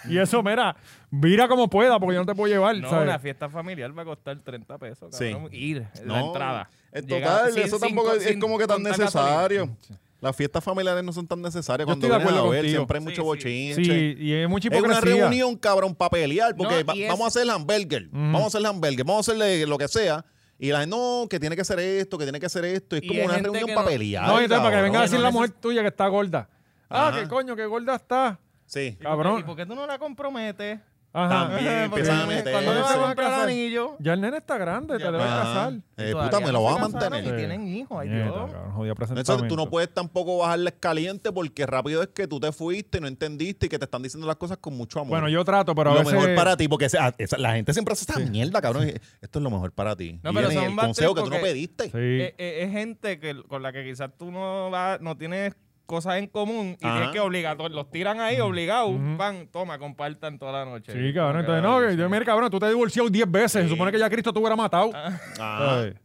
Speaker 1: Y eso, mira, mira como pueda, porque yo no te puedo llevar.
Speaker 5: No,
Speaker 1: ¿sabes?
Speaker 5: una fiesta familiar va a costar 30 pesos, cabrón.
Speaker 3: Sí.
Speaker 5: Ir,
Speaker 3: No,
Speaker 5: la entrada.
Speaker 3: En
Speaker 5: Llegar
Speaker 3: total,
Speaker 5: sin-
Speaker 3: eso
Speaker 5: sin
Speaker 3: tampoco
Speaker 5: co-
Speaker 3: es, es
Speaker 5: sin
Speaker 3: como que tan
Speaker 5: contar gasolina.
Speaker 3: necesario. Las fiestas familiares no son tan necesarias.
Speaker 1: Yo
Speaker 3: Cuando
Speaker 1: estoy de
Speaker 3: vienes
Speaker 1: acuerdo
Speaker 3: a ver,
Speaker 1: contigo.
Speaker 3: siempre hay
Speaker 5: Sí,
Speaker 3: mucho
Speaker 5: sí.
Speaker 3: bochinche.
Speaker 1: Sí, y es mucha
Speaker 3: Es
Speaker 1: hipocresía.
Speaker 3: una reunión, cabrón, para pelear, porque
Speaker 5: No,
Speaker 3: va-
Speaker 5: y es-
Speaker 3: vamos a hacer el hamburger, vamos a hacer el hamburger, vamos a hacerle lo que sea. Y la gente, no, que tiene que ser esto, que tiene que ser esto. Es
Speaker 5: Y
Speaker 3: como
Speaker 5: es
Speaker 3: una
Speaker 5: gente
Speaker 3: reunión
Speaker 5: que
Speaker 3: para
Speaker 5: no-
Speaker 3: pelear.
Speaker 1: No, entonces, para que
Speaker 3: cabrón.
Speaker 1: venga a decir
Speaker 5: no,
Speaker 1: la
Speaker 5: neces-
Speaker 1: mujer tuya que está gorda. Ah,
Speaker 3: Ajá.
Speaker 1: qué coño, qué gorda está.
Speaker 3: Sí.
Speaker 1: Cabrón.
Speaker 5: ¿Y por qué tú no la comprometes?
Speaker 1: Ajá.
Speaker 3: También
Speaker 5: Porque
Speaker 3: empiezan a meter.
Speaker 5: Cuando
Speaker 1: meterse.
Speaker 5: vas a comprar
Speaker 1: Casar.
Speaker 5: anillo...
Speaker 1: Ya el nene está grande, te
Speaker 5: Ya.
Speaker 1: debes
Speaker 3: Ajá.
Speaker 1: casar.
Speaker 3: Eh,
Speaker 5: Todavía
Speaker 3: puta, me lo
Speaker 5: no
Speaker 3: vas a
Speaker 5: se casaron
Speaker 3: mantener.
Speaker 5: Y tienen hijos, ay
Speaker 1: Nieta,
Speaker 5: Dios.
Speaker 1: cabrón, jodía
Speaker 3: Entonces, tú no
Speaker 1: presentamiento.
Speaker 3: puedes tampoco bajarles caliente porque rápido es que tú te fuiste, no entendiste y que te están diciendo las cosas con mucho amor.
Speaker 1: Bueno, yo trato, pero a
Speaker 3: lo
Speaker 1: veces...
Speaker 3: mejor para ti, porque esa- esa- la gente siempre hace esa mierda, cabrón. Esto es lo mejor para ti.
Speaker 5: No,
Speaker 3: Y
Speaker 5: pero
Speaker 3: viene
Speaker 5: son
Speaker 3: el
Speaker 5: bad
Speaker 3: consejo que
Speaker 5: trip
Speaker 3: tú no
Speaker 5: porque-
Speaker 3: pediste.
Speaker 1: Sí.
Speaker 5: Eh, eh, es gente que, con la que quizás tú no, va- no tienes cosas en común y
Speaker 3: Ajá.
Speaker 5: tienes que obligar, los tiran ahí obligados, van, toma, compartan toda la noche.
Speaker 1: Sí, cabrón. Entonces, no, que, mira, cabrón, tú te has divorciado 10 veces. Se supone que ya Cristo te hubiera matado.
Speaker 3: Ah,
Speaker 1: Ay.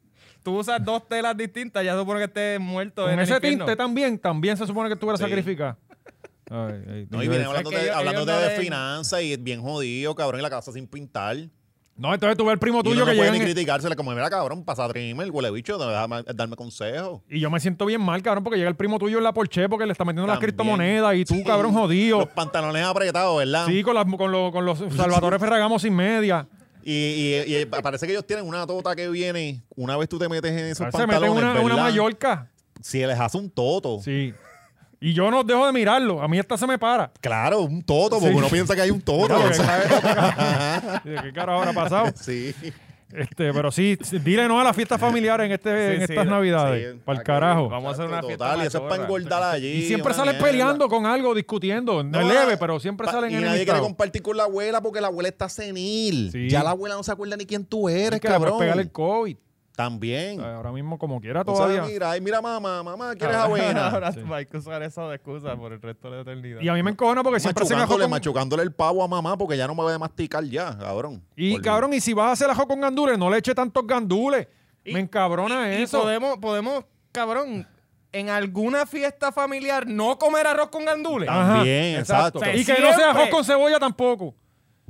Speaker 5: Tú usas dos telas distintas, ya supone que estés muerto
Speaker 1: Con
Speaker 5: en el
Speaker 1: ese
Speaker 5: infierno.
Speaker 1: tinte también, también se supone que tú hubieras
Speaker 3: Sí.
Speaker 1: sacrificado. Ay, ay,
Speaker 3: No,
Speaker 1: Dios.
Speaker 3: y viene hablando,
Speaker 5: que
Speaker 3: de,
Speaker 5: ellos-
Speaker 3: hablando
Speaker 5: ellos
Speaker 3: de,
Speaker 5: no
Speaker 3: de
Speaker 5: ven-
Speaker 3: finanzas y es bien jodido, cabrón, y la casa sin pintar.
Speaker 1: No, entonces tú ves el primo
Speaker 3: Y uno
Speaker 1: tuyo
Speaker 3: no
Speaker 1: que
Speaker 3: puede
Speaker 1: llega
Speaker 3: ni
Speaker 1: en-
Speaker 3: criticársela como, mira, cabrón, pasa trimmer, huele bicho, déjame- darme consejos.
Speaker 1: Y yo me siento bien mal, cabrón, porque llega el primo tuyo en la Porsche porque le está metiendo las
Speaker 3: También.
Speaker 1: criptomonedas y tú,
Speaker 3: Sí.
Speaker 1: cabrón, jodido.
Speaker 3: Los pantalones apretados, ¿verdad?
Speaker 1: Sí, con, las- con, lo- con los Salvatore Ferragamo sin media.
Speaker 3: Y, y- y parece que ellos tienen una tota que viene, una vez tú te metes en esos
Speaker 1: Se meten
Speaker 3: pantalones,
Speaker 1: una, una
Speaker 3: ¿verdad?
Speaker 1: Mallorca.
Speaker 3: Si les hace un toto.
Speaker 1: Sí. Y yo no dejo de mirarlo. A mí esta se me para.
Speaker 3: Claro, un toto, porque
Speaker 1: Sí.
Speaker 3: uno piensa que hay un toto.
Speaker 1: Claro,
Speaker 3: o sea,
Speaker 1: Dice, ¿Qué carajo habrá pasado?
Speaker 3: sí.
Speaker 1: Este, pero sí, sí, dile no a las fiestas familiares en, este, en
Speaker 5: Sí, sí,
Speaker 1: estas
Speaker 5: sí,
Speaker 1: navidades.
Speaker 3: Sí,
Speaker 1: Para
Speaker 3: ah,
Speaker 1: el carajo.
Speaker 5: Vamos a hacer una fiesta
Speaker 3: Total, y eso es para
Speaker 5: machorra.
Speaker 3: engordar allí.
Speaker 1: Y siempre
Speaker 3: una
Speaker 1: salen
Speaker 3: mierda.
Speaker 1: peleando con algo, discutiendo. No, es
Speaker 3: No, ah,
Speaker 1: leve, pero siempre
Speaker 3: pa-
Speaker 1: salen
Speaker 3: Y
Speaker 1: en
Speaker 3: nadie
Speaker 1: el
Speaker 3: quiere compartir con la abuela porque la abuela está senil.
Speaker 1: Sí.
Speaker 3: Ya la abuela no se acuerda ni quién tú eres, cabrón. Mm.
Speaker 1: pegar el COVID.
Speaker 3: También.
Speaker 1: Ahora mismo, como quiera,
Speaker 3: No sabe,
Speaker 1: Ah, todavía. Ah,
Speaker 3: mira, ay, mira mamá, mamá, ¿quieres
Speaker 5: Ahora-
Speaker 3: avena?
Speaker 5: Ahora hay que usar eso de excusa por el resto de la eternidad.
Speaker 1: Y a mí me encojona porque siempre se
Speaker 3: Machucándole,
Speaker 1: con...
Speaker 3: machucándole el pavo a mamá porque ya no me voy a masticar ya, cabrón.
Speaker 1: Y
Speaker 3: Por-
Speaker 1: cabrón, y si vas a hacer ajo con gandules, no le eche tantos gandules. me encabrona
Speaker 5: Y
Speaker 1: eso.
Speaker 5: podemos, podemos, cabrón, en alguna fiesta familiar no comer arroz con gandules.
Speaker 1: Ajá.
Speaker 3: También, exacto.
Speaker 5: exacto.
Speaker 1: Y que no
Speaker 5: Siempre.
Speaker 1: sea ajo con cebolla tampoco.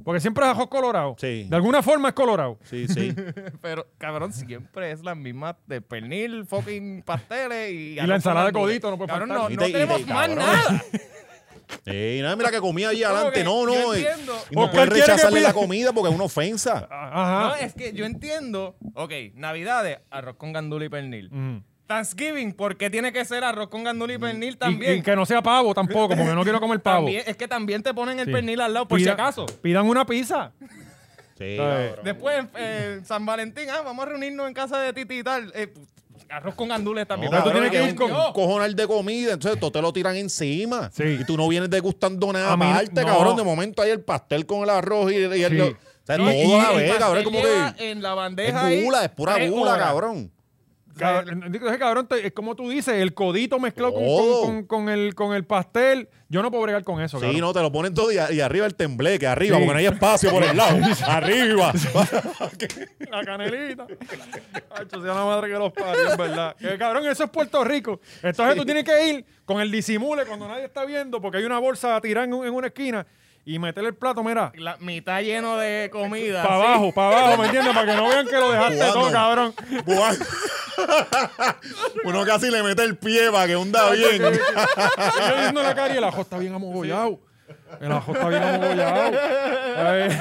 Speaker 1: Porque siempre es ajo colorado.
Speaker 3: Sí.
Speaker 1: De alguna forma es colorado.
Speaker 3: Sí, sí.
Speaker 5: Pero, cabrón, siempre es la misma de pernil, fucking pasteles y...
Speaker 1: la ensalada de codito, no puede
Speaker 5: Cabrón,
Speaker 1: faltar.
Speaker 5: no,
Speaker 3: Y
Speaker 5: no
Speaker 3: te- y te-
Speaker 5: tenemos más
Speaker 3: cabrón.
Speaker 5: nada.
Speaker 3: Ey, nada, mira que comía allí adelante.
Speaker 5: que
Speaker 3: No, no.
Speaker 5: yo
Speaker 3: eh,
Speaker 5: entiendo.
Speaker 3: y no
Speaker 1: Oscar
Speaker 3: puedes
Speaker 1: quiere que
Speaker 3: rechazarle
Speaker 1: pida- Ah,
Speaker 3: la comida porque es una ofensa.
Speaker 1: Ajá.
Speaker 5: No, es que yo entiendo... Ok, Navidades, arroz con gandula y pernil.
Speaker 1: Mm.
Speaker 5: Thanksgiving, ¿por qué tiene que ser arroz con gandula y pernil
Speaker 1: Y-
Speaker 5: también?
Speaker 1: Y, que no sea pavo tampoco, porque no quiero comer pavo.
Speaker 5: También- es que también te ponen el
Speaker 1: Sí.
Speaker 5: pernil al lado, por
Speaker 1: Pida-
Speaker 5: si acaso.
Speaker 1: Pidan una pizza.
Speaker 3: Sí,
Speaker 1: Ay.
Speaker 3: cabrón.
Speaker 5: Después, en San Valentín, ah, vamos a reunirnos en casa de Titi y tal. Eh, pu- arroz con gandules también.
Speaker 1: No, tú
Speaker 5: Cabrón,
Speaker 1: tienes que
Speaker 5: es
Speaker 1: ir
Speaker 5: un
Speaker 1: con-
Speaker 5: dios.
Speaker 3: un cojonal de comida, entonces todo te lo tiran encima.
Speaker 1: Sí.
Speaker 3: Y tú no vienes degustando nada
Speaker 1: A mí no-
Speaker 3: aparte,
Speaker 1: no.
Speaker 3: cabrón. De momento hay el pastel con el arroz y, y el.
Speaker 1: Sí.
Speaker 3: lo- o sea,
Speaker 1: No,
Speaker 3: todo
Speaker 1: y-
Speaker 3: a la
Speaker 5: El
Speaker 3: vez,
Speaker 5: pastel
Speaker 3: cabrón. Como que.
Speaker 5: lleva en la
Speaker 3: Es
Speaker 5: bandeja ahí
Speaker 3: bula, es pura
Speaker 5: tres
Speaker 3: bula,
Speaker 5: horas.
Speaker 3: cabrón.
Speaker 1: Cabrón, entonces, cabrón, te- es como tú dices, el codito mezclado con,
Speaker 3: Todo.
Speaker 1: con- con- con el, con el pastel. Yo no puedo bregar con eso,
Speaker 3: Sí,
Speaker 1: cabrón.
Speaker 3: no, te lo ponen todo y, a- y arriba el tembleque, arriba,
Speaker 1: Sí.
Speaker 3: porque no hay espacio por el lado. arriba.
Speaker 1: La canelita. Ay, sea la madre que los parió, en verdad. Que, Eh, cabrón, eso es Puerto Rico. Entonces tú tienes que ir con el disimule cuando nadie está viendo, porque hay una bolsa a tirar en, un- en una esquina y meterle el plato, mira,
Speaker 5: La mitad lleno de comida.
Speaker 1: para
Speaker 5: sí.
Speaker 1: abajo, para abajo, ¿me entiendes? Para que no vean que lo dejaste todo,
Speaker 3: Jugando.
Speaker 1: cabrón.
Speaker 3: Buah. Uno casi le mete el pie para que hunda bien.
Speaker 1: Y yo diciendo la cara y el ajo está bien amogollado. El ajo está bien amogollado. Ay. Eh,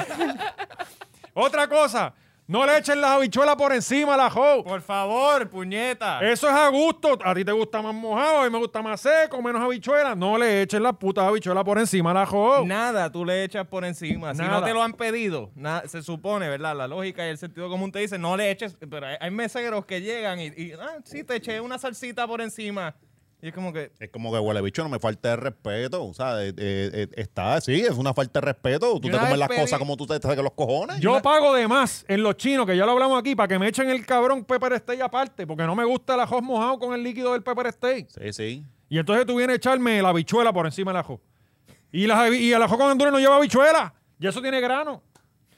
Speaker 1: Otra cosa, No le echen las habichuelas por encima a la hoe.
Speaker 5: Por favor, puñeta.
Speaker 1: Eso es a gusto. A ti te gusta más mojado, a mí me gusta más seco, menos habichuelas. No le echen las putas habichuelas por encima a la hoe.
Speaker 5: Nada, tú le echas por encima. Si
Speaker 1: oh. Nada.
Speaker 5: no te lo han pedido, na- se supone, ¿verdad? La lógica y el sentido común te dice, no le eches. Pero hay, hay meseros que llegan y, y, ah, sí, te eché una salsita por encima. Y es como que,
Speaker 3: Es como que huele bicho, no me falta de respeto. O sea, eh, eh, eh, está, sí, es una falta de respeto. Tú
Speaker 5: Yo
Speaker 3: te
Speaker 5: una
Speaker 3: comes
Speaker 5: vez
Speaker 3: las
Speaker 5: pedí-
Speaker 3: cosas como tú te sacas los cojones.
Speaker 1: Yo pago de más en los chinos, que ya lo hablamos aquí, para que me echen el cabrón pepper steak aparte, porque no me gusta el ajo mojado con el líquido del pepper steak.
Speaker 3: Sí, sí.
Speaker 1: Y entonces tú vienes a echarme la habichuela por encima del ajo. Y, las, habi- y el ajo con Honduras no lleva habichuela. Y eso tiene grano.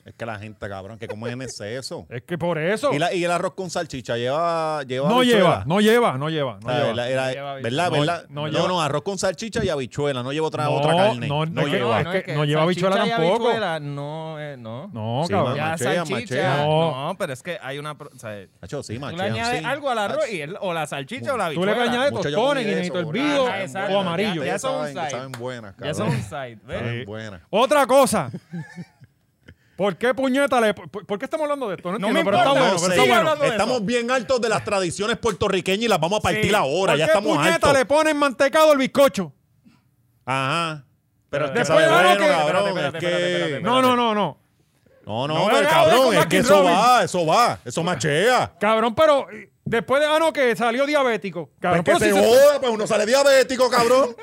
Speaker 3: Es que la gente, cabrón, que come en exceso.
Speaker 1: Es que por eso.
Speaker 3: Y, la- y el arroz con salchicha lleva. lleva
Speaker 1: no,
Speaker 3: habichuela.
Speaker 1: lleva, no lleva, no lleva, no
Speaker 3: Ah,
Speaker 1: lleva.
Speaker 3: ¿verdad? Era-
Speaker 5: No lleva
Speaker 3: ¿Verdad?
Speaker 1: habichuela.
Speaker 3: ¿verdad?
Speaker 1: No,
Speaker 3: No,
Speaker 1: no
Speaker 3: no,
Speaker 1: lleva.
Speaker 3: arroz con salchicha y habichuela. No lleva otra,
Speaker 1: No,
Speaker 3: otra carne.
Speaker 1: no,
Speaker 3: No,
Speaker 1: no,
Speaker 3: lleva.
Speaker 1: no, es que no lleva
Speaker 5: salchicha
Speaker 1: habichuela
Speaker 5: y
Speaker 1: tampoco.
Speaker 5: habichuela, no, eh, no.
Speaker 1: No,
Speaker 3: Sí,
Speaker 1: cabrón.
Speaker 5: Ya
Speaker 3: machea,
Speaker 5: salchicha.
Speaker 3: machea.
Speaker 5: No, pero es que hay una... pro- o sea,
Speaker 3: Hacho, sí,
Speaker 5: tú
Speaker 3: machean,
Speaker 5: le añades
Speaker 3: sí.
Speaker 5: algo al arroz
Speaker 3: Ach-
Speaker 5: y el- o la salchicha o la
Speaker 1: Tú
Speaker 5: habichuela.
Speaker 1: le añades
Speaker 3: Mucho yo
Speaker 1: tostones,
Speaker 3: comí de
Speaker 1: guineito
Speaker 3: eso, bro.
Speaker 1: hervido
Speaker 5: Ajá, exacto.
Speaker 1: o amarillo.
Speaker 5: Ya-
Speaker 3: Ustedes
Speaker 5: son
Speaker 3: saben que
Speaker 5: side.
Speaker 3: Saben buenas,
Speaker 5: Ya
Speaker 3: cabrón.
Speaker 5: son un side, ¿ves?
Speaker 3: Saben
Speaker 1: Sí.
Speaker 3: buenas.
Speaker 1: Otra cosa. ¿Por qué puñeta le.? ¿Por, por qué estamos hablando de esto? No,
Speaker 5: No
Speaker 1: entiendo, pero
Speaker 5: me
Speaker 1: está
Speaker 5: importa,
Speaker 1: bueno,
Speaker 3: No
Speaker 1: pero
Speaker 3: sé,
Speaker 1: está bueno.
Speaker 5: hablando de
Speaker 3: Estamos
Speaker 5: eso.
Speaker 3: bien altos de las tradiciones puertorriqueñas y las vamos a partir ahora.
Speaker 1: ¿Por
Speaker 3: Ya
Speaker 1: qué
Speaker 3: estamos
Speaker 1: puñeta
Speaker 3: altos.
Speaker 1: le ponen mantecado al bizcocho?
Speaker 3: Ajá. Pero es que
Speaker 1: Después
Speaker 3: sabe
Speaker 1: de algo
Speaker 3: bueno,
Speaker 1: que-
Speaker 3: cabrón.
Speaker 5: Espérate,
Speaker 3: es
Speaker 5: espérate, espérate,
Speaker 3: que...
Speaker 5: espérate,
Speaker 1: No, no, no, no.
Speaker 3: No, no,
Speaker 1: No,
Speaker 3: pero
Speaker 1: no,
Speaker 3: cabrón,
Speaker 1: no,
Speaker 3: es que
Speaker 1: Jackie
Speaker 3: eso
Speaker 1: Robin.
Speaker 3: va, eso va, eso machea.
Speaker 1: Cabrón, pero eh, después de. Ah, no, que salió diabético. Cabrón,
Speaker 3: Porque Pues se
Speaker 1: pero si se-
Speaker 3: joda, pues uno sale diabético, cabrón.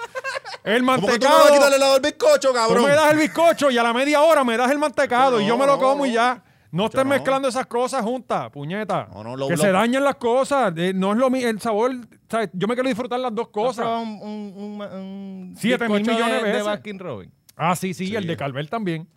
Speaker 1: el
Speaker 3: ¿Cómo que tú no vas
Speaker 1: mantecado.
Speaker 3: a quitarle el lado al bizcocho,
Speaker 1: Tú
Speaker 3: cabrón?
Speaker 1: me das el bizcocho y a la media hora me das el mantecado y yo me lo
Speaker 3: No,
Speaker 1: como
Speaker 3: no.
Speaker 1: y ya. No estés
Speaker 3: no.
Speaker 1: mezclando esas cosas juntas, puñeta.
Speaker 3: No, no, lo-
Speaker 1: que
Speaker 3: lo-
Speaker 1: se dañen las cosas. eh, no es lo mi- El sabor. ¿sabes? Yo me quiero disfrutar las dos cosas.
Speaker 5: Compra un- un- un- un
Speaker 1: Siete mil
Speaker 5: bizcocho
Speaker 1: millones de
Speaker 5: de, de
Speaker 1: veces.
Speaker 5: Baskin Robin.
Speaker 1: Ah, sí, sí, el de Calvel también.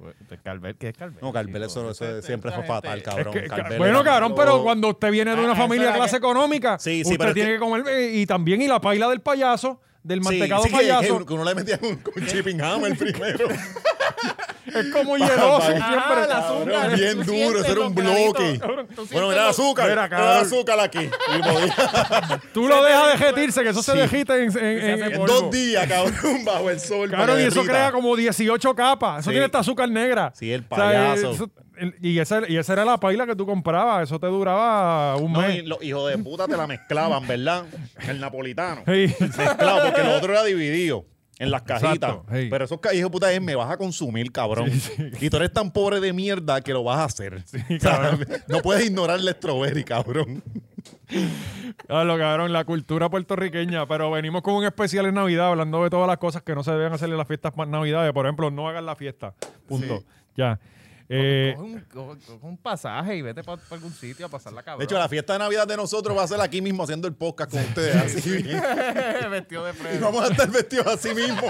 Speaker 5: Calver, ¿qué es Calver?
Speaker 3: No, Calvel, eso, eso
Speaker 5: Esta
Speaker 3: siempre fue
Speaker 5: gente-
Speaker 3: fatal,
Speaker 1: Es
Speaker 3: cabrón.
Speaker 1: que,
Speaker 3: Calvel
Speaker 1: bueno,
Speaker 3: era-
Speaker 1: cabrón, pero cuando usted viene de
Speaker 5: Ah,
Speaker 1: una
Speaker 5: eso
Speaker 1: familia de
Speaker 5: era
Speaker 1: clase
Speaker 5: que-
Speaker 1: económica,
Speaker 3: Sí, sí,
Speaker 1: usted
Speaker 3: pero es
Speaker 1: tiene que,
Speaker 3: que-
Speaker 1: comer eh, y también y la paila del payaso, del
Speaker 3: Sí,
Speaker 1: mantecado
Speaker 3: sí, que-
Speaker 1: payaso,
Speaker 3: que, que uno le metía un, un chipping hammer primero.
Speaker 1: es como hieloso
Speaker 3: pa-
Speaker 1: siempre.
Speaker 5: Ah, el azúcar.
Speaker 3: Cabrón, bien
Speaker 5: Tú
Speaker 3: duro, eso
Speaker 5: sientes
Speaker 3: era un
Speaker 5: los granitos,
Speaker 3: bloque.
Speaker 5: cabrón, tú
Speaker 3: Bueno,
Speaker 5: sientes
Speaker 3: mira,
Speaker 5: los-
Speaker 3: azúcar,
Speaker 1: Mira,
Speaker 3: mira,
Speaker 1: cabrón.
Speaker 3: azúcar aquí. Y podía-
Speaker 1: Tú lo dejas derretirse, que eso se dejita en, en-
Speaker 5: se hace
Speaker 1: en- en-
Speaker 5: polvo.
Speaker 3: Dos días, cabrón, bajo el sol. para
Speaker 1: Cabrón,
Speaker 3: que
Speaker 1: y eso
Speaker 3: derrita.
Speaker 1: crea como 18 capas. Eso
Speaker 3: Sí.
Speaker 1: tiene esta azúcar negra.
Speaker 3: Sí, el
Speaker 1: O sea,
Speaker 3: payaso.
Speaker 1: eso- el- y, esa, y esa era la paila que tú comprabas. Eso te duraba un
Speaker 3: No, y
Speaker 1: mes.
Speaker 3: los hijos de puta te la mezclaban, ¿verdad? El napolitano.
Speaker 1: Sí.
Speaker 3: Claro, porque lo otro era dividido en las cajitas.
Speaker 1: Exacto, sí.
Speaker 3: Pero esos ca- hijos de puta es, me vas a consumir, cabrón. Y tú eres tan pobre de mierda que lo vas a hacer. O sea,
Speaker 1: cabrón.
Speaker 3: no puedes ignorar el strawberry, cabrón.
Speaker 1: Claro, cabrón, la cultura puertorriqueña, pero venimos con un especial en Navidad hablando de todas las cosas que no se deben hacer en las fiestas más navidades. Por ejemplo, no hagan la fiesta. Punto. Ya. Eh,
Speaker 5: Coge un, coge- coge un pasaje y vete para algún sitio a pasar la cabeza.
Speaker 3: De hecho, la fiesta de Navidad de nosotros va a ser aquí mismo haciendo el podcast con ustedes. así bien.
Speaker 5: vestido de
Speaker 3: Y
Speaker 5: freno.
Speaker 3: vamos a estar vestidos así mismo.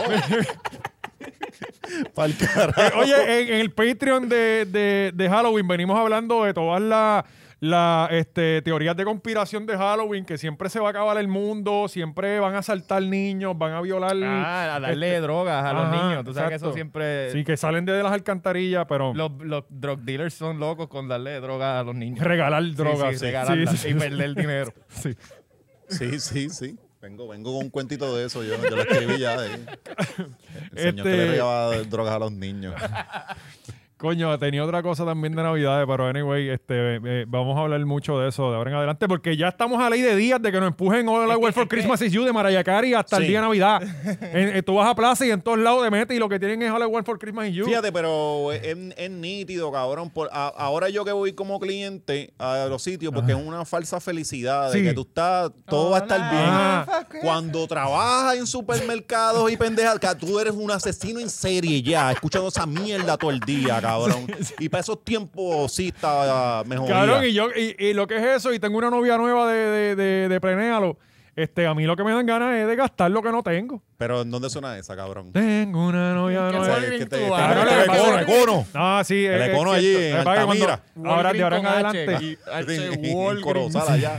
Speaker 3: Para el carajo.
Speaker 1: eh, oye, en, en el Patreon de, de- de Halloween venimos hablando de todas las las, este, teorías de conspiración de Halloween, que siempre se va a acabar el mundo, siempre van a asaltar niños, van a violar...
Speaker 5: Ah, a darle
Speaker 1: este,
Speaker 5: drogas a los
Speaker 1: ajá,
Speaker 5: niños. Tú sabes que
Speaker 1: exacto.
Speaker 5: eso siempre...
Speaker 1: Sí, que salen de las alcantarillas, pero...
Speaker 5: Los, los drug dealers son locos con darle drogas a los niños.
Speaker 1: Regalar
Speaker 5: Sí,
Speaker 1: drogas.
Speaker 5: sí, regalarlas
Speaker 1: Sí, sí,
Speaker 5: y perder dinero.
Speaker 1: sí.
Speaker 3: Sí, sí, sí. Vengo, vengo con un cuentito de eso. Yo, yo lo escribí ya. eh. El señor que
Speaker 1: Este-
Speaker 3: le regaba drogas a los niños.
Speaker 1: Coño, tenía otra cosa también de Navidades, pero anyway, este, eh, vamos a hablar mucho de eso de ahora en adelante, porque ya estamos a ley de días de que nos empujen All I
Speaker 5: que-
Speaker 1: Work for
Speaker 5: es que-
Speaker 1: Christmas is You de Mariah Carey hasta el
Speaker 3: Sí.
Speaker 1: día de Navidad. En- eh, tú vas a plaza y en todos lados de mete y lo que tienen es All I Work for Christmas is You.
Speaker 3: Fíjate, pero es, es nítido, cabrón. Por, a- ahora yo que voy como cliente a los sitios, porque es una falsa felicidad de
Speaker 1: Sí.
Speaker 3: que tú estás, todo va a estar bien.
Speaker 1: Ah.
Speaker 3: Cuando trabajas en supermercados y pendejas, ca- tú eres un asesino en serie ya, escuchando esa mierda todo el día, cabrón. Y para esos ah, tiempos sí está mejor.
Speaker 1: Cabrón, y yo, y, y lo que es eso, y tengo una novia nueva de, de, de, de Prenéalo, este, a mí lo que me dan ganas es de gastar lo que no tengo.
Speaker 3: Pero ¿en dónde suena esa, cabrón?
Speaker 1: Tengo una novia
Speaker 3: O
Speaker 5: No,
Speaker 3: sea,
Speaker 1: nueva.
Speaker 5: es
Speaker 3: que te-
Speaker 5: virtual.
Speaker 3: te-
Speaker 1: Cabrón,
Speaker 3: te-
Speaker 1: lo que pasa es-
Speaker 3: Econo.
Speaker 1: Ah, sí.
Speaker 3: El
Speaker 1: es- es
Speaker 3: econo allí,
Speaker 1: cierto.
Speaker 3: en
Speaker 1: Lo que pasa es que cuando-
Speaker 3: Altamira.
Speaker 1: Ahora, de ahora en
Speaker 5: Walgreens con
Speaker 1: adelante.
Speaker 5: H,
Speaker 3: En- en- en
Speaker 5: Walgreens.
Speaker 3: Corozal, allá.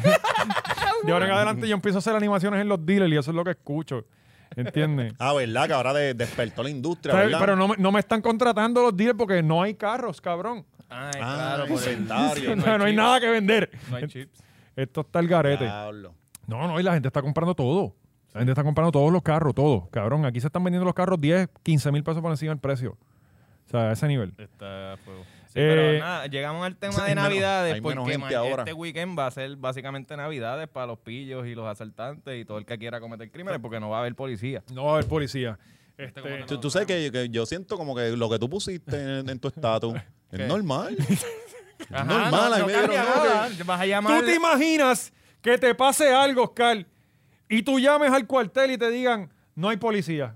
Speaker 1: De ahora en adelante yo empiezo a hacer animaciones en los dealers y eso es lo que escucho. ¿Entiendes?
Speaker 3: Ah, ¿verdad? Que ahora de- despertó la industria,
Speaker 1: ¿Sabes?
Speaker 3: ¿verdad?
Speaker 1: Pero no, me- no me están contratando los dealers porque no hay carros, cabrón.
Speaker 5: Ay,
Speaker 3: Ah,
Speaker 5: claro, por el
Speaker 3: inventario.
Speaker 1: No, hay,
Speaker 5: chips.
Speaker 1: nada que vender.
Speaker 5: No hay chips.
Speaker 1: Esto está el garete.
Speaker 3: Diablo.
Speaker 1: No, no, y la gente está comprando todo. La gente está comprando todos los carros, todos. Cabrón, aquí se están vendiendo los carros 10, 15 mil pesos por encima del precio. O sea, a ese nivel.
Speaker 5: Está a fuego. Sí,
Speaker 1: Eh,
Speaker 5: Pero nada, llegamos al tema
Speaker 3: hay
Speaker 5: de
Speaker 3: menos-
Speaker 5: Navidades,
Speaker 3: hay menos
Speaker 5: porque
Speaker 3: gente
Speaker 5: man,
Speaker 3: ahora.
Speaker 5: este weekend va a ser básicamente Navidades para los pillos y los asaltantes y todo el que quiera cometer crímenes, porque no va a haber policía.
Speaker 1: No va a haber policía. Este,
Speaker 5: como
Speaker 3: Tú, tú sabes que, que yo siento como que lo que tú pusiste en, en tu estatus es normal.
Speaker 5: Ajá,
Speaker 3: normal,
Speaker 5: no-
Speaker 3: ahí
Speaker 5: no
Speaker 3: me
Speaker 5: cambia
Speaker 3: dieron, ¿no?
Speaker 5: nada. Vas a llamar.
Speaker 1: ¿Tú te imaginas que te pase algo, Oscar, y tú llames al cuartel y te digan, no hay policía?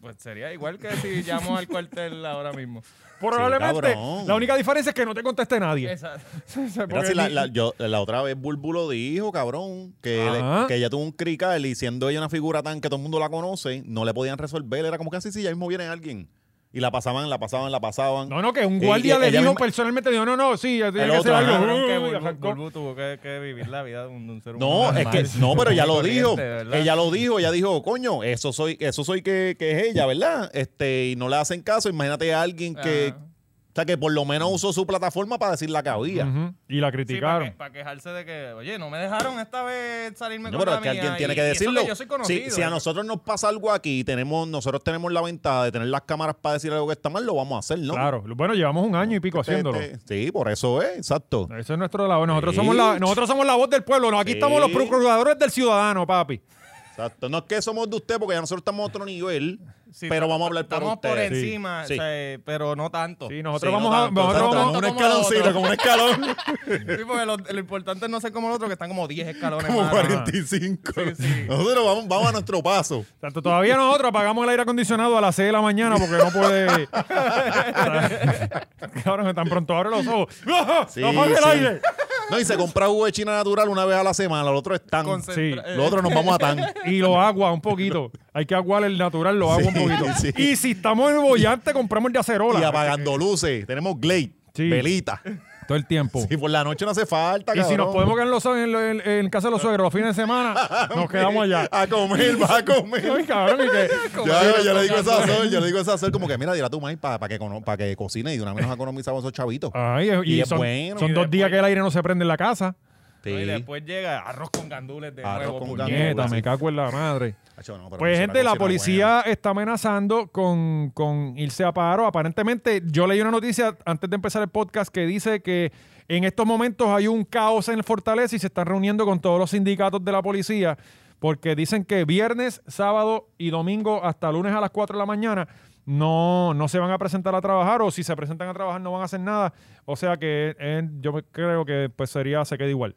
Speaker 5: Pues sería igual que si llamo al cuartel ahora mismo.
Speaker 1: Probablemente.
Speaker 3: cabrón.
Speaker 1: la única diferencia es que no te conteste nadie.
Speaker 5: Exacto.
Speaker 3: Mira,
Speaker 1: Porque
Speaker 3: si la,
Speaker 1: ni-
Speaker 3: la- yo- la otra vez Bulbulo dijo, cabrón, que, le-
Speaker 1: Ajá.
Speaker 3: que ella tuvo un crical y siendo ella una figura tan que todo el mundo la conoce, no le podían resolver. Era como que así, sí, ya mismo viene alguien. Y la pasaban, la pasaban, la pasaban.
Speaker 1: No, no, que un
Speaker 3: Y-
Speaker 1: guardia
Speaker 3: y
Speaker 1: le
Speaker 3: ella
Speaker 1: dijo
Speaker 3: misma-
Speaker 1: personalmente, dijo, no, no, sí, ya tiene
Speaker 3: El
Speaker 1: que ser
Speaker 3: otro, ah,
Speaker 1: algo. Uh,
Speaker 5: Cabrón, que
Speaker 1: Uy,
Speaker 5: Bulbu-
Speaker 1: arrancó.
Speaker 5: Bulbu tuvo que, que vivir la vida de un, de un ser humano.
Speaker 3: No, es
Speaker 5: normal.
Speaker 3: que no, pero ella lo
Speaker 5: Corriente,
Speaker 3: dijo.
Speaker 5: ¿verdad?
Speaker 3: Ella lo dijo, ella dijo, coño, eso soy, eso soy que, que es ella, ¿verdad? Este, y no le hacen caso. Imagínate a alguien que,
Speaker 5: Ajá.
Speaker 3: o sea, que por lo menos usó su plataforma para decir la que había.
Speaker 1: Ujú, Y la
Speaker 5: Sí, para,
Speaker 1: criticaron.
Speaker 5: que- para quejarse de que, oye, no me dejaron esta vez salirme
Speaker 3: No,
Speaker 5: con
Speaker 3: pero
Speaker 5: la
Speaker 3: es que
Speaker 5: mía,
Speaker 3: alguien tiene
Speaker 5: y-
Speaker 3: que
Speaker 5: y eso
Speaker 3: decirlo.
Speaker 5: yo soy
Speaker 3: Si-
Speaker 5: conocido. ¿eh?
Speaker 3: si, a nosotros nos pasa algo aquí, tenemos, nosotros tenemos la ventaja de tener las cámaras para decir algo que está mal, lo vamos a hacer, ¿no?
Speaker 1: Claro. Bueno, llevamos un año y pico
Speaker 3: Este,
Speaker 1: haciéndolo.
Speaker 3: este, sí, por eso es, exacto.
Speaker 1: Eso es nuestro lado. Nosotros,
Speaker 3: Sí.
Speaker 1: somos, la, nosotros somos la voz del pueblo. No, aquí
Speaker 3: Sí.
Speaker 1: estamos los procuradores del ciudadano, papi.
Speaker 3: Exacto. No es que somos de usted, porque ya nosotros estamos a otro nivel,
Speaker 5: Sí,
Speaker 3: pero vamos a hablar por
Speaker 5: Estamos por
Speaker 3: ustedes. Sí.
Speaker 5: encima,
Speaker 3: Sí.
Speaker 5: o sea, pero no tanto.
Speaker 1: Sí,
Speaker 5: Sí,
Speaker 1: nosotros
Speaker 3: Sí,
Speaker 1: vamos
Speaker 3: no
Speaker 1: a...
Speaker 3: tanto,
Speaker 1: Nosotros
Speaker 3: exacto,
Speaker 1: vamos,
Speaker 5: tanto
Speaker 3: como un
Speaker 5: como los
Speaker 3: escaloncito,
Speaker 5: otros.
Speaker 3: como un escalón.
Speaker 5: porque lo, lo importante no ser como el otro, que están como 10 escalones
Speaker 3: como
Speaker 5: más.
Speaker 3: 45.
Speaker 5: Sí, sí.
Speaker 3: Nosotros vamos, vamos a nuestro paso.
Speaker 1: tanto todavía nosotros apagamos el aire acondicionado a las 6 de la mañana porque no puede... Cabrón, tan pronto abre los ojos.
Speaker 3: Sí,
Speaker 1: ¡Apaga el
Speaker 3: sí.
Speaker 1: aire!
Speaker 3: No, y se compra jugo de China natural una vez a la semana, lo otro es tan.
Speaker 5: Concentra-
Speaker 1: Sí.
Speaker 5: eh,
Speaker 3: Lo otro nos vamos a tan.
Speaker 1: Y lo agua un poquito. Hay que aguar el natural, lo agua
Speaker 3: Sí,
Speaker 1: un poquito.
Speaker 3: sí.
Speaker 1: Y si estamos en el bollante, compramos el de acerola.
Speaker 3: Y apagando luces. Tenemos glade,
Speaker 1: Sí.
Speaker 3: velita.
Speaker 1: Todo el tiempo.
Speaker 3: Y por la noche no hace falta.
Speaker 1: y si nos
Speaker 3: cabrón.
Speaker 1: podemos quedar en, los, en, en- en casa de los suegros los fines de semana, nos quedamos allá.
Speaker 3: A comer, vas a comer.
Speaker 1: Ay, cabrón, y que-
Speaker 3: Yo, yo le digo eso a Sol, yo le digo eso a Sol como que mira, dile a tu mami para que, cono- pa que cocine y de una vez nos economizamos esos chavitos.
Speaker 1: Ay, y,
Speaker 3: Y es
Speaker 1: son,
Speaker 3: bueno.
Speaker 1: son
Speaker 3: Y
Speaker 1: dos días que el aire no se prende en la casa.
Speaker 3: Sí.
Speaker 5: Y después llega arroz con gandules de
Speaker 3: Arroz
Speaker 5: nuevo.
Speaker 3: con
Speaker 5: puñeta.
Speaker 3: gandules.
Speaker 1: Nieta,
Speaker 3: sí.
Speaker 1: me cago en la madre.
Speaker 3: Acho, no, pero
Speaker 1: Pues,
Speaker 3: no se
Speaker 1: gente, la
Speaker 3: cocina
Speaker 1: policía está amenazando con, con irse a paro. Aparentemente, yo leí una noticia antes de empezar el podcast que dice que en estos momentos hay un caos en el Fortaleza y se están reuniendo con todos los sindicatos de la policía porque dicen que viernes, sábado y domingo hasta lunes a las 4 de la mañana no, no se van a presentar a trabajar o si se presentan a trabajar no van a hacer nada. O sea que eh, yo creo que pues sería, se queda igual.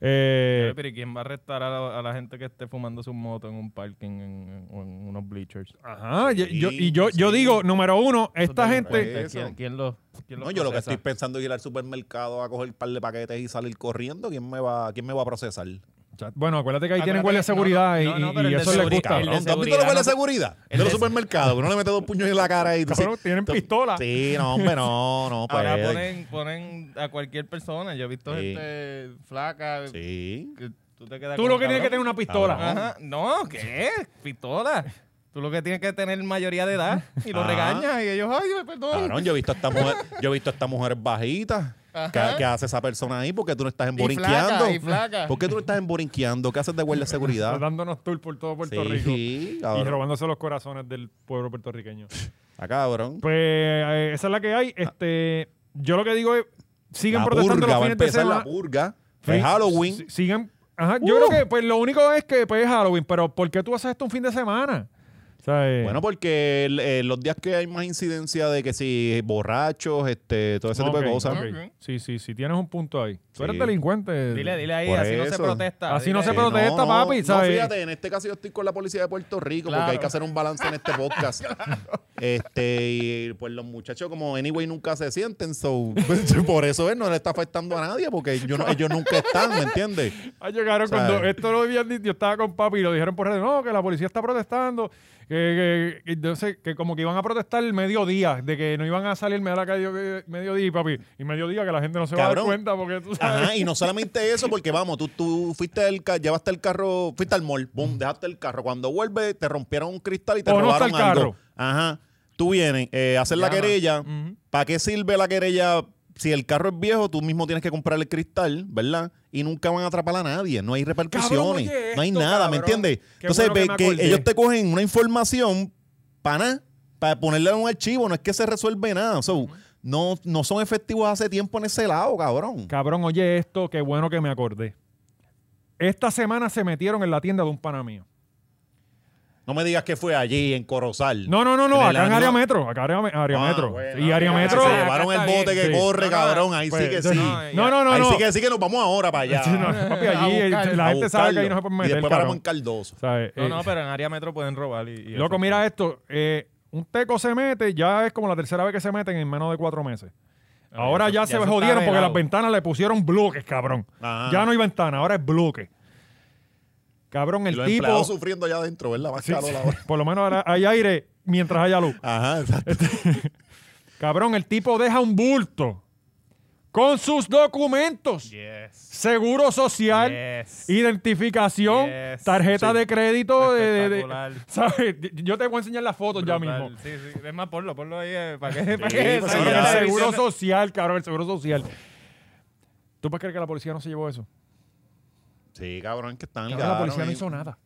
Speaker 1: Eh,
Speaker 5: Pero ¿y quién va a arrestar a la, a la gente que esté fumando su moto en un parking en- en- o en unos bleachers?
Speaker 1: Ajá, y-
Speaker 3: Sí, pues
Speaker 1: yo, y yo, yo
Speaker 3: sí.
Speaker 1: digo, número uno,
Speaker 5: Esos
Speaker 1: esta gente...
Speaker 5: delincuentes,
Speaker 3: Eso. pues.
Speaker 5: ¿Quién, quién los- quién los
Speaker 3: No, yo lo que
Speaker 5: procesa?
Speaker 3: estoy pensando es ir al supermercado a coger un par de paquetes y salir corriendo. ¿Quién me va, quién me va a procesar?
Speaker 1: Bueno, acuérdate que ahí tienen
Speaker 5: Acuérdate-
Speaker 1: guardia de seguridad
Speaker 5: no, no, no,
Speaker 1: y-
Speaker 5: pero
Speaker 1: y,
Speaker 5: el de
Speaker 1: eso les
Speaker 5: seguridad,
Speaker 1: gusta.
Speaker 5: el de
Speaker 3: Cabrón, ¿tú has visto
Speaker 5: seguridad,
Speaker 3: lo que es la
Speaker 5: no-
Speaker 3: seguridad?
Speaker 5: el
Speaker 3: De
Speaker 5: de-
Speaker 3: los supermercados, que uno le mete dos puños en la cara y tú
Speaker 1: Cabrón,
Speaker 3: sí,
Speaker 1: tienen
Speaker 3: tú-
Speaker 1: pistola.
Speaker 3: Sí, no, hombre, no, no,
Speaker 5: Ahora
Speaker 3: puede.
Speaker 5: ponen, ponen a cualquier persona. Yo he visto
Speaker 3: Sí.
Speaker 5: gente flaca.
Speaker 3: Sí.
Speaker 5: que tú te quedas
Speaker 1: Tú
Speaker 5: como,
Speaker 1: lo que tienes que tener
Speaker 5: cabrón.
Speaker 1: una pistola.
Speaker 3: Cabrón.
Speaker 5: Ajá. No, ¿qué? Pistola. Tú lo que tienes que tener mayoría de edad y
Speaker 1: Ah,
Speaker 5: lo
Speaker 3: Ajá.
Speaker 5: regañas y ellos, ay, ay, perdón.
Speaker 3: Cabrón, yo he visto a estas mujeres, yo he visto a estas mujeres bajitas. ¿Qué, qué hace esa persona ahí? ¿Por qué tú no estás emborinqueando?
Speaker 5: y flaca.
Speaker 3: ¿Por qué tú no estás emborinqueando? ¿Qué haces de guardia de
Speaker 1: Están
Speaker 3: seguridad?
Speaker 1: Dándonos tour por todo Puerto Rico y
Speaker 3: Sí, cabrón.
Speaker 1: robándose los corazones del pueblo puertorriqueño.
Speaker 3: Ah, cabrón.
Speaker 1: Pues eh, esa es la que hay. Este, yo lo que digo es, siguen
Speaker 3: Ah. La
Speaker 1: protestando
Speaker 3: purga,
Speaker 1: los
Speaker 3: va a
Speaker 1: fines de
Speaker 3: empezar
Speaker 1: semana.
Speaker 3: la purga.
Speaker 1: Sí,
Speaker 3: Es Halloween.
Speaker 1: si- Siguen. Ajá, yo
Speaker 3: Uh.
Speaker 1: creo que pues lo único es que pues, es Halloween, pero ¿por qué tú haces esto un fin de semana? O sea, eh,
Speaker 3: Bueno, pues, porque el- eh, los días que hay más incidencia de que si borrachos, este, todo ese tipo de
Speaker 1: ok,
Speaker 3: cosas.
Speaker 1: ok.
Speaker 5: Ok.
Speaker 1: Sí, sí, sí, tienes un punto ahí. Tú eres
Speaker 3: Sí.
Speaker 1: delincuente.
Speaker 5: Dile, dile ahí,
Speaker 3: Por
Speaker 5: así no se
Speaker 3: eso.
Speaker 5: protesta.
Speaker 1: Así
Speaker 5: dile
Speaker 1: no se
Speaker 5: ahí.
Speaker 1: protesta. papi, ¿sabes?
Speaker 3: No, fíjate, en este caso yo estoy con la policía de Puerto Rico
Speaker 5: Claro.
Speaker 3: porque hay que hacer un balance en este podcast. Este, y pues los muchachos como anyway nunca se sienten, so por eso él no le está afectando a nadie porque yo no- ellos nunca están, ¿me entiendes?
Speaker 1: Ah, llegaron
Speaker 3: ¿Sabes?
Speaker 1: cuando esto lo habían dicho, yo estaba con papi y lo dijeron por redes, no, que la policía está protestando, que, que- que no sé, que como que iban a protestar el mediodía, de que no iban a salirme a la calle eh, mediodía y papi, y mediodía que la gente no se
Speaker 3: Cabrón.
Speaker 1: va a dar cuenta porque tú sabes.
Speaker 3: Ajá, y no solamente eso, porque vamos, tú, tú fuiste el ca- llevaste el carro, fuiste al mall, boom, dejaste el carro. Cuando vuelve, te rompieron un cristal y te
Speaker 1: O no está
Speaker 3: robaron
Speaker 1: el
Speaker 3: algo.
Speaker 1: carro.
Speaker 3: Ajá. Tú vienes eh, a hacer la
Speaker 5: Llama.
Speaker 3: querella. ¿Para qué sirve la querella? Si el carro es viejo, tú mismo tienes que comprar el cristal, ¿verdad? Y nunca van a atrapar a nadie. No hay repercusiones.
Speaker 1: Cabrón, oye,
Speaker 3: no hay
Speaker 1: esto,
Speaker 3: nada, ¿me
Speaker 1: cabrón.
Speaker 3: entiendes?
Speaker 1: Qué
Speaker 3: Entonces,
Speaker 1: bueno que
Speaker 3: ve
Speaker 1: me
Speaker 3: que
Speaker 1: acordé.
Speaker 3: ellos te cogen una información para nada, para ponerla en un archivo. No es que se resuelve nada. So, no, no son efectivos hace tiempo en ese lado, cabrón.
Speaker 1: Cabrón, oye esto, qué bueno que me acordé. Esta semana se metieron en la tienda de un pana mío.
Speaker 3: No me digas que fue allí en Corozal.
Speaker 1: No, no, no, no,
Speaker 3: En el
Speaker 1: acá en
Speaker 3: año-
Speaker 1: área metro, acá en área, área
Speaker 3: Ah,
Speaker 1: metro.
Speaker 3: bueno,
Speaker 1: y área
Speaker 5: ah,
Speaker 1: metro.
Speaker 3: Se
Speaker 5: sí,
Speaker 3: llevaron el
Speaker 5: acá
Speaker 3: bote
Speaker 5: está
Speaker 3: que
Speaker 1: bien.
Speaker 3: corre,
Speaker 5: Sí.
Speaker 3: cabrón. Ahí sí
Speaker 1: Pues,
Speaker 3: que
Speaker 1: sí.
Speaker 3: sí.
Speaker 1: No, no, no,
Speaker 3: Ahí
Speaker 1: no.
Speaker 3: sí que sí que nos vamos ahora para allá.
Speaker 1: Sí, no, papi, allí
Speaker 5: A
Speaker 1: el-
Speaker 5: buscar-
Speaker 1: la
Speaker 3: A
Speaker 1: gente sabe que ahí no se
Speaker 3: buscarlo.
Speaker 1: puede
Speaker 3: Y
Speaker 1: meter,
Speaker 3: después
Speaker 1: cabrón.
Speaker 3: paramos en Cardoso.
Speaker 1: ¿Sabes?
Speaker 5: No,
Speaker 1: Eh,
Speaker 5: no, pero en área metro pueden robar. Y, y
Speaker 1: Loco,
Speaker 5: eso.
Speaker 1: mira esto. eh, un teco se mete, ya es como la tercera vez que se meten en menos de cuatro meses. Ahora
Speaker 5: eso-
Speaker 1: ya,
Speaker 5: ya
Speaker 1: se
Speaker 5: eso está
Speaker 1: jodieron porque
Speaker 5: velado.
Speaker 1: las ventanas le pusieron bloques, cabrón.
Speaker 3: Ajá.
Speaker 1: Ya no hay ventana, ahora es bloque. Cabrón,
Speaker 3: Y
Speaker 1: el
Speaker 3: los
Speaker 1: tipo.
Speaker 3: empleados sufriendo allá adentro, ¿verdad? Más
Speaker 1: Sí,
Speaker 3: calor
Speaker 1: sí,
Speaker 3: ahora.
Speaker 1: por lo menos ahora hay aire mientras haya luz.
Speaker 3: Ajá, exacto.
Speaker 1: Este- Cabrón, el tipo deja un bulto con sus documentos.
Speaker 5: Yes.
Speaker 1: Seguro social,
Speaker 5: Yes.
Speaker 1: identificación,
Speaker 5: Yes.
Speaker 1: tarjeta
Speaker 3: Sí.
Speaker 1: de crédito. de- de- de-
Speaker 5: Espectacular.
Speaker 1: ¿sabes? Yo te voy a enseñar las fotos ya
Speaker 5: Brutal.
Speaker 1: mismo.
Speaker 5: Sí, sí. Es más, ponlo, ponlo ahí. eh, ¿Para qué? ¿Para
Speaker 3: Sí,
Speaker 5: qué?
Speaker 3: pues,
Speaker 1: Cabrón,
Speaker 5: ¿Para qué
Speaker 3: ya.
Speaker 5: la
Speaker 1: el seguro
Speaker 5: división?
Speaker 1: social, cabrón, el seguro social. ¿Tú puedes creer que la policía no se llevó eso?
Speaker 3: Sí, cabrón, que están
Speaker 1: Cabrón, la policía no hizo nada.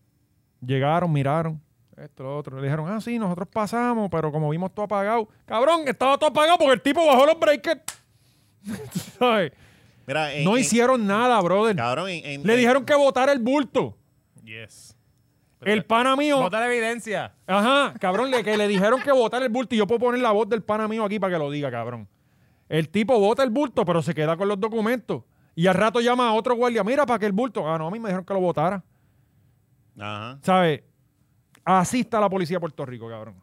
Speaker 1: Llegaron, miraron, esto, lo otro. Le dijeron, ah, sí, nosotros pasamos, pero como vimos todo apagado. Cabrón, estaba todo apagado porque el tipo bajó los breakers. ¿Sabes?
Speaker 3: Mira, en-
Speaker 1: No
Speaker 3: en-
Speaker 1: hicieron nada, brother.
Speaker 3: Eh, Cabrón, eh. en- en-
Speaker 1: Le
Speaker 3: en-
Speaker 1: dijeron que botara el bulto.
Speaker 5: Yes.
Speaker 1: El pana mío.
Speaker 5: Bota la evidencia.
Speaker 1: Ajá, cabrón, le, que le dijeron que botar el bulto y yo puedo poner la voz del pana mío aquí para que lo diga, cabrón. El tipo bota el bulto, pero se queda con los documentos. Y al rato llama a otro guardia, mira, para que el bulto... Ah, no, a mí me dijeron que lo botara.
Speaker 3: Ajá.
Speaker 1: ¿Sabes? Así está la policía de Puerto Rico, cabrón.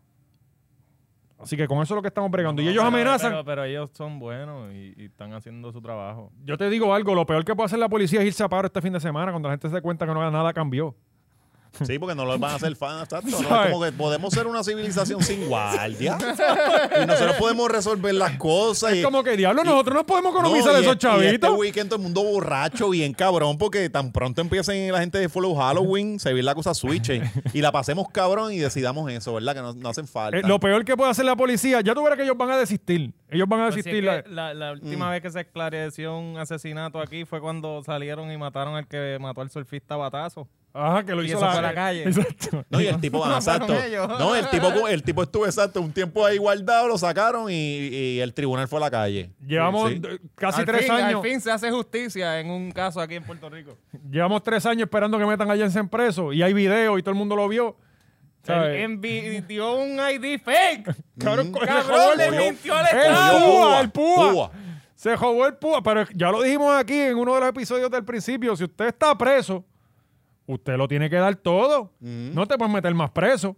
Speaker 1: Así que con eso es lo que estamos bregando. y
Speaker 5: No,
Speaker 1: ellos
Speaker 5: pero-
Speaker 1: amenazan.
Speaker 5: Pero, pero ellos son buenos y, y están haciendo su trabajo.
Speaker 1: Yo te digo algo, lo peor que puede hacer la policía es irse a paro este fin de semana cuando la gente se dé cuenta que no nada cambió.
Speaker 3: Sí, porque no lo van a hacer fan, exacto. No,
Speaker 1: ¿Sabes?
Speaker 3: es como que podemos ser una civilización sin guardia. y nosotros podemos resolver las cosas. y-
Speaker 1: Es como que, diablo, nosotros no podemos
Speaker 3: No,
Speaker 1: economizar
Speaker 3: y
Speaker 1: esos
Speaker 3: este- y Este
Speaker 1: chavitos.
Speaker 3: weekend todo el mundo borracho, bien cabrón, porque tan pronto empiecen la gente de Follow Halloween, se ve la cosa switch eh, y la pasemos cabrón y decidamos eso, ¿verdad? Que no, no hacen falta.
Speaker 1: Eh, lo peor que puede hacer la policía, ya tú verás que ellos van a desistir. Ellos van a
Speaker 5: Pues si es
Speaker 1: desistir. la-
Speaker 5: que la, la
Speaker 1: Mm.
Speaker 5: última vez que se esclareció un asesinato aquí fue cuando salieron y mataron al que mató al surfista a batazo.
Speaker 1: Ajá, que lo
Speaker 5: Y
Speaker 1: hizo
Speaker 5: eso fue a la calle.
Speaker 1: Exacto.
Speaker 3: no, y el tipo, ah,
Speaker 5: fueron
Speaker 3: exacto.
Speaker 5: ellos.
Speaker 3: No, el tipo, el tipo estuvo exacto un tiempo ahí guardado, lo sacaron y, y el tribunal fue a la calle.
Speaker 1: Llevamos
Speaker 3: Sí.
Speaker 1: eh, casi
Speaker 5: Al
Speaker 1: tres
Speaker 5: fin-
Speaker 1: años.
Speaker 5: Al fin se hace justicia en un caso aquí en Puerto Rico.
Speaker 1: Llevamos tres años esperando que metan a Jensen preso. Y hay video y todo el mundo lo vio. ¿sabes?
Speaker 5: Él envi- dio un ID fake. Mm.
Speaker 1: Cabrón, co- se
Speaker 5: Cabrón, le
Speaker 1: jodió.
Speaker 5: mintió al
Speaker 1: El
Speaker 5: Estado.
Speaker 1: púa, el púa.
Speaker 3: Púa.
Speaker 1: Se jodó el púa. Pero ya lo dijimos aquí en uno de los episodios del principio. Si usted está preso, usted lo tiene que dar todo. No te puedes meter más preso.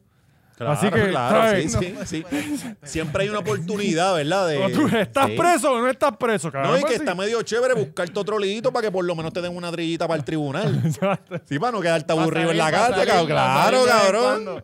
Speaker 3: Claro,
Speaker 1: Así que,
Speaker 3: claro, sí,
Speaker 1: ¿sabes?
Speaker 3: sí, sí. Siempre hay una oportunidad, ¿verdad? De,
Speaker 1: O tú estás
Speaker 3: Eh, Sí.
Speaker 1: preso o no estás preso, cabrón.
Speaker 3: No, y
Speaker 1: Pues
Speaker 3: que
Speaker 1: sí.
Speaker 3: está medio chévere buscarte otro liguito para que por lo menos te den una trillita para el tribunal. Sí, para no quedarte aburrido en la
Speaker 5: Para salir,
Speaker 3: calle, cabrón.
Speaker 5: para
Speaker 3: Claro,
Speaker 5: salir de vez en
Speaker 3: cabrón.
Speaker 5: cuando.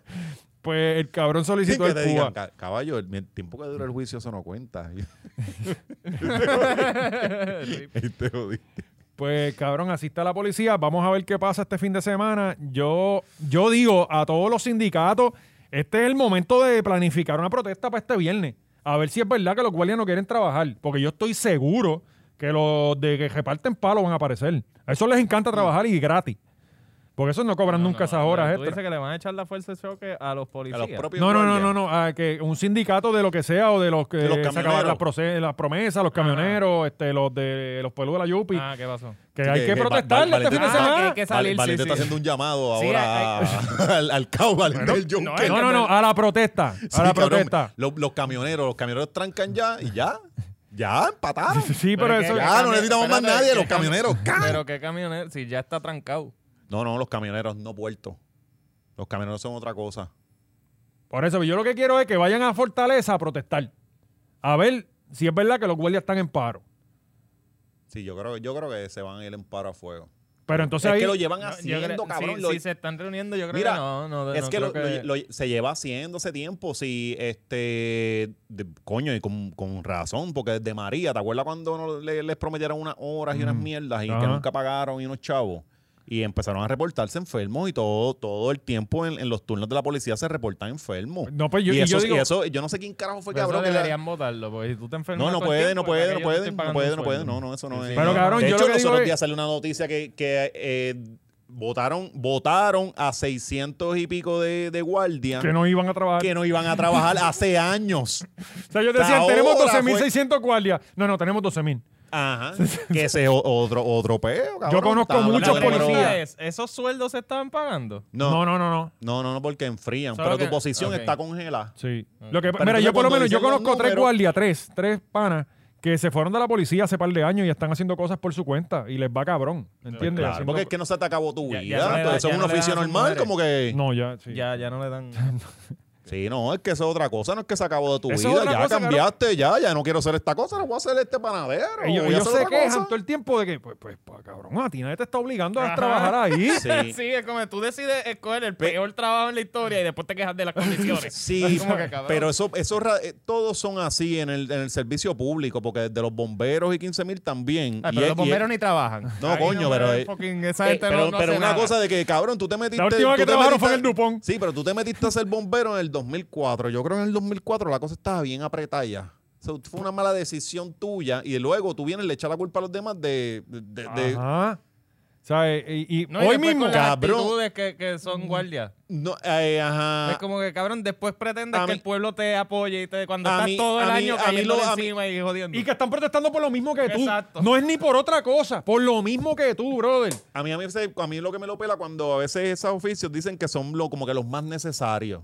Speaker 1: Pues el cabrón
Speaker 3: Sí,
Speaker 1: solicitó
Speaker 3: que
Speaker 1: el
Speaker 3: te
Speaker 1: púa.
Speaker 3: digan, "Ca- caballo, el el tiempo que dura el juicio eso no cuenta. Ahí te jodiste.
Speaker 1: Pues cabrón, así está la policía. Vamos a ver qué pasa este fin de semana. Yo, yo digo a todos los sindicatos, este es el momento de planificar una protesta para este viernes. A ver si es verdad que los guardias no quieren trabajar. Porque yo estoy seguro que los de que reparten palos van a aparecer. A eso les encanta trabajar y gratis. Porque esos no cobran nunca esas horas
Speaker 5: Tú
Speaker 1: extra.
Speaker 5: dices que le van a echar la fuerza de choque a los
Speaker 3: A
Speaker 5: policías.
Speaker 3: los propios
Speaker 1: No, no, no,
Speaker 3: guardias.
Speaker 1: no, no. a que un sindicato de lo que sea o de los que
Speaker 3: De los
Speaker 1: se acabaron
Speaker 3: camioneros.
Speaker 1: las, proce- las promesas, los camioneros, este, los de los peludos de la Yupi.
Speaker 5: Ah, ¿qué pasó?
Speaker 1: Que hay que
Speaker 3: Val-
Speaker 1: protestar
Speaker 3: Val-
Speaker 1: este fin de
Speaker 5: Valentín-
Speaker 1: semana.
Speaker 5: Ah, que- que
Speaker 3: Val-
Speaker 5: salir,
Speaker 3: Valente
Speaker 5: sí,
Speaker 3: está
Speaker 5: sí.
Speaker 3: haciendo un llamado
Speaker 5: Sí,
Speaker 3: ahora a- al, al cabo, Valente del John Kerry.
Speaker 1: No, no, no, a la protesta. A la
Speaker 3: Sí, cabrón,
Speaker 1: protesta.
Speaker 3: Los, los camioneros, los camioneros trancan ya y ya. Ya, empataron.
Speaker 1: Sí, pero
Speaker 5: es que
Speaker 1: eso.
Speaker 5: ¿qué
Speaker 3: ya, no
Speaker 5: cami-
Speaker 3: necesitamos más
Speaker 5: espérate,
Speaker 3: nadie, los
Speaker 5: ¿qué cami-
Speaker 3: camioneros, ¡ca!
Speaker 5: Pero qué camionero, si ya está trancado.
Speaker 3: No, no, los camioneros no puertos. Los camioneros son otra cosa.
Speaker 1: Por eso, yo lo que quiero es que vayan a Fortaleza a protestar. A ver si es verdad que los guardias están en paro.
Speaker 3: Sí, yo creo, yo creo que se van a ir en paro a fuego.
Speaker 1: Pero entonces
Speaker 3: es
Speaker 1: ahí.
Speaker 3: que lo llevan
Speaker 5: No, yo
Speaker 3: haciendo,
Speaker 5: creo-
Speaker 3: cabrón.
Speaker 5: Si,
Speaker 3: lo-
Speaker 5: si se están reuniendo, yo creo
Speaker 3: Mira,
Speaker 5: que no. no,
Speaker 3: es
Speaker 5: no
Speaker 3: que,
Speaker 5: creo
Speaker 3: lo- lo- lo- se lleva haciendo hace tiempo. Si este. de- coño, y con, con razón, porque desde María, ¿te acuerdas cuando no- le- les prometieron unas horas y unas mierdas y que
Speaker 1: Ajá.
Speaker 3: nunca pagaron y unos chavos? Y empezaron a reportarse enfermos y todo, todo el tiempo en, en los turnos de la policía se reportan enfermos.
Speaker 1: No, pues yo-
Speaker 3: y,
Speaker 1: y
Speaker 3: eso,
Speaker 1: yo digo-
Speaker 3: y eso- yo no sé quién carajo fue
Speaker 5: Pero
Speaker 3: cabrón.
Speaker 5: eso
Speaker 3: que le-
Speaker 5: deberían votarlo, porque si tú te enfermas.
Speaker 3: No, no
Speaker 5: todo el
Speaker 3: puede,
Speaker 5: tiempo,
Speaker 3: no puede,
Speaker 5: para
Speaker 3: no
Speaker 5: que yo te
Speaker 3: puede,
Speaker 5: esté
Speaker 3: no
Speaker 5: pagando
Speaker 3: puede,
Speaker 5: un
Speaker 3: no puede,
Speaker 5: sueldo.
Speaker 3: no, no, eso no
Speaker 5: Sí,
Speaker 3: es.
Speaker 1: Pero,
Speaker 3: No,
Speaker 1: cabrón,
Speaker 3: de
Speaker 1: yo
Speaker 3: hecho,
Speaker 1: lo que
Speaker 3: los
Speaker 1: digo
Speaker 3: otros
Speaker 1: es-
Speaker 3: días salió una noticia que, que, eh, votaron, votaron a 600 y pico de, de guardias
Speaker 1: Que no iban a trabajar.
Speaker 3: que no iban a trabajar hace años.
Speaker 1: O sea, ellos decían, tenemos
Speaker 3: Ahora fue-
Speaker 1: 12.600 guardias. No, no, tenemos 12.000.
Speaker 3: Ajá. que ese es o- otro, otro peo, cabrón.
Speaker 1: conozco
Speaker 3: Estamos
Speaker 1: muchos
Speaker 5: La
Speaker 3: hablando de-
Speaker 5: pregunta
Speaker 1: policías.
Speaker 5: es, ¿esos sueldos se estaban pagando?
Speaker 1: No,
Speaker 3: No,
Speaker 1: no, no, no.
Speaker 3: no, no, no, porque enfrían.
Speaker 5: Solo
Speaker 3: Pero tu
Speaker 5: que-
Speaker 3: posición
Speaker 5: ok.
Speaker 3: está congelada.
Speaker 1: Sí.
Speaker 5: Ah,
Speaker 1: Lo que,
Speaker 3: Pero
Speaker 1: mira, yo por lo menos,
Speaker 3: entonces
Speaker 1: yo
Speaker 3: cuando dicen los
Speaker 1: conozco tres
Speaker 3: números-
Speaker 1: guardias, tres, tres panas que se fueron de la policía hace par de años y están haciendo cosas por su cuenta y les va cabrón,
Speaker 5: Pues
Speaker 1: ¿entiendes?
Speaker 3: Claro,
Speaker 1: Haciendo-
Speaker 3: porque es que no se te acabó tu
Speaker 5: Ya-
Speaker 3: vida.
Speaker 5: ya no le da-
Speaker 3: Entonces, eso
Speaker 5: ya
Speaker 3: es un
Speaker 5: no le
Speaker 3: oficio
Speaker 5: dan a sus
Speaker 3: normal,
Speaker 5: mujeres.
Speaker 3: como que.
Speaker 1: No, ya, sí.
Speaker 5: Ya, ya no le dan.
Speaker 3: Sí, no, es que eso es otra cosa, no es que se acabó de tu
Speaker 1: Eso es
Speaker 3: vida.
Speaker 1: otra
Speaker 3: Ya
Speaker 1: cosa,
Speaker 3: cambiaste, ya, ya no quiero hacer esta cosa, no voy a hacer este panadero.
Speaker 1: Ellos,
Speaker 3: voy a
Speaker 1: ellos
Speaker 3: hacer
Speaker 1: se
Speaker 3: otra
Speaker 1: quejan
Speaker 3: cosa.
Speaker 1: todo el tiempo de que, pues, pues, pa, cabrón, a ti nadie te está obligando a
Speaker 5: Ajá.
Speaker 1: trabajar ahí.
Speaker 3: Sí. Pues
Speaker 5: Sí, es como tú decides escoger el peor trabajo en la historia y después te quejas de las condiciones.
Speaker 3: Sí,
Speaker 5: Como que, cabrón.
Speaker 3: pero eso, eso ra- eh, todos son así en el, en el servicio público, porque desde los bomberos y 15 mil también.
Speaker 5: Ay,
Speaker 3: Y
Speaker 5: Ah,
Speaker 3: es-
Speaker 5: pero los
Speaker 3: y es-
Speaker 5: bomberos ni trabajan.
Speaker 3: No,
Speaker 5: Ahí
Speaker 3: coño,
Speaker 5: me-
Speaker 3: pero, eh,
Speaker 5: fucking esa
Speaker 3: Eh,
Speaker 5: gente no-
Speaker 3: pero
Speaker 5: no
Speaker 3: pero
Speaker 5: hace
Speaker 3: una
Speaker 5: nada.
Speaker 3: cosa de que, cabrón, tú te metiste.
Speaker 1: La última
Speaker 3: tú
Speaker 1: que
Speaker 3: te
Speaker 1: trabajaron fue en
Speaker 3: metiste-
Speaker 1: el Dupont.
Speaker 3: Sí, pero tú te metiste a ser bombero en el 2004. Yo creo que en el 2004 la cosa estaba bien apretada ya. O sea, fue una mala decisión tuya y luego tú vienes le echas la culpa a los demás de. de- de-
Speaker 1: Ajá. O sea, eh, y, y
Speaker 5: No, y
Speaker 1: hoy
Speaker 5: después
Speaker 1: mismo,
Speaker 5: Con las
Speaker 3: Cabrón. Mm.
Speaker 5: actitudes que, que son guardias.
Speaker 3: no, eh, ajá.
Speaker 5: Es como que, cabrón, después pretendes
Speaker 3: A
Speaker 5: que
Speaker 3: mí-
Speaker 5: el pueblo te apoye y te, cuando
Speaker 3: a
Speaker 5: estás
Speaker 3: mí-
Speaker 5: todo el
Speaker 3: a mí-
Speaker 5: año
Speaker 3: a mí
Speaker 5: cayéndole
Speaker 3: lo- a mí-
Speaker 5: encima y jodiendo.
Speaker 1: y que están protestando por lo mismo que tú.
Speaker 5: Exacto.
Speaker 1: No es ni por otra cosa, por lo mismo que tú, brother.
Speaker 3: A mí, a, mí, se- a mí lo que me lo pela cuando a veces esos oficios dicen que son lo, como que los más necesarios.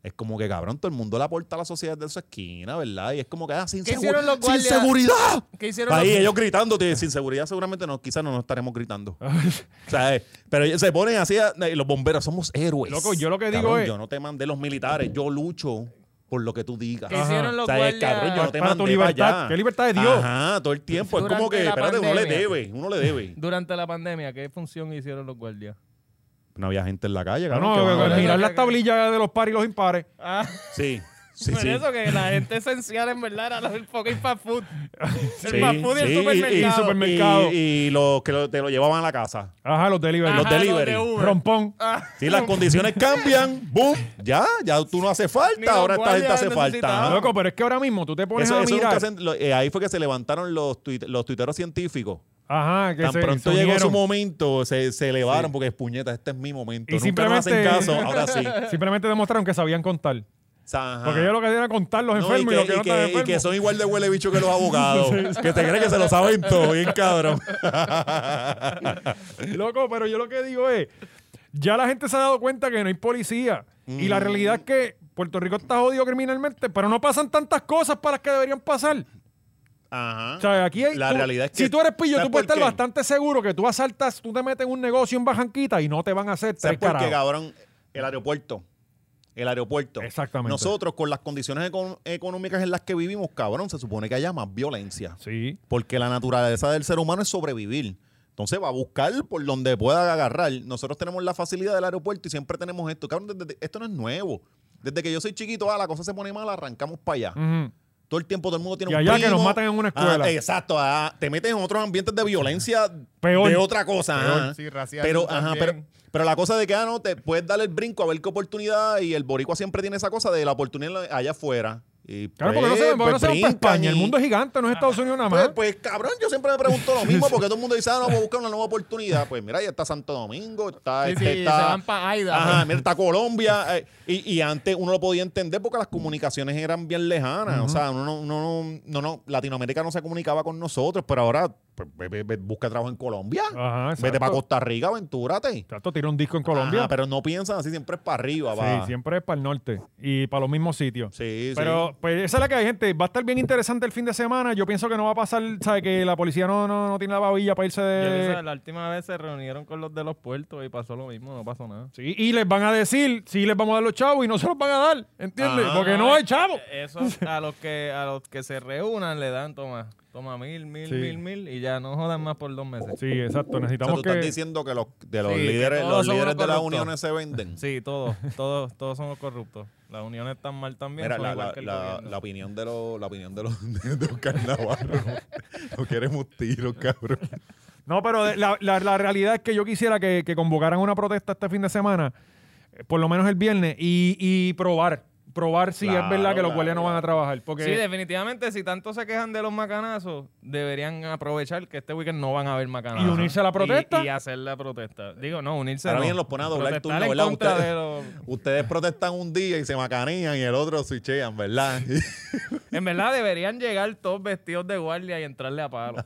Speaker 3: Es como que, cabrón, todo el mundo le aporta a la sociedad de su esquina, ¿verdad? Y es como que, ah, sin,
Speaker 5: ¿Qué
Speaker 3: segu-
Speaker 5: hicieron los
Speaker 3: sin
Speaker 5: guardias?
Speaker 3: seguridad.
Speaker 5: ¿Qué hicieron
Speaker 3: Ahí
Speaker 5: los-
Speaker 3: ellos gritándote, sin seguridad seguramente no, quizás no nos estaremos gritando. o sea, eh, pero ellos se ponen así, a- eh, los bomberos somos héroes.
Speaker 1: Loco, yo lo que digo
Speaker 3: Cabrón,
Speaker 1: es-
Speaker 3: Yo no te mandé los militares, yo lucho por lo que tú digas.
Speaker 5: ¿Qué hicieron los
Speaker 3: O sea, eh,
Speaker 5: guardias?
Speaker 3: cabrón, yo no te
Speaker 1: Para tu
Speaker 3: mandé para
Speaker 1: libertad.
Speaker 3: allá.
Speaker 1: ¿Qué libertad de Dios?
Speaker 3: Ajá, todo el tiempo. Es como
Speaker 5: Durante
Speaker 3: que,
Speaker 5: la
Speaker 3: espérate, uno le
Speaker 5: pandemia.
Speaker 3: debe, uno le debe.
Speaker 5: Durante la pandemia, ¿qué función hicieron los guardias?
Speaker 3: No había gente en la calle,
Speaker 1: No,
Speaker 3: cabrón.
Speaker 1: no,
Speaker 3: ¿qué van a
Speaker 1: que- que
Speaker 3: hablar?
Speaker 1: mirar las tablillas de los pares y los impares.
Speaker 5: Ah,
Speaker 3: Sí, sí,
Speaker 5: por
Speaker 3: sí.
Speaker 5: eso que la gente esencial en verdad era el fucking fast food. El
Speaker 3: Sí,
Speaker 5: fast food y
Speaker 3: sí,
Speaker 5: el supermercado.
Speaker 1: y supermercado.
Speaker 3: Y, y los que lo- te lo llevaban a la casa.
Speaker 1: Ajá, los delivery.
Speaker 5: Ajá,
Speaker 3: los delivery.
Speaker 5: de Uber.
Speaker 1: Rompón.
Speaker 5: Ah,
Speaker 3: Si las condiciones cambian, ¡boom! Ya, ya tú no hace
Speaker 5: Ni
Speaker 3: falta,
Speaker 5: los
Speaker 3: ahora esta gente
Speaker 5: guardias
Speaker 3: hace falta.
Speaker 5: necesitaban.
Speaker 3: Ajá.
Speaker 1: Loco, pero es que ahora mismo tú te pones
Speaker 3: Eso,
Speaker 1: a
Speaker 3: eso
Speaker 1: mirar.
Speaker 3: nunca se- lo- eh, ahí fue que se levantaron los, tuit- los tuiteros científicos.
Speaker 1: Ajá, que
Speaker 3: Tan
Speaker 1: se,
Speaker 3: pronto
Speaker 1: se
Speaker 3: llegó su
Speaker 1: unieron.
Speaker 3: momento, se, se elevaron porque, puñeta, este es mi momento.
Speaker 1: Y
Speaker 3: Nunca nos hacen
Speaker 1: simplemente-
Speaker 3: caso, ahora sí.
Speaker 1: Simplemente demostraron que sabían contar.
Speaker 3: O sea, ajá.
Speaker 1: Porque ellos lo que hacían era contar los
Speaker 3: No,
Speaker 1: enfermos y,
Speaker 3: y,
Speaker 1: los
Speaker 3: que,
Speaker 1: que no
Speaker 3: y que-
Speaker 1: estaban
Speaker 3: y que
Speaker 1: enfermos.
Speaker 3: son igual de huele bicho que los abogados. que te creen que se lo saben todo, bien cabrón.
Speaker 1: Loco, pero yo lo que digo es, ya la gente se ha dado cuenta que no hay policía. Y
Speaker 3: Mm.
Speaker 1: la realidad es que Puerto Rico está jodido criminalmente, pero no pasan tantas cosas para las que deberían pasar.
Speaker 3: Ajá.
Speaker 1: O sea, aquí hay,
Speaker 3: La
Speaker 1: tú-
Speaker 3: realidad es que-
Speaker 1: si tú eres pillo,
Speaker 3: ¿sabes
Speaker 1: tú puedes
Speaker 3: por
Speaker 1: estar
Speaker 3: qué?
Speaker 1: bastante seguro que tú asaltas, tú te metes en un negocio en Bajanquita y no te van a hacer tres
Speaker 3: ¿Sabes por qué,
Speaker 1: carajos.
Speaker 3: cabrón? El aeropuerto. El aeropuerto.
Speaker 1: Exactamente.
Speaker 3: Nosotros, con las condiciones econ- económicas en las que vivimos, cabrón, se supone que haya más violencia.
Speaker 1: Sí.
Speaker 3: Porque la naturaleza del ser humano es sobrevivir. Entonces va a buscar por donde pueda agarrar. Nosotros tenemos la facilidad del aeropuerto y siempre tenemos esto. Cabrón, desde- esto no es nuevo. Desde que yo soy chiquito, ah, la cosa se pone mala, arrancamos para allá.
Speaker 1: Ujú.
Speaker 3: Todo el tiempo todo el mundo tiene
Speaker 1: Y
Speaker 3: un
Speaker 1: allá que
Speaker 3: primo.
Speaker 1: nos matan en una escuela.
Speaker 3: Ah, exacto. ah, te metes en otros ambientes de violencia
Speaker 1: Peor.
Speaker 3: de otra cosa.
Speaker 5: Peor,
Speaker 3: ajá.
Speaker 5: sí, racial
Speaker 3: pero,
Speaker 5: también.
Speaker 3: ajá, pero, pero la cosa de que ah, no, te puedes dar el brinco a ver qué oportunidad y el boricua siempre tiene esa cosa de la oportunidad allá afuera. Y,
Speaker 1: Claro,
Speaker 3: pues,
Speaker 1: porque no se, porque
Speaker 3: pues,
Speaker 1: no se van para
Speaker 3: brincan
Speaker 1: España. El
Speaker 3: y-
Speaker 1: mundo es gigante, no es Estados Unidos nada más.
Speaker 3: pues, pues, cabrón, yo siempre me pregunto lo mismo porque todo el mundo dice, ah, no, voy a buscar una nueva oportunidad. Pues mira, ya está Santo Domingo, está...
Speaker 5: Sí,
Speaker 3: este,
Speaker 5: sí,
Speaker 3: está-
Speaker 5: se van pa' pues. Aida.
Speaker 3: Ajá, mira, está Colombia. eh, y, y antes uno lo podía entender porque las comunicaciones eran bien lejanas. O sea, uno, no- uno no- no, no, Latinoamérica no se comunicaba con nosotros, pero ahora pues, ve- ve- ve, busca trabajo en Colombia.
Speaker 1: Ajá, exacto.
Speaker 3: Vete para Costa Rica, aventúrate.
Speaker 1: Exacto, tira un disco en Colombia.
Speaker 3: Ajá, pero no piensan así, siempre es para arriba. va.
Speaker 1: Sí, siempre es para el norte y para los mismos sitios.
Speaker 3: Sí, sí.
Speaker 1: Pero pues, esa es la que hay, gente. Va a estar bien interesante el fin de semana. Yo pienso que no va a pasar, ¿sabes? Que la policía no, no, no tiene la babilla para irse
Speaker 5: yo
Speaker 1: de.
Speaker 5: pienso que la última vez se reunieron con los de los puertos y pasó lo mismo, no pasó nada.
Speaker 1: Sí, y les van a decir si les vamos a dar los chavos y no se los van a dar, ¿entiendes?
Speaker 3: Ajá.
Speaker 1: Porque no hay chavos.
Speaker 5: Ah, eh, Eso a los que a los que se reúnan le dan toma, toma mil, mil,
Speaker 1: Sí.
Speaker 5: mil, mil y ya no jodan más por dos meses.
Speaker 1: Sí, exacto.
Speaker 3: O sea, tú
Speaker 1: Necesitamos
Speaker 3: estás
Speaker 1: que.
Speaker 3: diciendo que los, de los
Speaker 5: Sí, que
Speaker 3: líderes,
Speaker 5: todos
Speaker 3: los
Speaker 5: son
Speaker 3: líderes de las
Speaker 5: corruptos.
Speaker 3: uniones se venden.
Speaker 5: Sí, todos, todos, todos somos corruptos. Las uniones están mal también.
Speaker 3: Mira,
Speaker 5: son
Speaker 3: la,
Speaker 5: igual
Speaker 3: la-
Speaker 5: que el
Speaker 3: la-
Speaker 5: gobierno.
Speaker 3: la opinión de los, la opinión de los de Oscar Navarro. No queremos tiros, cabrón.
Speaker 1: No, pero de- la, la- la realidad es que yo quisiera que, que convocaran una protesta este fin de semana, eh, por lo menos el viernes, y, y probar. probar si es
Speaker 3: Claro,
Speaker 1: verdad que los
Speaker 3: claro,
Speaker 1: guardias no van a trabajar. Porque
Speaker 5: Sí, definitivamente, si tanto se quejan de los macanazos, deberían aprovechar que este weekend no van a haber macanazos.
Speaker 1: Y unirse a la protesta.
Speaker 5: Y, y hacer la protesta. Digo, no, unirse
Speaker 3: Ahora
Speaker 5: no.
Speaker 3: bien los pone a doblar
Speaker 5: Protestar
Speaker 3: turno,
Speaker 5: en
Speaker 3: ¿verdad?
Speaker 5: contra
Speaker 3: Ustedes-
Speaker 5: de los-
Speaker 3: Ustedes protestan un día y se macanean y el otro switchean, ¿verdad?
Speaker 5: En verdad, deberían llegar todos vestidos de guardia y entrarle a palo.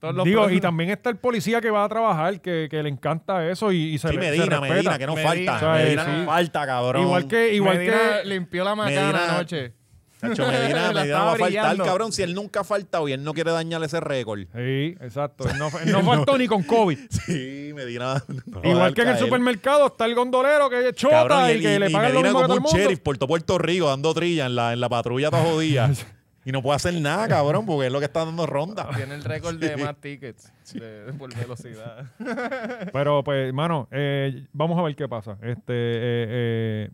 Speaker 5: Todos los
Speaker 1: digo,
Speaker 5: procesos-
Speaker 1: y también está el policía que va a trabajar, que, que le encanta eso y, y se
Speaker 3: Sí,
Speaker 1: le se
Speaker 3: Medina,
Speaker 1: respeta.
Speaker 3: Medina, que no
Speaker 5: Medina,
Speaker 3: falta.
Speaker 1: o sea,
Speaker 3: Medina
Speaker 1: sí.
Speaker 3: no falta, cabrón.
Speaker 1: Igual que, igual
Speaker 5: Medina
Speaker 1: que
Speaker 5: limpió la macana
Speaker 3: Medina-
Speaker 5: anoche.
Speaker 3: Chacho, Medina,
Speaker 5: La
Speaker 3: Medina no
Speaker 5: estaba
Speaker 3: va a faltar,
Speaker 5: brillando.
Speaker 3: cabrón. Si él nunca ha faltado y él no quiere dañar ese récord.
Speaker 1: Sí, exacto. Él No, él no faltó ni con COVID.
Speaker 3: Sí, Medina. no va a
Speaker 1: Igual
Speaker 3: dejar
Speaker 1: que en el
Speaker 3: caer.
Speaker 1: supermercado está el gondolero que es chota
Speaker 3: Cabrón,
Speaker 1: y, que le pagan lo mismo
Speaker 3: Medina
Speaker 1: que todo
Speaker 3: como
Speaker 1: el
Speaker 3: un
Speaker 1: mundo.
Speaker 3: sheriff por todo Puerto Rico dando trilla en la, en la patrulla todos los días. y no puede hacer nada, cabrón, porque es lo que está dando ronda.
Speaker 5: Tiene el récord de más tickets de- por velocidad.
Speaker 1: Pero pues, mano, eh, vamos a ver qué pasa. Este, eh, eh,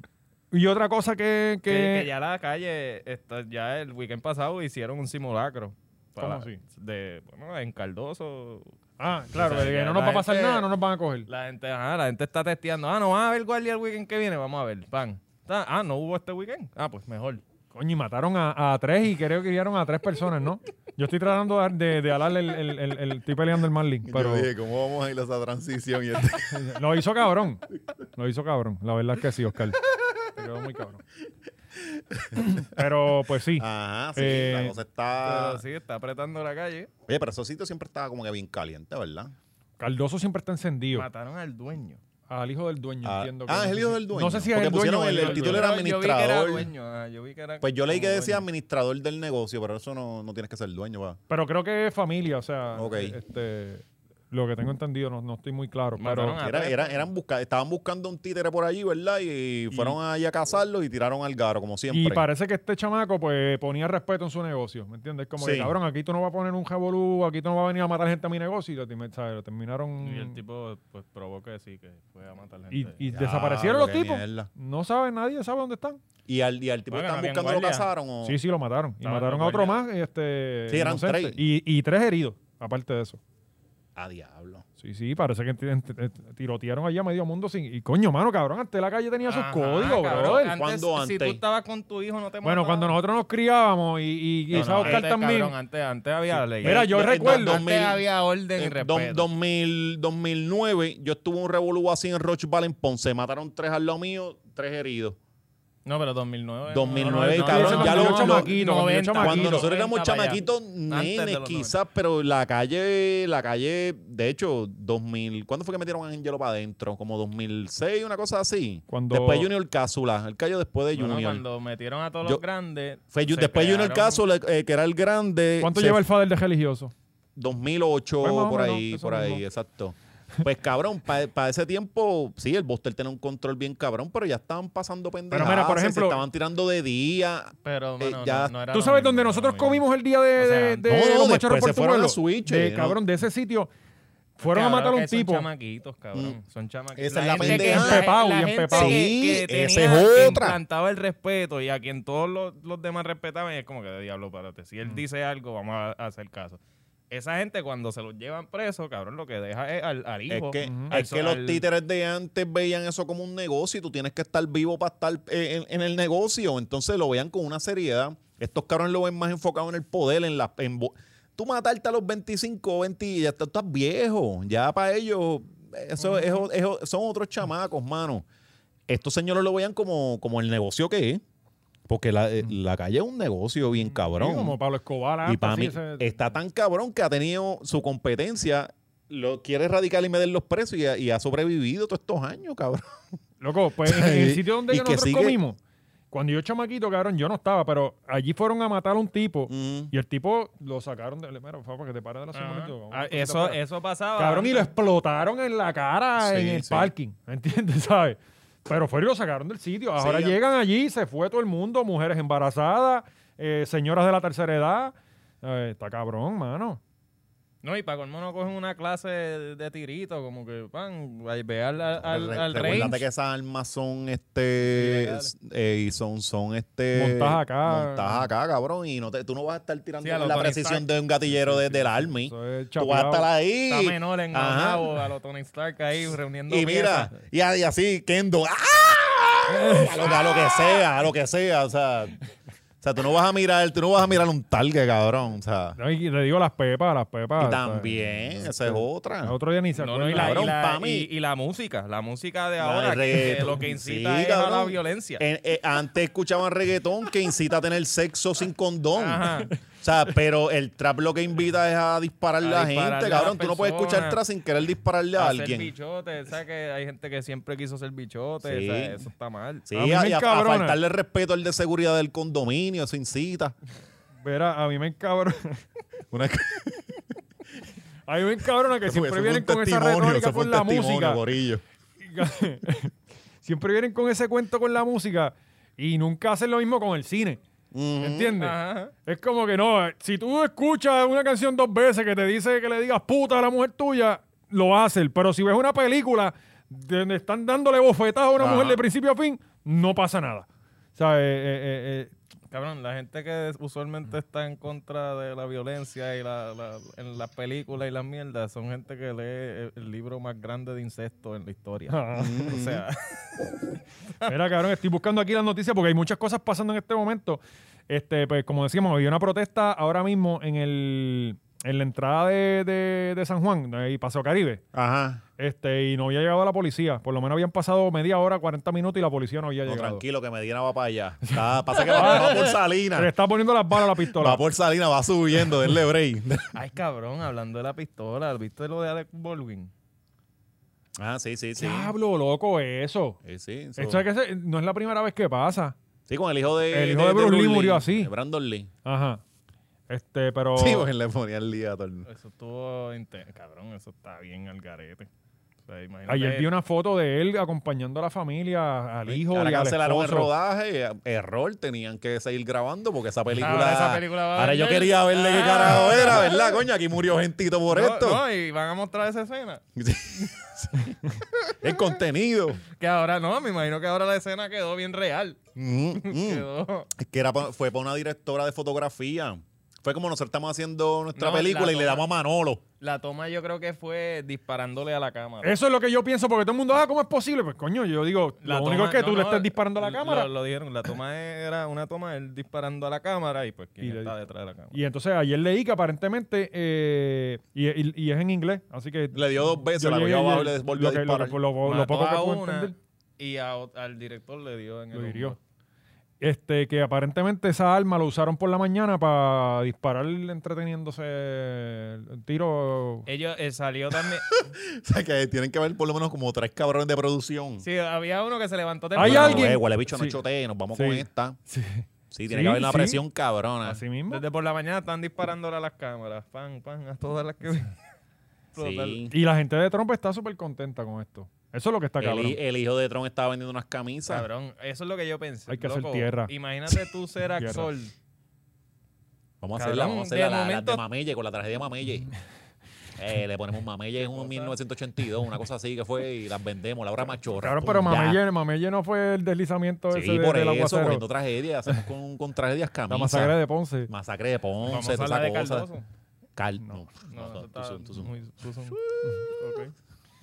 Speaker 1: y otra cosa que... que-
Speaker 5: que, que ya la calle, esta- ya el weekend pasado hicieron un simulacro.
Speaker 1: ¿Cómo así?
Speaker 5: De, bueno, en Cardoso.
Speaker 1: Ah, claro,
Speaker 5: O sea,
Speaker 1: de que
Speaker 5: ya
Speaker 1: no nos
Speaker 5: la
Speaker 1: va a pasar
Speaker 5: gente-
Speaker 1: nada, no nos van a coger.
Speaker 5: La gente, ajá, la gente está testeando. Ah, no va a haber guardia el weekend que viene. Vamos a ver, pan. Ta- Ah, no hubo este weekend. Ah, pues mejor.
Speaker 1: Coño, y mataron a, a tres y creo que criaron a tres personas, ¿no? Yo estoy tratando de, de, de alarle el, el, el, el- estoy peleando el Marlin, pero
Speaker 3: ¿cómo vamos a ir a esa transición? Y este-
Speaker 1: lo hizo cabrón. Lo hizo cabrón. La verdad es que sí, Oscar. Te quedó muy cabrón. Pero pues sí.
Speaker 3: Ajá, sí,
Speaker 1: Eh,
Speaker 3: la cosa
Speaker 5: Pero
Speaker 3: está.
Speaker 5: sí, está apretando la calle.
Speaker 3: Oye, pero esos sitios siempre estaba como que bien caliente, ¿verdad?
Speaker 1: Cardoso siempre está encendido.
Speaker 5: Mataron al dueño.
Speaker 1: Al hijo del dueño,
Speaker 3: Ah,
Speaker 1: entiendo.
Speaker 3: ah,
Speaker 1: no
Speaker 3: es el
Speaker 1: sé
Speaker 3: hijo
Speaker 1: si-
Speaker 3: del dueño.
Speaker 1: No sé si es
Speaker 3: Porque
Speaker 1: el dueño.
Speaker 3: pusieron
Speaker 1: o
Speaker 3: el-
Speaker 1: hijo
Speaker 3: el
Speaker 1: del
Speaker 3: título
Speaker 1: dueño.
Speaker 3: era
Speaker 5: Pero Yo vi que era
Speaker 3: administrador.
Speaker 5: dueño. ajá, yo vi que era
Speaker 3: Pues yo leí que
Speaker 5: como
Speaker 3: decía
Speaker 5: dueño.
Speaker 3: administrador del negocio, pero eso no, no tienes que ser dueño, va.
Speaker 1: Pero creo que es familia, o sea,
Speaker 3: Ok.
Speaker 1: este, lo que tengo entendido, no, no estoy muy claro.
Speaker 5: Mataron
Speaker 1: Pero,
Speaker 5: Ah,
Speaker 3: Era-
Speaker 5: pero-
Speaker 3: era- eran busca- estaban buscando un títere por allí, ¿verdad? Y, fueron ahí a cazarlo y tiraron al garo, como siempre.
Speaker 1: y parece que este chamaco pues ponía respeto en su negocio, ¿me entiendes? Como que,
Speaker 3: Sí.
Speaker 1: cabrón, aquí tú no vas a poner un revolú, aquí tú no vas a venir a matar gente a mi negocio. Y lo, termi- ¿sabes? Lo terminaron...
Speaker 5: Y el tipo, eh, pues, probó que sí, que fue a matar gente.
Speaker 1: y- y
Speaker 3: Ya,
Speaker 1: desaparecieron los
Speaker 3: qué
Speaker 1: tipos.
Speaker 3: mierda.
Speaker 1: No sabe, nadie sabe dónde están.
Speaker 3: Y al, y al tipo
Speaker 5: Bueno,
Speaker 3: que estaban
Speaker 5: no habían
Speaker 3: buscando lo
Speaker 5: guardia.
Speaker 3: cazaron. o-
Speaker 1: Sí, sí, lo mataron. Y
Speaker 5: Estaban
Speaker 1: mataron a
Speaker 5: los
Speaker 1: otro
Speaker 5: guardias.
Speaker 1: más. y Este,
Speaker 3: Sí, eran
Speaker 1: inocente.
Speaker 3: tres.
Speaker 1: Y, y tres heridos, aparte de eso.
Speaker 3: A diablo.
Speaker 1: Sí, sí, parece que t- t- t- tirotearon allá a medio mundo sin. Y coño, mano, cabrón, antes la calle tenía sus
Speaker 5: Ajá,
Speaker 1: códigos,
Speaker 5: cabrón,
Speaker 1: brother.
Speaker 5: antes,
Speaker 3: ¿Cuándo
Speaker 5: Si tú
Speaker 3: antes?
Speaker 5: estabas con tu hijo, no te
Speaker 1: Bueno,
Speaker 5: mataban.
Speaker 1: cuando nosotros nos criábamos y, y, y
Speaker 5: No,
Speaker 1: esa
Speaker 5: no,
Speaker 1: Oscar
Speaker 5: antes,
Speaker 1: también.
Speaker 5: cabrón, ah, antes, antes había ley.
Speaker 1: Mira, yo
Speaker 3: en dos-
Speaker 1: recuerdo.
Speaker 5: Antes
Speaker 3: 2000
Speaker 5: había orden y
Speaker 3: En
Speaker 5: respeto.
Speaker 3: Eh, dos- 2000, 2009, yo estuve en un revolú así en Rochval en Ponce. Mataron tres al lado mío, tres heridos.
Speaker 5: no, pero 2009.
Speaker 3: 2009,
Speaker 1: no, no,
Speaker 3: cabrón,
Speaker 1: no,
Speaker 3: ya
Speaker 1: no,
Speaker 3: lo-
Speaker 1: no,
Speaker 3: lo-
Speaker 1: chamaquito, cuando yo era
Speaker 3: Cuando
Speaker 1: chamaquito.
Speaker 3: nosotros éramos
Speaker 5: 90 para allá.
Speaker 3: chamaquitos,
Speaker 5: Antes de
Speaker 3: nenes
Speaker 5: los
Speaker 3: quizás, pero la calle, la calle, de hecho, 2000, ¿cuándo fue que metieron a Angelo para adentro? Como 2006, una cosa así.
Speaker 1: Cuando-
Speaker 3: Después Junior Cásula, el callo después de
Speaker 5: No, no,
Speaker 3: Junior.
Speaker 5: cuando metieron a todos
Speaker 3: Yo-
Speaker 5: los grandes.
Speaker 3: Fue Ju-
Speaker 5: se
Speaker 3: después Junior
Speaker 5: crearon-
Speaker 3: Cásula, eh, que era el grande.
Speaker 1: ¿Cuánto
Speaker 3: se
Speaker 1: lleva el Fader de religioso?
Speaker 3: 2008,
Speaker 1: Pues más o
Speaker 3: por
Speaker 1: menos,
Speaker 3: ahí,
Speaker 1: eso
Speaker 3: por ahí,
Speaker 1: mismo.
Speaker 3: exacto. Pues cabrón, para ese tiempo, sí, el Buster tenía un control bien cabrón, pero ya estaban pasando pendejadas.
Speaker 1: mira, por
Speaker 3: se-
Speaker 1: ejemplo-
Speaker 3: se estaban tirando de día.
Speaker 5: Pero,
Speaker 3: Eh,
Speaker 5: mano,
Speaker 3: ya-
Speaker 5: no, no era
Speaker 1: Tú
Speaker 5: lo
Speaker 1: sabes
Speaker 5: mismo,
Speaker 1: dónde
Speaker 5: no era lo
Speaker 1: nosotros
Speaker 5: mismo.
Speaker 1: comimos el día de,
Speaker 5: O sea,
Speaker 1: de- de
Speaker 3: no,
Speaker 1: los
Speaker 3: después
Speaker 1: machorros
Speaker 3: se
Speaker 1: por tu
Speaker 3: fueron a
Speaker 1: pueblo.
Speaker 3: Switch,
Speaker 1: de,
Speaker 3: ¿no?
Speaker 1: Cabrón, de ese sitio. Fueron
Speaker 5: Cabrón,
Speaker 1: a matar a
Speaker 5: que
Speaker 1: un tipo.
Speaker 5: Son chamaquitos, cabrón. Son chamaquitos.
Speaker 3: Mm. Esa es la
Speaker 5: gente que-
Speaker 3: pendeja.
Speaker 1: Empepao, y
Speaker 5: la gente
Speaker 1: empepao.
Speaker 5: que-
Speaker 3: Sí,
Speaker 5: que
Speaker 3: esa
Speaker 5: tenía-
Speaker 3: es otra.
Speaker 5: que implantaba el respeto y a quien todos los, los demás respetaban. Y es como que, diablo, párate. Si
Speaker 3: Mm.
Speaker 5: él dice algo, vamos a, a hacer caso. Esa gente, cuando se los llevan preso, cabrón, lo que deja es al, al
Speaker 3: Es
Speaker 5: hijo.
Speaker 3: que,
Speaker 1: Ujú.
Speaker 5: al
Speaker 3: es que los
Speaker 5: al-
Speaker 3: títeres de antes veían eso como un negocio y tú tienes que estar vivo para estar eh, en, en el negocio. Entonces lo vean con una seriedad. Estos cabrones lo ven más enfocado en el poder, en la... en bo- tú matarte a los 25, 20, ya tú estás viejo. Ya para ellos, eso, eso- eso- son otros chamacos, mano. Estos señores lo vean como, como el negocio que es. Porque la, eh, la calle es un negocio bien cabrón.
Speaker 1: Sí, como Pablo
Speaker 5: Ah,
Speaker 1: Escobar.
Speaker 3: Y
Speaker 1: antes,
Speaker 5: pues
Speaker 3: para
Speaker 1: sí,
Speaker 3: mí, eh,
Speaker 1: ese-
Speaker 3: está tan cabrón que ha tenido su competencia, lo quiere erradicar y meter los presos y ha, y ha sobrevivido todos estos años, cabrón.
Speaker 1: Loco, pues en el sitio donde
Speaker 3: Y
Speaker 1: yo
Speaker 3: que
Speaker 1: nosotros
Speaker 3: sigue-
Speaker 1: comimos, cuando yo chamaquito, cabrón, yo no estaba, pero allí fueron a matar a un tipo
Speaker 3: Mm.
Speaker 1: y el tipo lo sacaron de. Mira, por favor, que te pares de los
Speaker 5: Ajá.
Speaker 1: minutos. vamos
Speaker 5: Ah,
Speaker 1: un poquito
Speaker 5: eso, ah.
Speaker 1: afuera.
Speaker 5: eso pasaba.
Speaker 1: este Cabrón, y lo
Speaker 5: antes.
Speaker 1: explotaron en la cara
Speaker 3: Sí,
Speaker 1: en el
Speaker 3: sí.
Speaker 1: parking, ¿me entiendes? ¿Sabes? Pero fueron y lo sacaron del sitio. Ahora
Speaker 3: ya-
Speaker 1: llegan allí, se fue todo el mundo, mujeres embarazadas, eh, señoras de la tercera edad. Eh, está cabrón, mano.
Speaker 5: No, y para colmo no cogen una clase de, de tirito, como que, pan, al- ve al, al, al,
Speaker 3: Re-
Speaker 5: al
Speaker 3: recuérdate
Speaker 5: range.
Speaker 3: que esas armas son este
Speaker 5: Ilegales.
Speaker 3: s- eh, y son son este
Speaker 1: Montadas acá.
Speaker 3: montadas acá cabrón y no te, tú no vas a estar tirando
Speaker 5: Sí, a lo
Speaker 3: la
Speaker 5: Tony
Speaker 3: precisión
Speaker 5: Stark.
Speaker 3: de un gatillero de- del army
Speaker 1: Eso es
Speaker 3: tú vas a
Speaker 1: chapeado.
Speaker 3: estar ahí
Speaker 5: Está menor en
Speaker 3: Ajá.
Speaker 5: Guanabo, a los Tony Stark ahí reuniendo
Speaker 3: y mira
Speaker 5: piezas.
Speaker 3: y, a- y así Kendo ¡Ah! a, lo, a lo que sea, a lo que sea. O sea, o sea, tú no vas a mirar, tú no vas a mirar un target, cabrón. O sea,
Speaker 1: No, y le digo las pepas, las pepas.
Speaker 3: y
Speaker 1: o sea,
Speaker 5: pues,
Speaker 3: también, esa
Speaker 5: este,
Speaker 3: es otra.
Speaker 1: el Otro día ni se
Speaker 5: No,
Speaker 1: acuerda.
Speaker 5: no, y, la,
Speaker 3: Cabrón,
Speaker 5: y, la-
Speaker 3: pa' mí.
Speaker 5: y- y la música, la música de
Speaker 3: La de
Speaker 5: ahora, que
Speaker 3: reggaetón.
Speaker 5: lo que incita
Speaker 3: Sí,
Speaker 5: es a la
Speaker 3: cabrón.
Speaker 5: violencia.
Speaker 3: En- eh, antes escuchaban reggaetón que incita a tener sexo sin condón.
Speaker 5: Ajá.
Speaker 3: O sea, pero el trap lo que invita es a dispararle a
Speaker 5: A
Speaker 3: la
Speaker 5: dispararle a
Speaker 3: gente,
Speaker 5: la
Speaker 3: cabrón. Tú no puedes
Speaker 5: persona.
Speaker 3: escuchar trap sin querer dispararle a
Speaker 5: Hacer
Speaker 3: alguien.
Speaker 5: bichote, ¿sabes? Que hay gente que siempre quiso ser bichote,
Speaker 3: Sí.
Speaker 5: ¿sabes? Eso está mal.
Speaker 3: Sí,
Speaker 1: A mí
Speaker 3: a,
Speaker 1: me
Speaker 3: y a- a
Speaker 1: encabrona.
Speaker 3: faltarle respeto al de seguridad del condominio, eso incita.
Speaker 1: Verá, a mí me encabrona.
Speaker 3: Una-
Speaker 1: A mí me encabrona que
Speaker 3: Eso
Speaker 1: siempre
Speaker 3: fue
Speaker 1: vienen
Speaker 3: un
Speaker 1: con esa
Speaker 3: testimonio,
Speaker 1: retórica
Speaker 3: eso
Speaker 1: con
Speaker 3: fue un
Speaker 1: la
Speaker 3: testimonio,
Speaker 1: música.
Speaker 3: gorillo.
Speaker 1: siempre vienen con ese cuento con la música y nunca hacen lo mismo con el cine. ¿Entiendes?
Speaker 5: Ajá.
Speaker 1: Es como que no, eh, si tú escuchas una canción dos veces que te dice que le digas puta a la mujer tuya, lo vas a hacer. Pero si ves una película de donde están dándole bofetadas a una
Speaker 3: Ajá.
Speaker 1: mujer de principio a fin, no pasa nada. O sea, eh, eh, eh, eh,
Speaker 5: Cabrón, la gente que usualmente está en contra de la violencia y la, la- en las películas y las mierdas son gente que lee el, el libro más grande de incesto en la historia.
Speaker 1: Ah.
Speaker 5: O sea,
Speaker 1: Mira, cabrón, estoy buscando aquí las noticias porque hay muchas cosas pasando en este momento. Este, pues, como decíamos, había una protesta ahora mismo en el en la entrada de, de- de San Juan eh, y Paseo Caribe.
Speaker 3: Ajá.
Speaker 1: Este, y no había llegado la policía. Por lo menos habían pasado media hora, 40 minutos y la policía no había
Speaker 3: No,
Speaker 1: llegado.
Speaker 3: tranquilo, que Medina va para allá. Está- pasa que va, va por
Speaker 1: Se le
Speaker 3: Salina.
Speaker 1: está poniendo las balas a la pistola.
Speaker 3: Va por Salina, va subiendo, denle break.
Speaker 5: ay cabrón, hablando de la pistola, ¿viste lo de Alec Baldwin?
Speaker 3: ah, sí, sí, sí.
Speaker 1: Diablo, loco, eso.
Speaker 3: Sí, sí, eso-
Speaker 1: Esto es que se- no es la primera vez que pasa.
Speaker 3: Sí, con el hijo de.
Speaker 1: El hijo de Bruce Lee murió así.
Speaker 3: de Brandon Lee.
Speaker 1: Ajá. Este, pero.
Speaker 3: Sí, porque le ponían Lee a todo el mundo.
Speaker 5: Eso estuvo inten- cabrón, eso está bien al garete. O sea, imagínate-
Speaker 1: Ayer vi una foto de él acompañando a la familia, al hijo
Speaker 3: Ahora
Speaker 1: y al
Speaker 3: cancelaron el
Speaker 1: esposo.
Speaker 3: rodaje. eh, Error, tenían que seguir grabando porque esa película.
Speaker 5: Ahora esa película va a
Speaker 3: Ahora yo
Speaker 5: vender.
Speaker 3: quería verle qué
Speaker 5: Ah.
Speaker 3: carajo era, ¿verdad, coño? Aquí murió gentito por
Speaker 5: No,
Speaker 3: esto.
Speaker 5: no, y van a mostrar esa escena.
Speaker 3: Sí, sí. el contenido.
Speaker 5: Que ahora no, me imagino que ahora la escena quedó bien real.
Speaker 3: Mm, mm.
Speaker 5: Quedó.
Speaker 3: Es que era pa- fue para una directora de fotografía. Fue como nosotros estamos haciendo nuestra
Speaker 5: No,
Speaker 3: película
Speaker 5: la
Speaker 3: y le
Speaker 5: toma.
Speaker 3: damos a Manolo.
Speaker 5: La toma yo creo que fue disparándole a la cámara.
Speaker 1: Eso es lo que yo pienso, porque todo el mundo, ah, ¿cómo es posible? Pues coño, yo digo,
Speaker 5: La
Speaker 1: Eh, lo
Speaker 5: toma-
Speaker 1: único es que
Speaker 5: no,
Speaker 1: tú le
Speaker 5: no,
Speaker 1: estás disparando a la
Speaker 5: lo-
Speaker 1: cámara.
Speaker 5: Lo, dijeron, la toma e-, era una toma, él disparando a la cámara y pues quién
Speaker 1: Y le
Speaker 5: está
Speaker 1: di-
Speaker 5: detrás de la cámara.
Speaker 1: Y entonces ayer leí que aparentemente, eh, y, y- y es en inglés, así que...
Speaker 3: Le dio dos veces,
Speaker 1: yo
Speaker 3: la
Speaker 1: llegué
Speaker 3: cogió abajo y
Speaker 1: ayer,
Speaker 3: le volvió a
Speaker 1: lo que-
Speaker 3: disparar.
Speaker 1: Lo, lo- lo
Speaker 5: Mató
Speaker 1: poco que
Speaker 5: a
Speaker 1: puedo
Speaker 5: una
Speaker 1: entender,
Speaker 5: y a ot- al director le dio en el
Speaker 1: lo hirió.
Speaker 5: hombro.
Speaker 1: Este, que aparentemente esa arma lo usaron por la mañana para disparar entreteniéndose el tiro...
Speaker 5: Ellos eh, salió también.
Speaker 3: O sea, que tienen que haber por lo menos como tres cabrones de producción.
Speaker 5: sí, había uno que se levantó
Speaker 1: Hay
Speaker 5: temprano.
Speaker 1: alguien-
Speaker 3: Eh, huele bicho, no
Speaker 1: Sí.
Speaker 3: chotee, nos vamos
Speaker 1: Sí.
Speaker 3: con esta. Sí.
Speaker 1: Sí,
Speaker 3: tiene que haber una
Speaker 1: sí.
Speaker 3: presión cabrona.
Speaker 1: Así mismo.
Speaker 5: Desde por la mañana están disparándole a las cámaras. Pan, pan, a todas las que. Total.
Speaker 3: Sí.
Speaker 1: Y la gente de Trump está súper contenta con esto. Eso es lo que está
Speaker 3: El,
Speaker 1: cabrón.
Speaker 3: hi- el hijo de Tron estaba vendiendo unas camisas.
Speaker 5: Cabrón, eso es lo que yo pensé.
Speaker 1: Hay que hacer
Speaker 5: loco.
Speaker 1: tierra.
Speaker 5: Imagínate tú ser
Speaker 1: Tierra.
Speaker 5: actor.
Speaker 3: Vamos a hacerla,
Speaker 5: Cabrón,
Speaker 3: vamos a hacerla.
Speaker 5: de
Speaker 3: la- la
Speaker 5: momento-
Speaker 3: de Mamelle, con la tragedia de Mamelle. Eh, le ponemos Mamelle en un 1982, una cosa así que fue, y las vendemos, la obra machorra.
Speaker 1: Claro,
Speaker 3: pum,
Speaker 1: pero
Speaker 3: ya.
Speaker 1: Mamelle, Mamelle no fue el deslizamiento
Speaker 3: Sí,
Speaker 1: ese de-
Speaker 3: por
Speaker 1: del
Speaker 3: eso,
Speaker 1: aguacero.
Speaker 3: cogiendo tragedias, hacemos con, con tragedias
Speaker 1: La
Speaker 3: camisas.
Speaker 1: masacre de Ponce.
Speaker 3: Masacre de
Speaker 5: Vamos
Speaker 3: Ponce,
Speaker 5: a
Speaker 3: toda
Speaker 5: la de
Speaker 3: esa cosa.
Speaker 5: Cardoso.
Speaker 3: Cal- no,
Speaker 5: No,
Speaker 3: no,
Speaker 5: eso
Speaker 3: tú
Speaker 5: está
Speaker 3: son- tú son-
Speaker 5: muy- tú son- ok.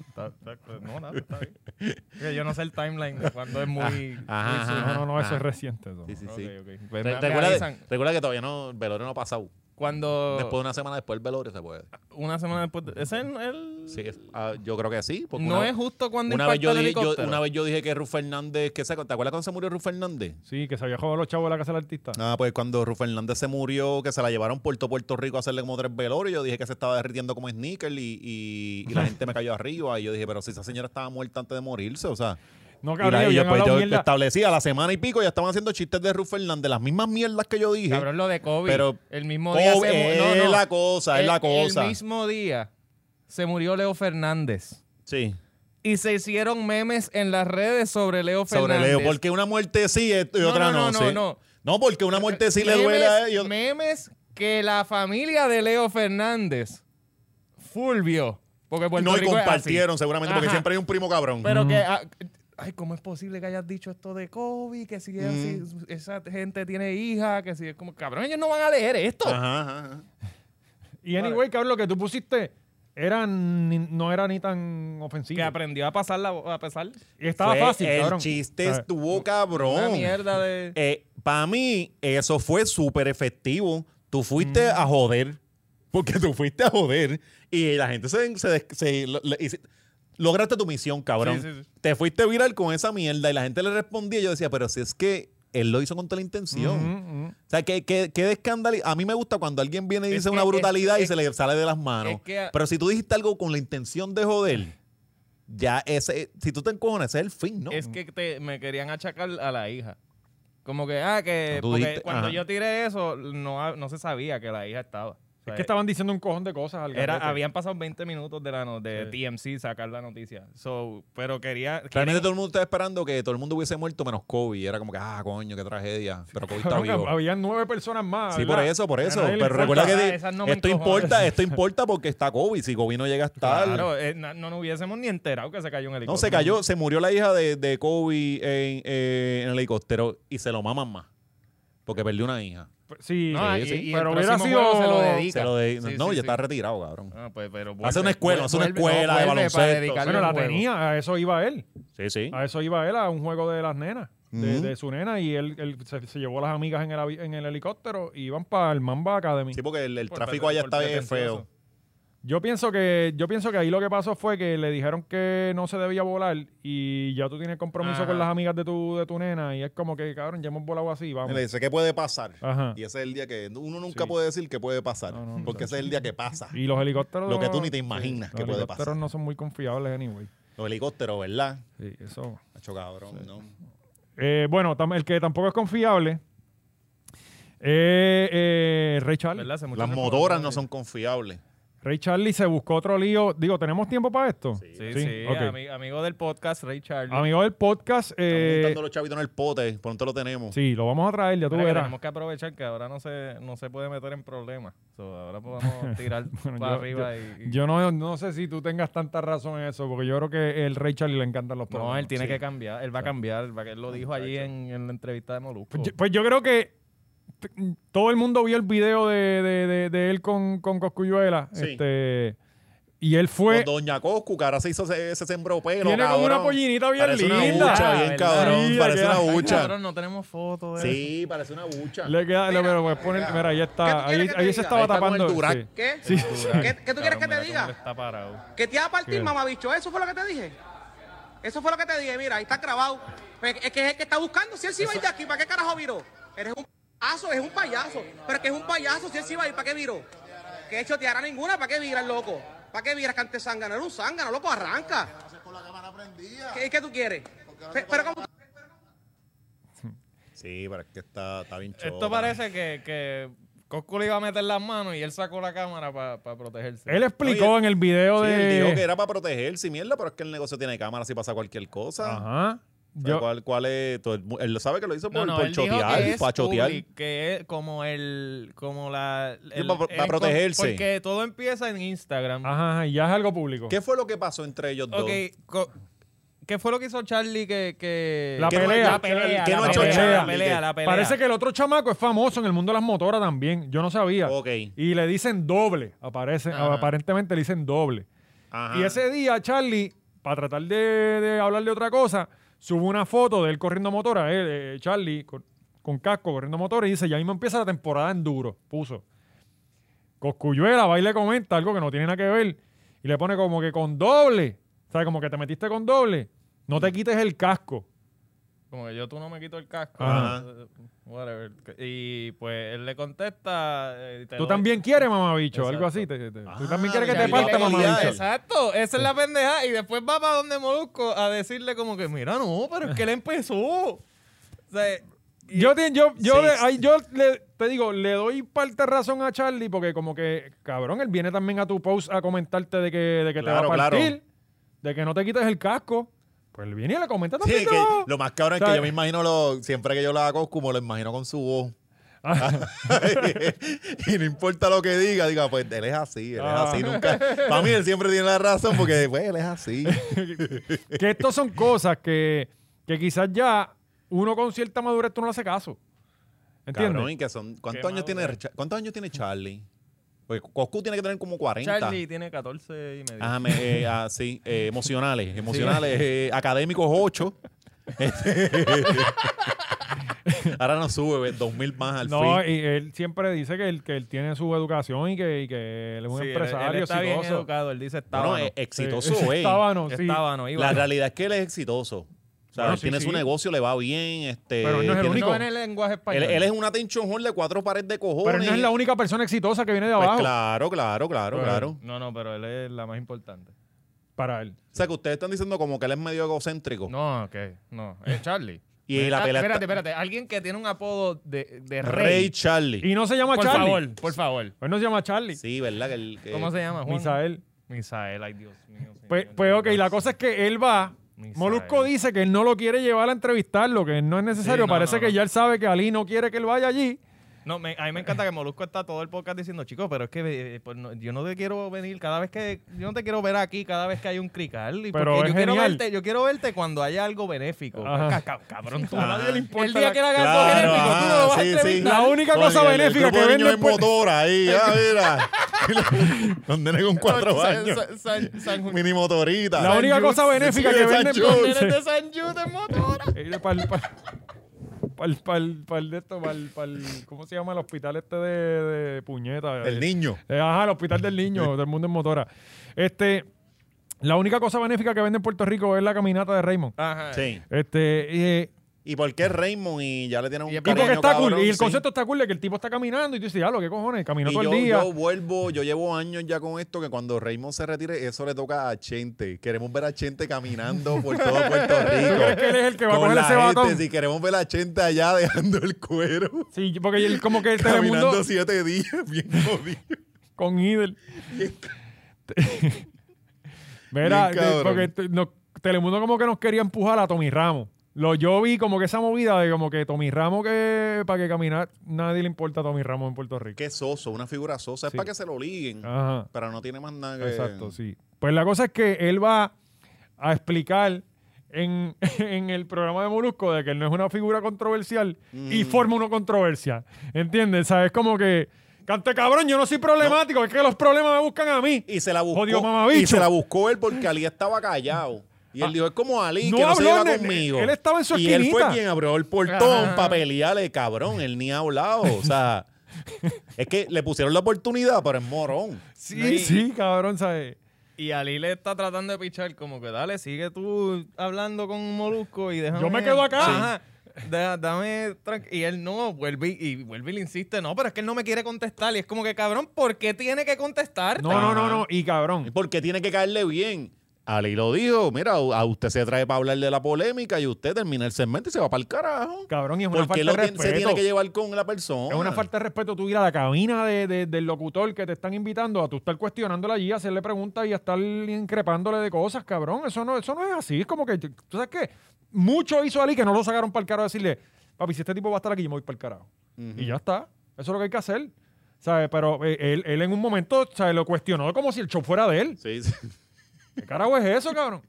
Speaker 5: Está- está- pues, no, nada, está bien. Porque yo no sé el timeline de cuando es muy...
Speaker 3: Ah, Ajá, ajá,
Speaker 5: muy
Speaker 1: No,
Speaker 5: sur.
Speaker 3: ajá.
Speaker 1: no, no, eso
Speaker 3: Ah.
Speaker 1: es reciente. eso.
Speaker 3: Sí, sí,
Speaker 5: Ok,
Speaker 3: sí.
Speaker 5: ok.
Speaker 3: Re-
Speaker 5: Pues me- me
Speaker 3: Recuerda,
Speaker 5: avisan Oh.
Speaker 3: recuerda que todavía no, el velorio no ha pasado.
Speaker 5: cuando
Speaker 3: Después de una semana después el velorio se puede.
Speaker 5: una semana después... de- ¿Es el...? el-
Speaker 3: Sí, es- ah, yo creo que sí. porque
Speaker 5: no
Speaker 3: una-
Speaker 5: es justo cuando
Speaker 3: una
Speaker 5: impacta
Speaker 3: vez, yo
Speaker 5: el
Speaker 3: dije, yo-
Speaker 5: helicóptero.
Speaker 3: una vez yo dije que Ruf Fernández, que se, ¿te acuerdas cuando se murió Ruf Fernández?
Speaker 1: Sí, que se había jugado los chavos de la casa del artista.
Speaker 3: Ah, pues cuando Ruf Fernández se murió, que se la llevaron por todo Puerto Rico a hacerle como tres velorios, yo dije que se estaba derritiendo como sneaker y, y- y la gente me cayó arriba. Y yo dije, pero si esa señora estaba muerta antes de morirse, o sea.
Speaker 1: No,
Speaker 3: Y,
Speaker 1: cabrón,
Speaker 3: la- y
Speaker 1: yo,
Speaker 3: después yo establecí a la semana y pico, ya estaban haciendo chistes de Ruf Fernández, las mismas mierdas que yo dije.
Speaker 5: Cabrón, lo de COVID.
Speaker 3: Pero-
Speaker 5: el mismo día...
Speaker 3: COVID,
Speaker 5: se mu- no,
Speaker 3: es
Speaker 5: no.
Speaker 3: la cosa, es
Speaker 5: El-
Speaker 3: la cosa.
Speaker 5: El mismo día se murió Leo Fernández.
Speaker 3: Sí.
Speaker 5: Y se hicieron memes en las redes sobre Leo Fernández.
Speaker 3: Sobre Leo, porque una muerte sí y y
Speaker 5: No,
Speaker 3: otra no.
Speaker 5: no, no,
Speaker 3: sí.
Speaker 5: no,
Speaker 3: No, porque una muerte sí le
Speaker 5: Memes-
Speaker 3: duele a ellos.
Speaker 5: Memes que la familia de Leo Fernández, Fulvio, porque Puerto
Speaker 3: No, y
Speaker 5: Rico es así.
Speaker 3: compartieron seguramente, porque
Speaker 5: Ajá.
Speaker 3: siempre hay un primo cabrón.
Speaker 5: Pero que, ah, ay, ¿cómo es posible que hayas dicho esto de COVID? Que si, es así, esa gente tiene hija, que si es
Speaker 3: Ah.
Speaker 5: como, cabrón, ellos no van a leer esto.
Speaker 3: Ajá, ajá, ajá.
Speaker 1: Y anyway, cabrón, lo que tú pusiste era ni- no era ni tan
Speaker 5: Que
Speaker 1: ofensivo.
Speaker 5: aprendió a pasar la a pesar.
Speaker 1: Y estaba
Speaker 3: Fue-
Speaker 1: fácil,
Speaker 3: El
Speaker 1: cabrón.
Speaker 3: chiste
Speaker 1: ¿Sabes?
Speaker 3: estuvo cabrón.
Speaker 5: Una mierda de.
Speaker 3: para Eh, mí, eso fue súper efectivo. Tú fuiste
Speaker 5: Mm.
Speaker 3: a joder, porque tú fuiste a joder y la gente se. se- se- lo- le- hici- lograste tu misión, cabrón.
Speaker 5: Sí, sí, sí.
Speaker 3: Te fuiste viral con esa mierda y la gente le respondía. y Yo decía, pero si es que él lo hizo con toda la intención.
Speaker 1: Ujú, ujú.
Speaker 3: O sea, que, que, que de escándalo. A mí me gusta cuando alguien viene y
Speaker 5: Es
Speaker 3: dice
Speaker 5: que-
Speaker 3: una brutalidad
Speaker 5: es-
Speaker 3: y se le sale de las manos.
Speaker 5: es que-
Speaker 3: Pero si tú dijiste algo con la intención de joder, ya ese. Si tú te encojonas, ese es el fin, ¿no?
Speaker 5: Es que te- me querían achacar a la hija. Como que, ah, que.
Speaker 3: No, tú
Speaker 5: porque
Speaker 3: dijiste-
Speaker 5: cuando
Speaker 3: ajá.
Speaker 5: yo tiré eso, no, ha- no se sabía que la hija estaba. O sea,
Speaker 1: Es que estaban diciendo un cojón de cosas. al
Speaker 5: Era,
Speaker 1: garete.
Speaker 5: habían pasado 20 minutos de la no- de TMC sacar la noticia. So, pero quería.
Speaker 3: Realmente
Speaker 5: querían-
Speaker 3: todo el mundo estaba esperando que todo el mundo hubiese muerto menos Kobe. Era como que, ah, coño, qué tragedia. Pero Kobe está
Speaker 1: Cabrón,
Speaker 3: vivo.
Speaker 1: habían nueve personas más.
Speaker 3: Sí,
Speaker 1: ¿verdad?
Speaker 3: por eso, por eso.
Speaker 1: nadie le
Speaker 3: Pero recuerda que
Speaker 5: importa.
Speaker 3: di-
Speaker 5: Ah, esas no me
Speaker 3: esto
Speaker 5: encojonan.
Speaker 3: importa, esto importa porque está Kobe. Si Kobe no llega a estar.
Speaker 5: Claro, eh, na- no nos hubiésemos ni enterado que se cayó un helicóptero.
Speaker 3: No, se cayó, se murió la hija de, de Kobe en, eh, en el helicóptero y se lo maman más. Porque perdió una hija.
Speaker 1: Sí.
Speaker 5: No, y-
Speaker 3: sí.
Speaker 5: y el
Speaker 1: Pero hubiera
Speaker 5: próximo
Speaker 1: sido-
Speaker 5: juego Se lo dedica.
Speaker 3: Se lo de-
Speaker 5: Sí,
Speaker 3: no, ya
Speaker 5: sí, sí.
Speaker 3: está retirado, cabrón.
Speaker 5: Ah, pues, pero
Speaker 3: Hace
Speaker 5: vuelve,
Speaker 3: una escuela,
Speaker 5: vuel-
Speaker 3: hace una
Speaker 5: vuelve,
Speaker 3: escuela de
Speaker 5: vuelve para
Speaker 3: baloncesto.
Speaker 5: dedicarle
Speaker 1: Bueno,
Speaker 5: un
Speaker 1: la
Speaker 5: juego.
Speaker 1: tenía, a eso iba él.
Speaker 3: Sí, sí.
Speaker 5: Ah.
Speaker 1: A eso iba él, a un juego de las nenas, de,
Speaker 3: Ujú.
Speaker 1: de su nena, y él, él se, se llevó a las amigas en el, avi- en el helicóptero y iban para el Mamba Academy.
Speaker 3: Sí, porque el, el
Speaker 5: Por
Speaker 3: tráfico
Speaker 5: pre-
Speaker 3: allá
Speaker 5: por
Speaker 3: está bien
Speaker 5: pretencioso.
Speaker 3: feo.
Speaker 1: Yo pienso que yo pienso que ahí lo que pasó fue que le dijeron que no se debía volar y ya tú tienes compromiso
Speaker 5: Ajá.
Speaker 1: con las amigas de tu, de tu nena y es como que, cabrón, ya hemos volado así,
Speaker 3: Y Le
Speaker 1: vamos.
Speaker 3: dice, ¿qué puede pasar?
Speaker 5: Ah.
Speaker 1: Ajá.
Speaker 3: Y ese es el día que uno nunca
Speaker 1: Sí.
Speaker 3: puede decir que puede pasar.
Speaker 1: No, no, no,
Speaker 3: porque
Speaker 1: no.
Speaker 3: ese es el día que pasa.
Speaker 1: Y los helicópteros...
Speaker 3: Lo que tú ni te imaginas que
Speaker 1: los
Speaker 3: puede
Speaker 1: helicópteros
Speaker 3: pasar.
Speaker 1: no son muy confiables, anyway.
Speaker 3: Los helicópteros, ¿verdad?
Speaker 1: Sí, eso...
Speaker 3: Hacho cabrón, ¿no?
Speaker 1: Eh, bueno, tam- el que tampoco es confiable eh, eh, Ray Charlie.
Speaker 5: ¿Verdad? Hace mucho
Speaker 3: Las
Speaker 5: tiempo
Speaker 3: motoras no son confiables.
Speaker 1: Ray Charlie se buscó otro lío. Digo, ¿tenemos tiempo para esto?
Speaker 5: Sí, sí,
Speaker 1: ok.
Speaker 5: ami- amigo del podcast, Ray Charlie.
Speaker 1: Amigo del podcast,
Speaker 3: Estamos
Speaker 1: eh,
Speaker 3: juntando los chavitos en el pote, pronto lo tenemos.
Speaker 1: sí, lo vamos a traer, ya tú
Speaker 5: Mira, que
Speaker 1: verás.
Speaker 5: tenemos que aprovechar que ahora no se, no se puede meter en problemas. So, ahora podemos tirar
Speaker 1: Bueno,
Speaker 5: para
Speaker 1: yo-
Speaker 5: arriba y, y-
Speaker 1: Yo no, no sé si tú tengas tanta razón en eso, porque yo creo que el Ray Charlie le encantan los
Speaker 5: No,
Speaker 1: problemas.
Speaker 5: él tiene
Speaker 1: Sí.
Speaker 5: que cambiar. Él va a cambiar. él va a- él lo dijo allí en, en la entrevista de Molusco.
Speaker 1: Pues yo, pues yo creo que t- todo el mundo vio el video de, de- de- de él con, con Coscuyuela.
Speaker 3: Sí.
Speaker 1: Este, y él
Speaker 3: Con
Speaker 1: fue...
Speaker 3: Doña Coscu, que ahora se hizo ese, ese sembró pelo,
Speaker 1: pues. Tiene como
Speaker 3: cabrón.
Speaker 1: una pollinita bien
Speaker 3: parece
Speaker 1: linda.
Speaker 3: Una bucha,
Speaker 5: Ah,
Speaker 3: bien
Speaker 5: ¿verdad?
Speaker 3: cabrón.
Speaker 1: Sí,
Speaker 3: parece
Speaker 1: le
Speaker 3: una
Speaker 1: queda-
Speaker 5: Ay,
Speaker 3: bucha.
Speaker 5: cabrón, no tenemos fotos de
Speaker 3: Sí, parece una bucha.
Speaker 1: Le queda, le- pero puedes poner, mira, ahí está,
Speaker 6: quieres
Speaker 1: ahí,
Speaker 6: que te
Speaker 1: ahí se
Speaker 6: diga?
Speaker 1: estaba
Speaker 3: Ahí está con el
Speaker 1: tapando.
Speaker 3: Durac.
Speaker 1: sí.
Speaker 6: ¿Qué?
Speaker 1: Sí,
Speaker 6: ¿Qué, qué tú quieres que te diga?
Speaker 5: Está parado.
Speaker 6: Que te iba a partir, mamabicho. Eso fue lo que te dije. Eso fue lo que te dije. Mira, ahí está grabado. Pues Es que es el que está buscando. Si él sí va a ir de aquí, ¿para qué carajo viró? Eres un payaso, es un payaso. Pero es que es un payaso. Si él sí va a ir, ¿para qué viró? Que hecho te hará ninguna, ¿para qué viras, loco? ¿Para qué viras, cante zángano? Era un zángano, loco, arranca. ¿Qué, qué tú quieres? Pe- Pero como
Speaker 3: Sí, pero es que está, está bien chota.
Speaker 5: Esto parece que, que Coscu le iba a meter las manos y él sacó la cámara para protegerse.
Speaker 1: Él explicó
Speaker 3: Oye,
Speaker 1: en el video
Speaker 3: Sí,
Speaker 1: de.
Speaker 3: él dijo que era para protegerse y mierda, pero es que el negocio tiene cámaras si pasa cualquier cosa.
Speaker 1: Ajá.
Speaker 3: O sea,
Speaker 1: Yo-
Speaker 3: ¿cuál, cuál es? todo el mu- él lo sabe que lo hizo por,
Speaker 5: No, no,
Speaker 3: por
Speaker 5: él dijo
Speaker 3: chotear,
Speaker 5: que es
Speaker 3: para chotear.
Speaker 5: public, que es como el, como la... el-
Speaker 3: pa- pa'
Speaker 5: el-
Speaker 3: protegerse.
Speaker 5: Porque todo empieza en Instagram.
Speaker 1: ajá, ajá, y ya es algo público.
Speaker 3: ¿Qué fue lo que pasó entre ellos dos?
Speaker 5: Ok, co- ¿qué fue lo que hizo Charlie que... que
Speaker 1: La
Speaker 5: que-
Speaker 1: pelea.
Speaker 5: La pelea,
Speaker 3: ¿Qué no
Speaker 5: la
Speaker 1: ha hecho
Speaker 5: pelea,
Speaker 1: Charlie?
Speaker 5: la pelea, la pelea.
Speaker 1: Parece que el otro chamaco es famoso en el mundo de las motoras también. Yo no sabía.
Speaker 3: Ok.
Speaker 1: Y le dicen doble. Aparece,
Speaker 5: Ajá.
Speaker 1: aparentemente le dicen doble.
Speaker 3: Ajá.
Speaker 1: Y ese día, Charlie, para tratar de, de hablar de otra cosa, sube una foto de él corriendo motora, él, eh, Charlie, con, con casco corriendo motora, y dice, ya mismo empieza la temporada en duro, puso. Coscuyuela va y le comenta algo que no tiene nada que ver, y le pone como que con doble, ¿sabes? Como que te metiste con doble, no
Speaker 3: Mm.
Speaker 1: te quites el casco.
Speaker 5: Como que yo tú no me quito el casco.
Speaker 1: Ajá.
Speaker 5: eh, Whatever. Y pues él le contesta... eh, te
Speaker 1: Tú
Speaker 5: doy-
Speaker 1: también quieres, mamabicho, algo
Speaker 5: Exacto.
Speaker 1: así. te- te- tú
Speaker 3: Ah,
Speaker 1: también quieres que
Speaker 3: ya
Speaker 1: te
Speaker 3: vi
Speaker 1: parta,
Speaker 3: la realidad,
Speaker 1: mamabicho.
Speaker 5: Exacto, esa es la pendeja. Y después va para donde Molusco a decirle como que, mira, no, pero es que él empezó. O sea,
Speaker 1: Yo, te- yo, yo,
Speaker 3: Sí,
Speaker 1: le,
Speaker 3: sí.
Speaker 1: ay, yo le- te digo, le doy parte razón a Charlie porque como que, cabrón, él viene también a tu post a comentarte de que, de que
Speaker 3: Claro,
Speaker 1: te va a
Speaker 3: claro.
Speaker 1: partir, de que no te quites el casco. Pues él viene y le comenta
Speaker 3: Sí,
Speaker 1: también.
Speaker 3: que
Speaker 1: ¿no?
Speaker 3: lo más cabrón es
Speaker 1: ¿Sabes?
Speaker 3: que yo me imagino, lo, siempre que yo lo hago, como lo imagino con su voz.
Speaker 1: Ah.
Speaker 3: y no importa lo que diga, diga, pues él es así, él
Speaker 1: Ah.
Speaker 3: es así. Nunca, para mí él siempre tiene la razón porque, pues, él es así.
Speaker 1: Que estos son cosas que, que quizás ya uno con cierta madurez tú no le haces caso. ¿Entiendes?
Speaker 3: Cabrón, y que son, ¿cuántos, años tiene, Cha- ¿cuántos años tiene Charlie? Porque Coscu tiene que tener como 40.
Speaker 5: Charlie tiene 14 y medio.
Speaker 3: Ajá, me- eh, ah, sí, eh, emocionales, emocionales, eh, académicos 8. Ahora no sube, ve, 2000 más al
Speaker 1: No, eh,
Speaker 3: fin.
Speaker 1: y él siempre dice que él, que él tiene su educación y que, y que él es un
Speaker 5: Sí, él-
Speaker 1: empresario
Speaker 5: él está bien
Speaker 1: exitoso.
Speaker 5: educado, él dice estábano.
Speaker 3: Bueno, eh, exitoso
Speaker 1: Sí,
Speaker 3: es.
Speaker 1: estábano, sí.
Speaker 5: Estábano, iba.
Speaker 3: La realidad es que él es exitoso. O sea,
Speaker 1: Bueno,
Speaker 3: él
Speaker 1: sí,
Speaker 3: tiene
Speaker 1: sí.
Speaker 3: su negocio, le va bien. Este,
Speaker 1: Pero él no es el
Speaker 3: tiene-
Speaker 5: Él
Speaker 1: único.
Speaker 5: no en el lenguaje español.
Speaker 3: Él, él es una tension hall de cuatro pares de cojones.
Speaker 1: Pero no es la única persona exitosa que viene de
Speaker 3: Pues
Speaker 1: abajo
Speaker 3: claro, claro, claro, claro.
Speaker 5: Pues, No, no, pero él es la más importante.
Speaker 1: para él.
Speaker 3: O sea, que ustedes están diciendo como que él es medio egocéntrico.
Speaker 5: No, ¿qué? No, es Charlie.
Speaker 3: Y la
Speaker 5: Ah,
Speaker 3: pelea
Speaker 5: Espérate,
Speaker 3: está-
Speaker 5: espérate. Alguien que tiene un apodo de, de rey.
Speaker 3: Rey Charlie.
Speaker 1: Y no se llama
Speaker 5: Por
Speaker 1: Charlie.
Speaker 5: favor, por favor.
Speaker 1: Pues no se llama Charlie.
Speaker 3: Sí, ¿verdad? Que el- que-
Speaker 5: ¿Cómo se llama, Juan?
Speaker 1: Misael.
Speaker 5: Misael, ay Dios mío.
Speaker 1: Pues,
Speaker 5: señor.
Speaker 1: pues ok, la cosa es que él va.
Speaker 5: Ni
Speaker 1: Molusco
Speaker 5: sabe.
Speaker 1: dice que él no lo quiere llevar a entrevistarlo, que no es necesario.
Speaker 5: Sí, no,
Speaker 1: Parece
Speaker 5: no,
Speaker 1: que
Speaker 5: no.
Speaker 1: ya él sabe que Ali no quiere que él vaya allí.
Speaker 5: No, me- a mí me encanta que Molusco está todo el podcast diciendo, chicos, pero es que eh, pues, no- yo no te quiero venir cada vez que... Yo no te quiero ver aquí cada vez que hay un crical. y
Speaker 1: Pero
Speaker 5: porque
Speaker 1: es
Speaker 5: yo quiero
Speaker 1: genial. Ah.
Speaker 5: verte Yo quiero verte cuando haya algo benéfico.
Speaker 1: Ajá.
Speaker 5: Ca- ca- cabrón, tú.
Speaker 1: A nadie le importa
Speaker 5: El día
Speaker 1: la-
Speaker 5: que él haga algo
Speaker 3: Claro,
Speaker 5: benéfico, tú no lo
Speaker 3: ajá,
Speaker 5: vas a
Speaker 3: sí, sí.
Speaker 5: entrevistar.
Speaker 1: La única
Speaker 3: Con
Speaker 1: cosa
Speaker 3: el-
Speaker 1: benéfica
Speaker 3: el grupo
Speaker 1: que pues-
Speaker 3: de niños
Speaker 1: venden
Speaker 3: en
Speaker 1: por-
Speaker 3: motora ahí, ya mira. Los nenes con cuatro
Speaker 5: San-
Speaker 3: años.
Speaker 5: San- San- San- San-
Speaker 3: Mini motorita.
Speaker 1: La única
Speaker 3: Jude.
Speaker 1: cosa benéfica que
Speaker 3: de San
Speaker 1: venden
Speaker 3: Jude.
Speaker 1: por-
Speaker 5: Nenes de San Jude en motora.
Speaker 1: Para el, de esto, para el, ¿cómo se llama? El hospital este de, de puñeta.
Speaker 3: El niño.
Speaker 1: Eh, Ajá, el hospital del niño, del mundo en motora. Este, la única cosa benéfica que vende en Puerto Rico es la caminata de Raymond.
Speaker 3: Ah.
Speaker 5: Ajá.
Speaker 3: Sí.
Speaker 1: Este, eh,
Speaker 3: ¿Y por qué Raymond y ya le tienen un
Speaker 5: Y es
Speaker 1: y
Speaker 3: cariño,
Speaker 1: porque está
Speaker 3: cabrón,
Speaker 1: cool, y el
Speaker 3: sí.
Speaker 1: concepto está cool de que el tipo está caminando y tú dices, ya lo que cojones, caminó
Speaker 3: Y
Speaker 1: todo
Speaker 3: yo,
Speaker 1: el día.
Speaker 3: yo vuelvo, yo llevo años ya con esto que cuando Raymond se retire, eso le toca a Chente. Queremos ver a Chente caminando por todo Puerto Rico.
Speaker 1: ¿Tú crees que él es el que va a
Speaker 3: Con
Speaker 1: coger
Speaker 3: la
Speaker 1: ese batón?
Speaker 3: gente, Si queremos ver a Chente allá dejando el cuero,
Speaker 1: Sí, porque él como que el
Speaker 3: caminando
Speaker 1: Telemundo
Speaker 3: siete días, bien jodido.
Speaker 1: con Idel. Mira,
Speaker 3: Bien cabrón.
Speaker 1: porque te- nos- Telemundo como que nos quería empujar a Tommy Ramos. Lo, yo vi como que esa movida de como que Tommy Ramos que para que caminar, nadie le importa a Tommy Ramos en Puerto Rico.
Speaker 3: Qué soso, una figura sosa. Es
Speaker 1: Sí.
Speaker 3: para que se lo liguen,
Speaker 1: Ajá.
Speaker 3: pero no tiene más nada que...
Speaker 1: Exacto, sí. Pues la cosa es que él va a explicar en, en el programa de Molusco de que él no es una figura controversial y forma una controversia. ¿Entiendes? O sea, es como que, cante cabrón, yo no soy problemático, es que los problemas me buscan a mí.
Speaker 3: Y se la buscó.
Speaker 1: Jodido mamabicho. Ah,
Speaker 3: y se la buscó él porque Ali estaba callado. Y él dijo, es como Ali,
Speaker 1: No
Speaker 3: que no se
Speaker 1: habló,
Speaker 3: lleva
Speaker 1: nene.
Speaker 3: conmigo.
Speaker 1: Él estaba en su
Speaker 3: Y él fue
Speaker 1: esquinita.
Speaker 3: quien abrió el portón para pelearle, cabrón. Él ni ha hablado. O sea, es que le pusieron la oportunidad, pero es morón.
Speaker 1: Sí, sí, cabrón, ¿sabes?
Speaker 5: Y Ali le está tratando de pichar como que dale, sigue tú hablando con Molusco y déjame...
Speaker 1: Yo me quedo acá.
Speaker 5: Ajá. Da- dame tranqui- y él no vuelve y- y vuelve y le insiste no pero es que él no me quiere contestar y es como que cabrón ¿por qué tiene que contestar
Speaker 1: No, no, no, no, y cabrón.
Speaker 3: Porque tiene que caerle bien. Ali lo dijo, mira, a usted se trae para hablar de la polémica y usted termina el segmento y se va para el carajo.
Speaker 1: Cabrón, y es una falta
Speaker 3: Porque lo
Speaker 1: de
Speaker 3: tien- se tiene
Speaker 1: respeto.
Speaker 3: que llevar con la persona.
Speaker 1: Es una falta de respeto tú ir a la cabina de- de- del locutor que te están invitando a tú estar cuestionándole allí, hacerle preguntas y a estar increpándole de cosas, cabrón. Eso no, eso no es así. Es como que, tú sabes qué, mucho hizo Ali que no lo sacaron para el carajo a decirle, papi, si este tipo va a estar aquí, yo me voy para el carajo. Y ya está. Eso es lo que hay que hacer. ¿Sabes? Pero eh, él, él en un momento se lo cuestionó como si el show fuera de él.
Speaker 3: Sí, sí.
Speaker 1: ¿Qué carajo es eso, cabrón?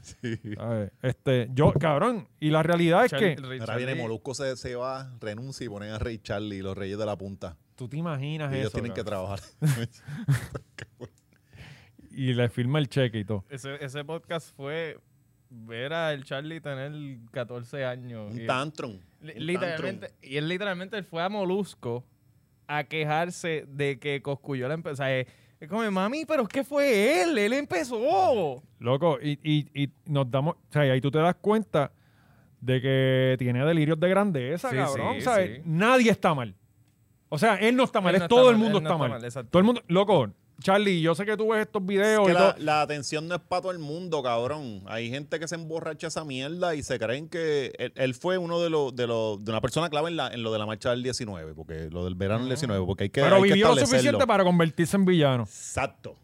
Speaker 1: ¿Sabes? Este, yo, cabrón, y la realidad es que...
Speaker 3: Ahora viene Molusco, se, se va, renuncia y ponen a Rey Charlie y los Reyes de la Punta.
Speaker 1: Tú te imaginas
Speaker 3: Y ellos
Speaker 1: eso,
Speaker 3: tienen que
Speaker 1: cabrón.
Speaker 3: trabajar.
Speaker 1: Y le firma el cheque y todo.
Speaker 5: ese, ese podcast fue ver a el Charlie tener 14 años
Speaker 3: un
Speaker 5: Y-
Speaker 3: tantrum.
Speaker 5: Li-
Speaker 3: un
Speaker 5: literalmente,
Speaker 3: tantrum.
Speaker 5: y él literalmente fue a Molusco a quejarse de que Coscuyola empezó. O sea, es, es como, mami, pero es que fue él, él empezó.
Speaker 1: Loco, y, y, y nos damos, o sea, y ahí tú te das cuenta de que tiene delirios de grandeza,
Speaker 5: Sí,
Speaker 1: cabrón.
Speaker 5: sí,
Speaker 1: ¿sabes?
Speaker 5: sí.
Speaker 1: Nadie está mal. O sea, él no está mal,
Speaker 5: Él
Speaker 1: es
Speaker 5: no está
Speaker 1: todo el
Speaker 5: mal,
Speaker 1: mundo
Speaker 5: él no
Speaker 1: está,
Speaker 5: está
Speaker 1: mal.
Speaker 5: mal, exacto.
Speaker 1: todo el mundo, loco, Charlie, yo sé que tú ves estos videos
Speaker 3: Que
Speaker 1: y
Speaker 3: la,
Speaker 1: todo.
Speaker 3: la atención no es para todo el mundo, cabrón. Hay gente que se emborracha esa mierda y se creen que él, él fue uno de los de, los- de una persona clave en, la, en lo de la marcha del 19, porque lo del verano
Speaker 5: Ah.
Speaker 3: del 19, porque hay que
Speaker 1: Pero
Speaker 3: hay que
Speaker 1: vivió lo
Speaker 3: establecerlo.
Speaker 1: suficiente para convertirse en villano.
Speaker 3: Exacto.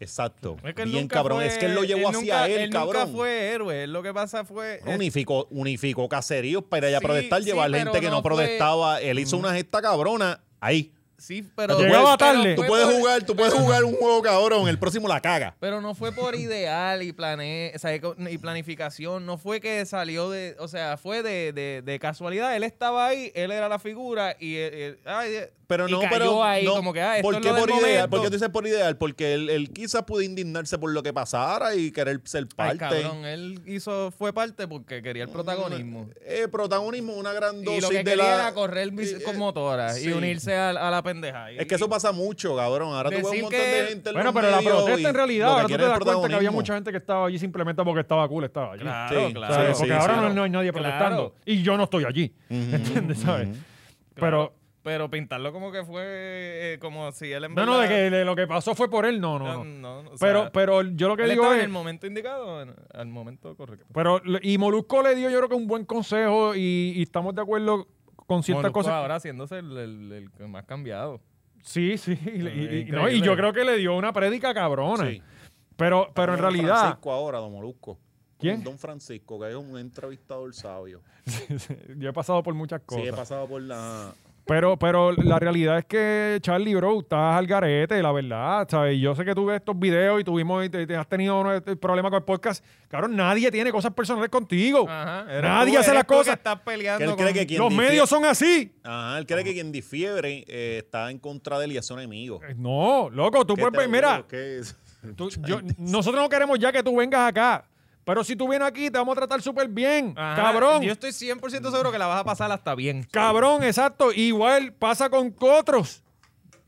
Speaker 3: Exacto.
Speaker 5: Es Pues que él
Speaker 3: Bien
Speaker 5: nunca
Speaker 3: cabrón,
Speaker 5: fue-
Speaker 3: es que él lo llevó hacia
Speaker 5: nunca-
Speaker 3: él, cabrón.
Speaker 5: nunca fue héroe, él lo que pasa fue... eh,
Speaker 3: Bueno, unificó, unificó caseríos para allá
Speaker 5: Sí,
Speaker 3: protestar,
Speaker 5: sí,
Speaker 3: llevar
Speaker 5: pero
Speaker 3: gente que no,
Speaker 5: no fue-
Speaker 3: protestaba. Él hizo una gesta cabrona ahí.
Speaker 5: sí, pero...
Speaker 3: Tú
Speaker 1: Llegaba
Speaker 3: puedes-
Speaker 1: tarde.
Speaker 3: Tú
Speaker 5: fue
Speaker 3: puedes
Speaker 5: por-
Speaker 3: jugar, tú puedes jugar un juego cabrón, el próximo la caga.
Speaker 5: Pero no fue por ideal y plane, o sea, y planificación, no fue que salió de, o sea, fue de, de- de casualidad. Él estaba ahí, él era la figura y eh, eh, ay, eh,
Speaker 3: Pero
Speaker 5: Y
Speaker 3: no,
Speaker 5: cayó
Speaker 3: pero
Speaker 5: ahí,
Speaker 3: no.
Speaker 5: como que, ah, esto
Speaker 3: ¿por
Speaker 5: es
Speaker 3: qué
Speaker 5: lo del
Speaker 3: por ideal?
Speaker 5: momento?
Speaker 3: ¿Por qué tú dices por ideal? Porque él, él quizás pudo indignarse por lo que pasara y querer ser
Speaker 5: Ay,
Speaker 3: parte.
Speaker 5: cabrón, él hizo, fue parte porque quería el protagonismo.
Speaker 3: Eh, protagonismo, una gran dosis
Speaker 5: Y lo que
Speaker 3: de
Speaker 5: quería
Speaker 3: la.
Speaker 5: era correr bis-
Speaker 3: eh,
Speaker 5: con motoras
Speaker 3: sí.
Speaker 5: y unirse a, a la pendeja. Y-
Speaker 3: Es que eso pasa mucho, cabrón. Ahora tú ves un
Speaker 5: Decir
Speaker 3: montón
Speaker 5: que-
Speaker 3: de gente. en
Speaker 1: Bueno,
Speaker 3: los
Speaker 1: pero la
Speaker 3: medios y
Speaker 1: protesta en realidad,
Speaker 3: lo
Speaker 1: ahora tú te
Speaker 3: quieren es
Speaker 1: das cuenta que había
Speaker 3: protagonismo.
Speaker 1: mucha gente que estaba allí simplemente porque estaba cool, estaba allí.
Speaker 5: Claro,
Speaker 3: Sí,
Speaker 5: claro.
Speaker 1: ¿sabes?
Speaker 3: sí,
Speaker 1: porque
Speaker 3: sí,
Speaker 1: ahora
Speaker 3: sí.
Speaker 1: no, no hay nadie
Speaker 5: Claro.
Speaker 1: protestando. Y yo no estoy allí. ¿Entiendes? ¿Sabes? Pero.
Speaker 5: Pero pintarlo como que fue eh, como si él en
Speaker 1: No, no, de
Speaker 5: verdad-
Speaker 1: que de lo que pasó fue por él, no, no,
Speaker 5: No,
Speaker 1: no.
Speaker 5: no, o sea,
Speaker 1: Pero, pero yo lo que
Speaker 5: él
Speaker 1: digo
Speaker 5: estaba
Speaker 1: es.
Speaker 5: en el momento indicado, en- al momento correcto.
Speaker 1: Pero, y Molusco le dio, yo creo que un buen consejo y, y estamos de acuerdo con ciertas
Speaker 5: Molusco
Speaker 1: cosas.
Speaker 5: ahora haciéndose el, el- el que más cambiado.
Speaker 1: Sí, sí. Y, le- y- y-
Speaker 5: Increíble.
Speaker 1: no, y yo creo que le dio una prédica cabrona.
Speaker 3: Sí.
Speaker 1: Pero, pero en
Speaker 3: Don
Speaker 1: realidad.
Speaker 3: Francisco ahora, Don Molusco.
Speaker 1: ¿Quién?
Speaker 3: Don Francisco, que es un entrevistador sabio.
Speaker 1: yo he pasado por muchas
Speaker 3: Sí, he
Speaker 1: cosas.
Speaker 3: pasado por la.
Speaker 1: Pero, pero la realidad es que, Charlie, bro, estás al garete, la verdad, ¿sabes? Y Yo sé que tú ves estos videos y tuvimos y te, te has tenido uno- este problema con el podcast. Claro, nadie tiene cosas personales contigo.
Speaker 5: eres
Speaker 1: nadie
Speaker 5: tú,
Speaker 1: hace
Speaker 5: eres
Speaker 1: las
Speaker 5: tú que
Speaker 1: cosas.
Speaker 5: estás peleando
Speaker 3: Que él cree
Speaker 5: con-
Speaker 3: que quien
Speaker 1: Los
Speaker 3: difie-
Speaker 1: medios son así.
Speaker 3: Ajá, él cree que quien difiebre eh, está en contra de él y es su enemigo.
Speaker 1: Eh, No, loco, tú
Speaker 3: ¿Qué
Speaker 1: puedes.
Speaker 3: te
Speaker 1: pe-
Speaker 3: lo
Speaker 1: Mira,
Speaker 3: juro que es?
Speaker 1: tú- yo- nosotros no queremos ya que tú vengas acá. Pero si tú vienes aquí, te vamos a tratar súper bien,
Speaker 5: Ajá,
Speaker 1: cabrón.
Speaker 5: Yo estoy 100% seguro que la vas a pasar hasta bien.
Speaker 1: Cabrón, exacto. Igual pasa con otros.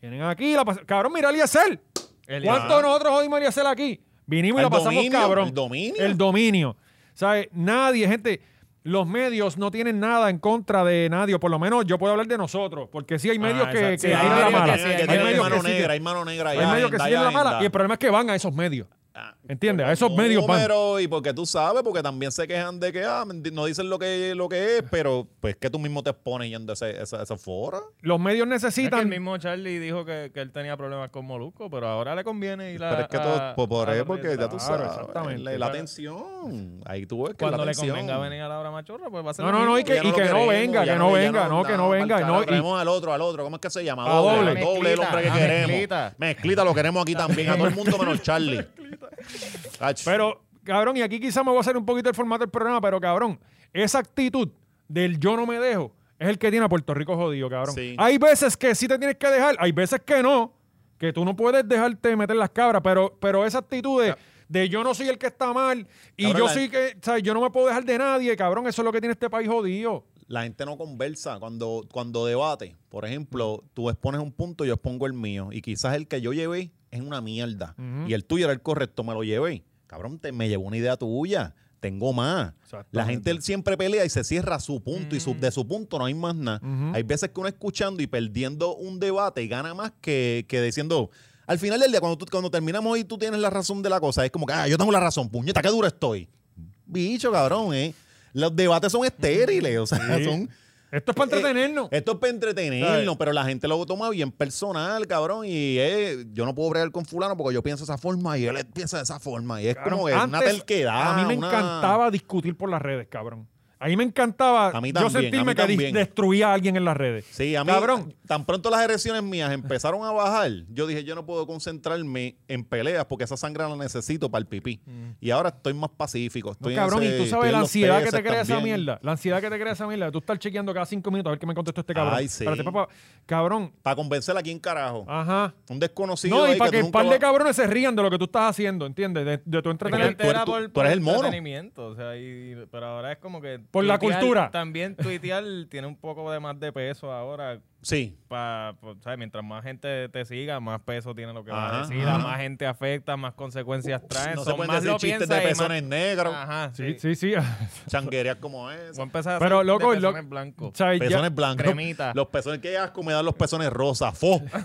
Speaker 1: Vienen aquí, la pas- cabrón, mira a Eliezer.
Speaker 5: Eliezer.
Speaker 1: ¿Cuánto nosotros jodimos a Eliezer aquí? Vinimos y
Speaker 3: Al
Speaker 1: la pasamos
Speaker 3: dominio,
Speaker 1: cabrón.
Speaker 3: el dominio.
Speaker 1: El dominio. ¿Sabes? Nadie, gente. Los medios no tienen nada en contra de nadie, o por lo menos yo puedo hablar de nosotros, porque sí hay medios que,
Speaker 5: Ah, exacto.
Speaker 1: que
Speaker 5: Sí, hay
Speaker 1: tiran la
Speaker 5: medios
Speaker 1: mala.
Speaker 5: que sí,
Speaker 1: hay,
Speaker 5: hay medios
Speaker 3: tienen
Speaker 1: medios
Speaker 3: mano
Speaker 1: que sí,
Speaker 3: negra,
Speaker 1: que-
Speaker 3: hay mano negra.
Speaker 1: hay
Speaker 3: ya,
Speaker 1: medios que
Speaker 3: agenda,
Speaker 1: sí tienen la
Speaker 3: agenda.
Speaker 1: mala. Y el problema es que van a esos medios.
Speaker 3: Ah,
Speaker 1: ¿Entiendes? A
Speaker 3: por
Speaker 1: esos
Speaker 3: los
Speaker 1: medios van.
Speaker 3: números y porque tú sabes, porque también se quejan de que ah, mendi- no dicen lo que, lo que es, pero pues que tú mismo te expones yendo a ese- esa, esa fora.
Speaker 1: Los medios
Speaker 5: Es que el
Speaker 1: necesitan.
Speaker 5: mismo Charlie dijo que, que él tenía problemas con Molusco, pero ahora le conviene ir a
Speaker 3: pero es que
Speaker 5: a-
Speaker 3: todo pues, por, por
Speaker 5: a
Speaker 3: ahí,
Speaker 5: la
Speaker 3: porque ya
Speaker 5: ruleta.
Speaker 3: tú
Speaker 1: Claro,
Speaker 3: sabes.
Speaker 1: exactamente.
Speaker 3: La, la
Speaker 1: Claro.
Speaker 3: tensión. Ahí tú ves que
Speaker 5: Cuando
Speaker 3: la
Speaker 5: le
Speaker 3: tensión.
Speaker 5: convenga venir a la hora machorra, pues va a ser
Speaker 1: No,
Speaker 5: lo
Speaker 1: no, no, y
Speaker 5: mismo.
Speaker 1: que,
Speaker 3: Ya
Speaker 1: y que no
Speaker 3: lo queremos,
Speaker 1: venga,
Speaker 3: ya
Speaker 1: que no
Speaker 3: ya
Speaker 1: venga, no, que no
Speaker 3: pa'l
Speaker 1: venga.
Speaker 3: carajo,
Speaker 1: no, y-
Speaker 3: Traemos al otro, al otro. ¿Cómo es que se llama?
Speaker 1: A Doble. Ah,
Speaker 3: al Doble el
Speaker 5: Mezclita,
Speaker 3: hombre que
Speaker 5: a
Speaker 3: queremos. Mezclita.
Speaker 5: Mezclita.
Speaker 3: lo queremos aquí también. A todo el mundo menos Charlie. Ach,
Speaker 1: Pero, cabrón, y aquí quizá me voy a hacer un poquito el formato del programa, pero cabrón, esa actitud del yo no me dejo es el que tiene a Puerto Rico jodido, cabrón.
Speaker 3: Sí.
Speaker 1: Hay veces que sí te tienes que dejar, hay veces que no, que tú no puedes dejarte meter las cabras, pero, pero esa actitud de, de yo no soy el que está mal y
Speaker 3: Cabrón,
Speaker 1: yo
Speaker 3: la-
Speaker 1: soy que, ¿sabes? yo no me puedo dejar de nadie, cabrón, eso es lo que tiene este país jodido.
Speaker 3: la gente no conversa cuando, cuando debate. Por ejemplo, tú expones un punto, yo expongo el mío. Y quizás el que yo llevé es una mierda. Y el tuyo era el correcto, me lo llevé. Cabrón, te, me llevó una idea tuya. Tengo más. La gente siempre pelea y se cierra a su punto. Y su- de su punto no hay más nada. Hay veces que uno escuchando y perdiendo un debate gana más que, que diciendo... Al final del día, cuando, tú- cuando terminamos y tú tienes la razón de la cosa, es como que, ah, yo tengo la razón, puñeta, qué duro estoy. Bicho, cabrón, eh. Los debates son estériles, o sea,
Speaker 1: Sí.
Speaker 3: son...
Speaker 1: Esto es para
Speaker 3: Eh,
Speaker 1: entretenernos.
Speaker 3: esto es para entretenernos, pero la gente lo toma bien personal, cabrón. Y eh, yo no puedo bregar con fulano porque yo pienso de esa forma y él piensa de esa forma. Y es
Speaker 1: Cabrón,
Speaker 3: como que es una
Speaker 1: antes,
Speaker 3: terquedad.
Speaker 1: A mí me
Speaker 3: una-
Speaker 1: encantaba discutir por las redes, cabrón. A mí me encantaba
Speaker 3: A mí
Speaker 1: yo
Speaker 3: también, a
Speaker 1: sentirme
Speaker 3: mí
Speaker 1: que di-
Speaker 3: también.
Speaker 1: destruía a alguien en las redes.
Speaker 3: Sí, a mí,
Speaker 1: Cabrón.
Speaker 3: tan pronto las erecciones mías empezaron a bajar, yo dije, yo no puedo concentrarme en peleas porque esa sangre la necesito para el pipí. Y ahora estoy más pacífico.
Speaker 1: Mm. No,
Speaker 3: Estoy en
Speaker 1: cabrón,
Speaker 3: ese-
Speaker 1: y tú
Speaker 3: estoy
Speaker 1: sabes
Speaker 3: en
Speaker 1: la
Speaker 3: los
Speaker 1: ansiedad que
Speaker 3: peces
Speaker 1: te crea esa
Speaker 3: también.
Speaker 1: mierda. La ansiedad que te crea esa mierda. Tú estar chequeando cada cinco minutos a ver qué me contestó este cabrón.
Speaker 3: Ay, sí.
Speaker 1: Espérate, papá. Cabrón,
Speaker 3: Para convencerla, ¿quién carajo?
Speaker 1: ajá.
Speaker 3: Un desconocido.
Speaker 1: No,
Speaker 3: ahí
Speaker 1: y para
Speaker 3: tú
Speaker 1: que un
Speaker 3: nunca
Speaker 1: par de
Speaker 3: vas-
Speaker 1: cabrones se rían de lo que tú estás haciendo, ¿entiendes? De, de tu
Speaker 5: Porque
Speaker 1: entretenimiento.
Speaker 5: antes
Speaker 3: tú-
Speaker 5: era
Speaker 3: tú-
Speaker 5: por,
Speaker 3: tú eres el mono.
Speaker 5: entretenimiento, o sea, y- pero ahora es como que...
Speaker 1: Por la
Speaker 5: tuitear-
Speaker 1: cultura.
Speaker 5: También tuitear tiene un poco de más de peso ahora.
Speaker 3: Sí.
Speaker 5: Pa, pa- ¿sabes? Mientras más gente te siga, más peso tiene lo que va
Speaker 3: Ajá,
Speaker 5: a decir,
Speaker 3: ajá.
Speaker 5: a más gente afecta, más consecuencias trae.
Speaker 3: No se
Speaker 5: son
Speaker 3: pueden
Speaker 5: más
Speaker 3: decir
Speaker 5: lo
Speaker 3: chistes
Speaker 5: piensa
Speaker 3: de
Speaker 5: y más-
Speaker 3: pezones negros,
Speaker 5: Ajá, sí.
Speaker 1: Sí, sí, sí.
Speaker 3: changuerías como esa.
Speaker 5: Voy a empezar a
Speaker 1: Pero,
Speaker 5: hacer
Speaker 1: loco,
Speaker 5: de
Speaker 1: lo-
Speaker 5: pezones blancos.
Speaker 1: O sea, ya-
Speaker 3: Pezones blancos.
Speaker 5: cremita.
Speaker 3: Los pezones que asco me dan los pezones rosas. Fo.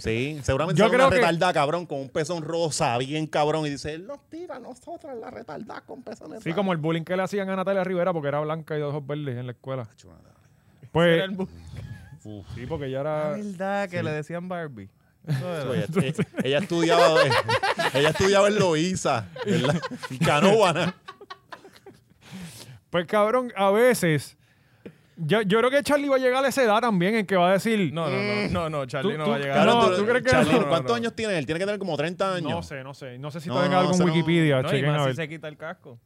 Speaker 3: sí, seguramente
Speaker 1: Yo
Speaker 3: sale una
Speaker 1: creo que-
Speaker 3: retardada, cabrón, con un pezón rosa, bien cabrón. Y dice, él nos tira a nosotros la retardada con pezones
Speaker 1: sí,
Speaker 3: rosas.
Speaker 1: como el bullying que le hacían a Natalia Rivera porque era blanca y de ojos verdes en la
Speaker 3: Ah,
Speaker 1: escuela. Pues, sí, porque ella
Speaker 5: La
Speaker 1: era...
Speaker 5: verdad que le decían Barbie. Eso era.
Speaker 3: Oye, ella, E-, ella estudiaba eh, ella estudiaba en Loiza, ¿verdad? en Canóvana.
Speaker 1: Pues, cabrón, a veces... Yo, yo creo que Charlie va a llegar a esa edad también en que va a decir...
Speaker 5: No, no, no, no, no, Charlie
Speaker 1: Tú-
Speaker 5: no
Speaker 1: tú-
Speaker 5: va a llegar.
Speaker 1: Claro,
Speaker 5: a-
Speaker 1: No, ¿tú crees que
Speaker 3: Charlie,
Speaker 1: no?
Speaker 3: ¿Cuántos
Speaker 5: No, no.
Speaker 3: años tiene él? Tiene que tener como 30 años.
Speaker 1: No sé, no sé. No sé si
Speaker 3: No,
Speaker 1: todavía
Speaker 3: no,
Speaker 1: algo en
Speaker 3: eso no-
Speaker 1: Wikipedia.
Speaker 5: No, y
Speaker 1: chequen a
Speaker 5: más si
Speaker 1: ver.
Speaker 5: se quita el casco.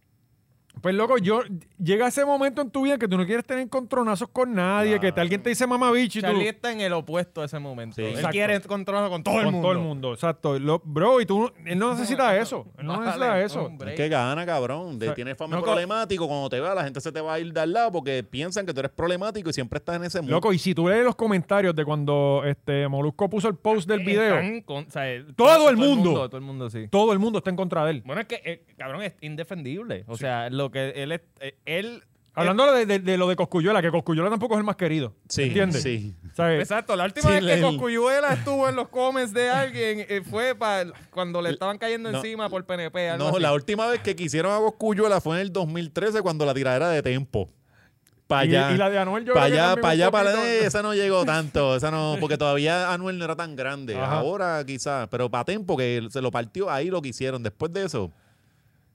Speaker 1: Pues loco, yo llega ese momento en tu vida que tú no quieres tener encontronazos con nadie, que te- alguien te dice mamabicho y tú
Speaker 5: Charlie está en el opuesto a ese momento.
Speaker 3: Sí.
Speaker 5: Él
Speaker 1: Exacto.
Speaker 5: quiere controlarlo con todo el
Speaker 1: con
Speaker 5: mundo.
Speaker 1: todo el mundo. Exacto. Lo- bro, y tú él no necesita eso. Él no
Speaker 5: Vale,
Speaker 1: necesita eso.
Speaker 5: hombre.
Speaker 3: Es que gana, cabrón. De,
Speaker 1: sea,
Speaker 3: tienes fama
Speaker 1: no co-
Speaker 3: problemático. Cuando te vea, la gente se te va a ir de al lado porque piensan que tú eres problemático y siempre estás en ese mundo.
Speaker 1: Loco, y si tú lees los comentarios de cuando este Molusco puso el post del video,
Speaker 5: Están con- o sea, el-
Speaker 1: Todo el mundo.
Speaker 5: Todo el mundo, sí.
Speaker 1: todo el mundo está en contra de él.
Speaker 5: Bueno, es que, eh, cabrón, es indefendible. O sea, lo que él es. eh, él
Speaker 1: Hablando de, de- de lo de Coscuyola, que Coscuyola tampoco es el más querido.
Speaker 3: Sí,
Speaker 1: ¿Entiendes?
Speaker 3: sí.
Speaker 1: O sea,
Speaker 5: Exacto, la última
Speaker 3: Sí,
Speaker 5: vez que
Speaker 3: el-
Speaker 5: Coscuyuela estuvo en los comments de alguien eh, fue pa- cuando le estaban cayendo
Speaker 3: No,
Speaker 5: encima por PNP. Algo
Speaker 3: No,
Speaker 5: así.
Speaker 3: la última vez que quisieron a Coscuyuela fue en el 2013 cuando la tiradera de Tempo. Para
Speaker 1: Y-
Speaker 3: allá.
Speaker 1: y la de Anuel yo
Speaker 3: Para
Speaker 1: creo que
Speaker 3: allá,
Speaker 1: también
Speaker 3: para
Speaker 1: un
Speaker 3: allá, para
Speaker 1: poquito.
Speaker 3: eh, Esa no llegó tanto. Esa no, porque todavía Anuel no era tan grande.
Speaker 1: Ajá.
Speaker 3: Ahora quizás. Pero para Tempo, que se lo partió, ahí lo quisieron. Después de eso,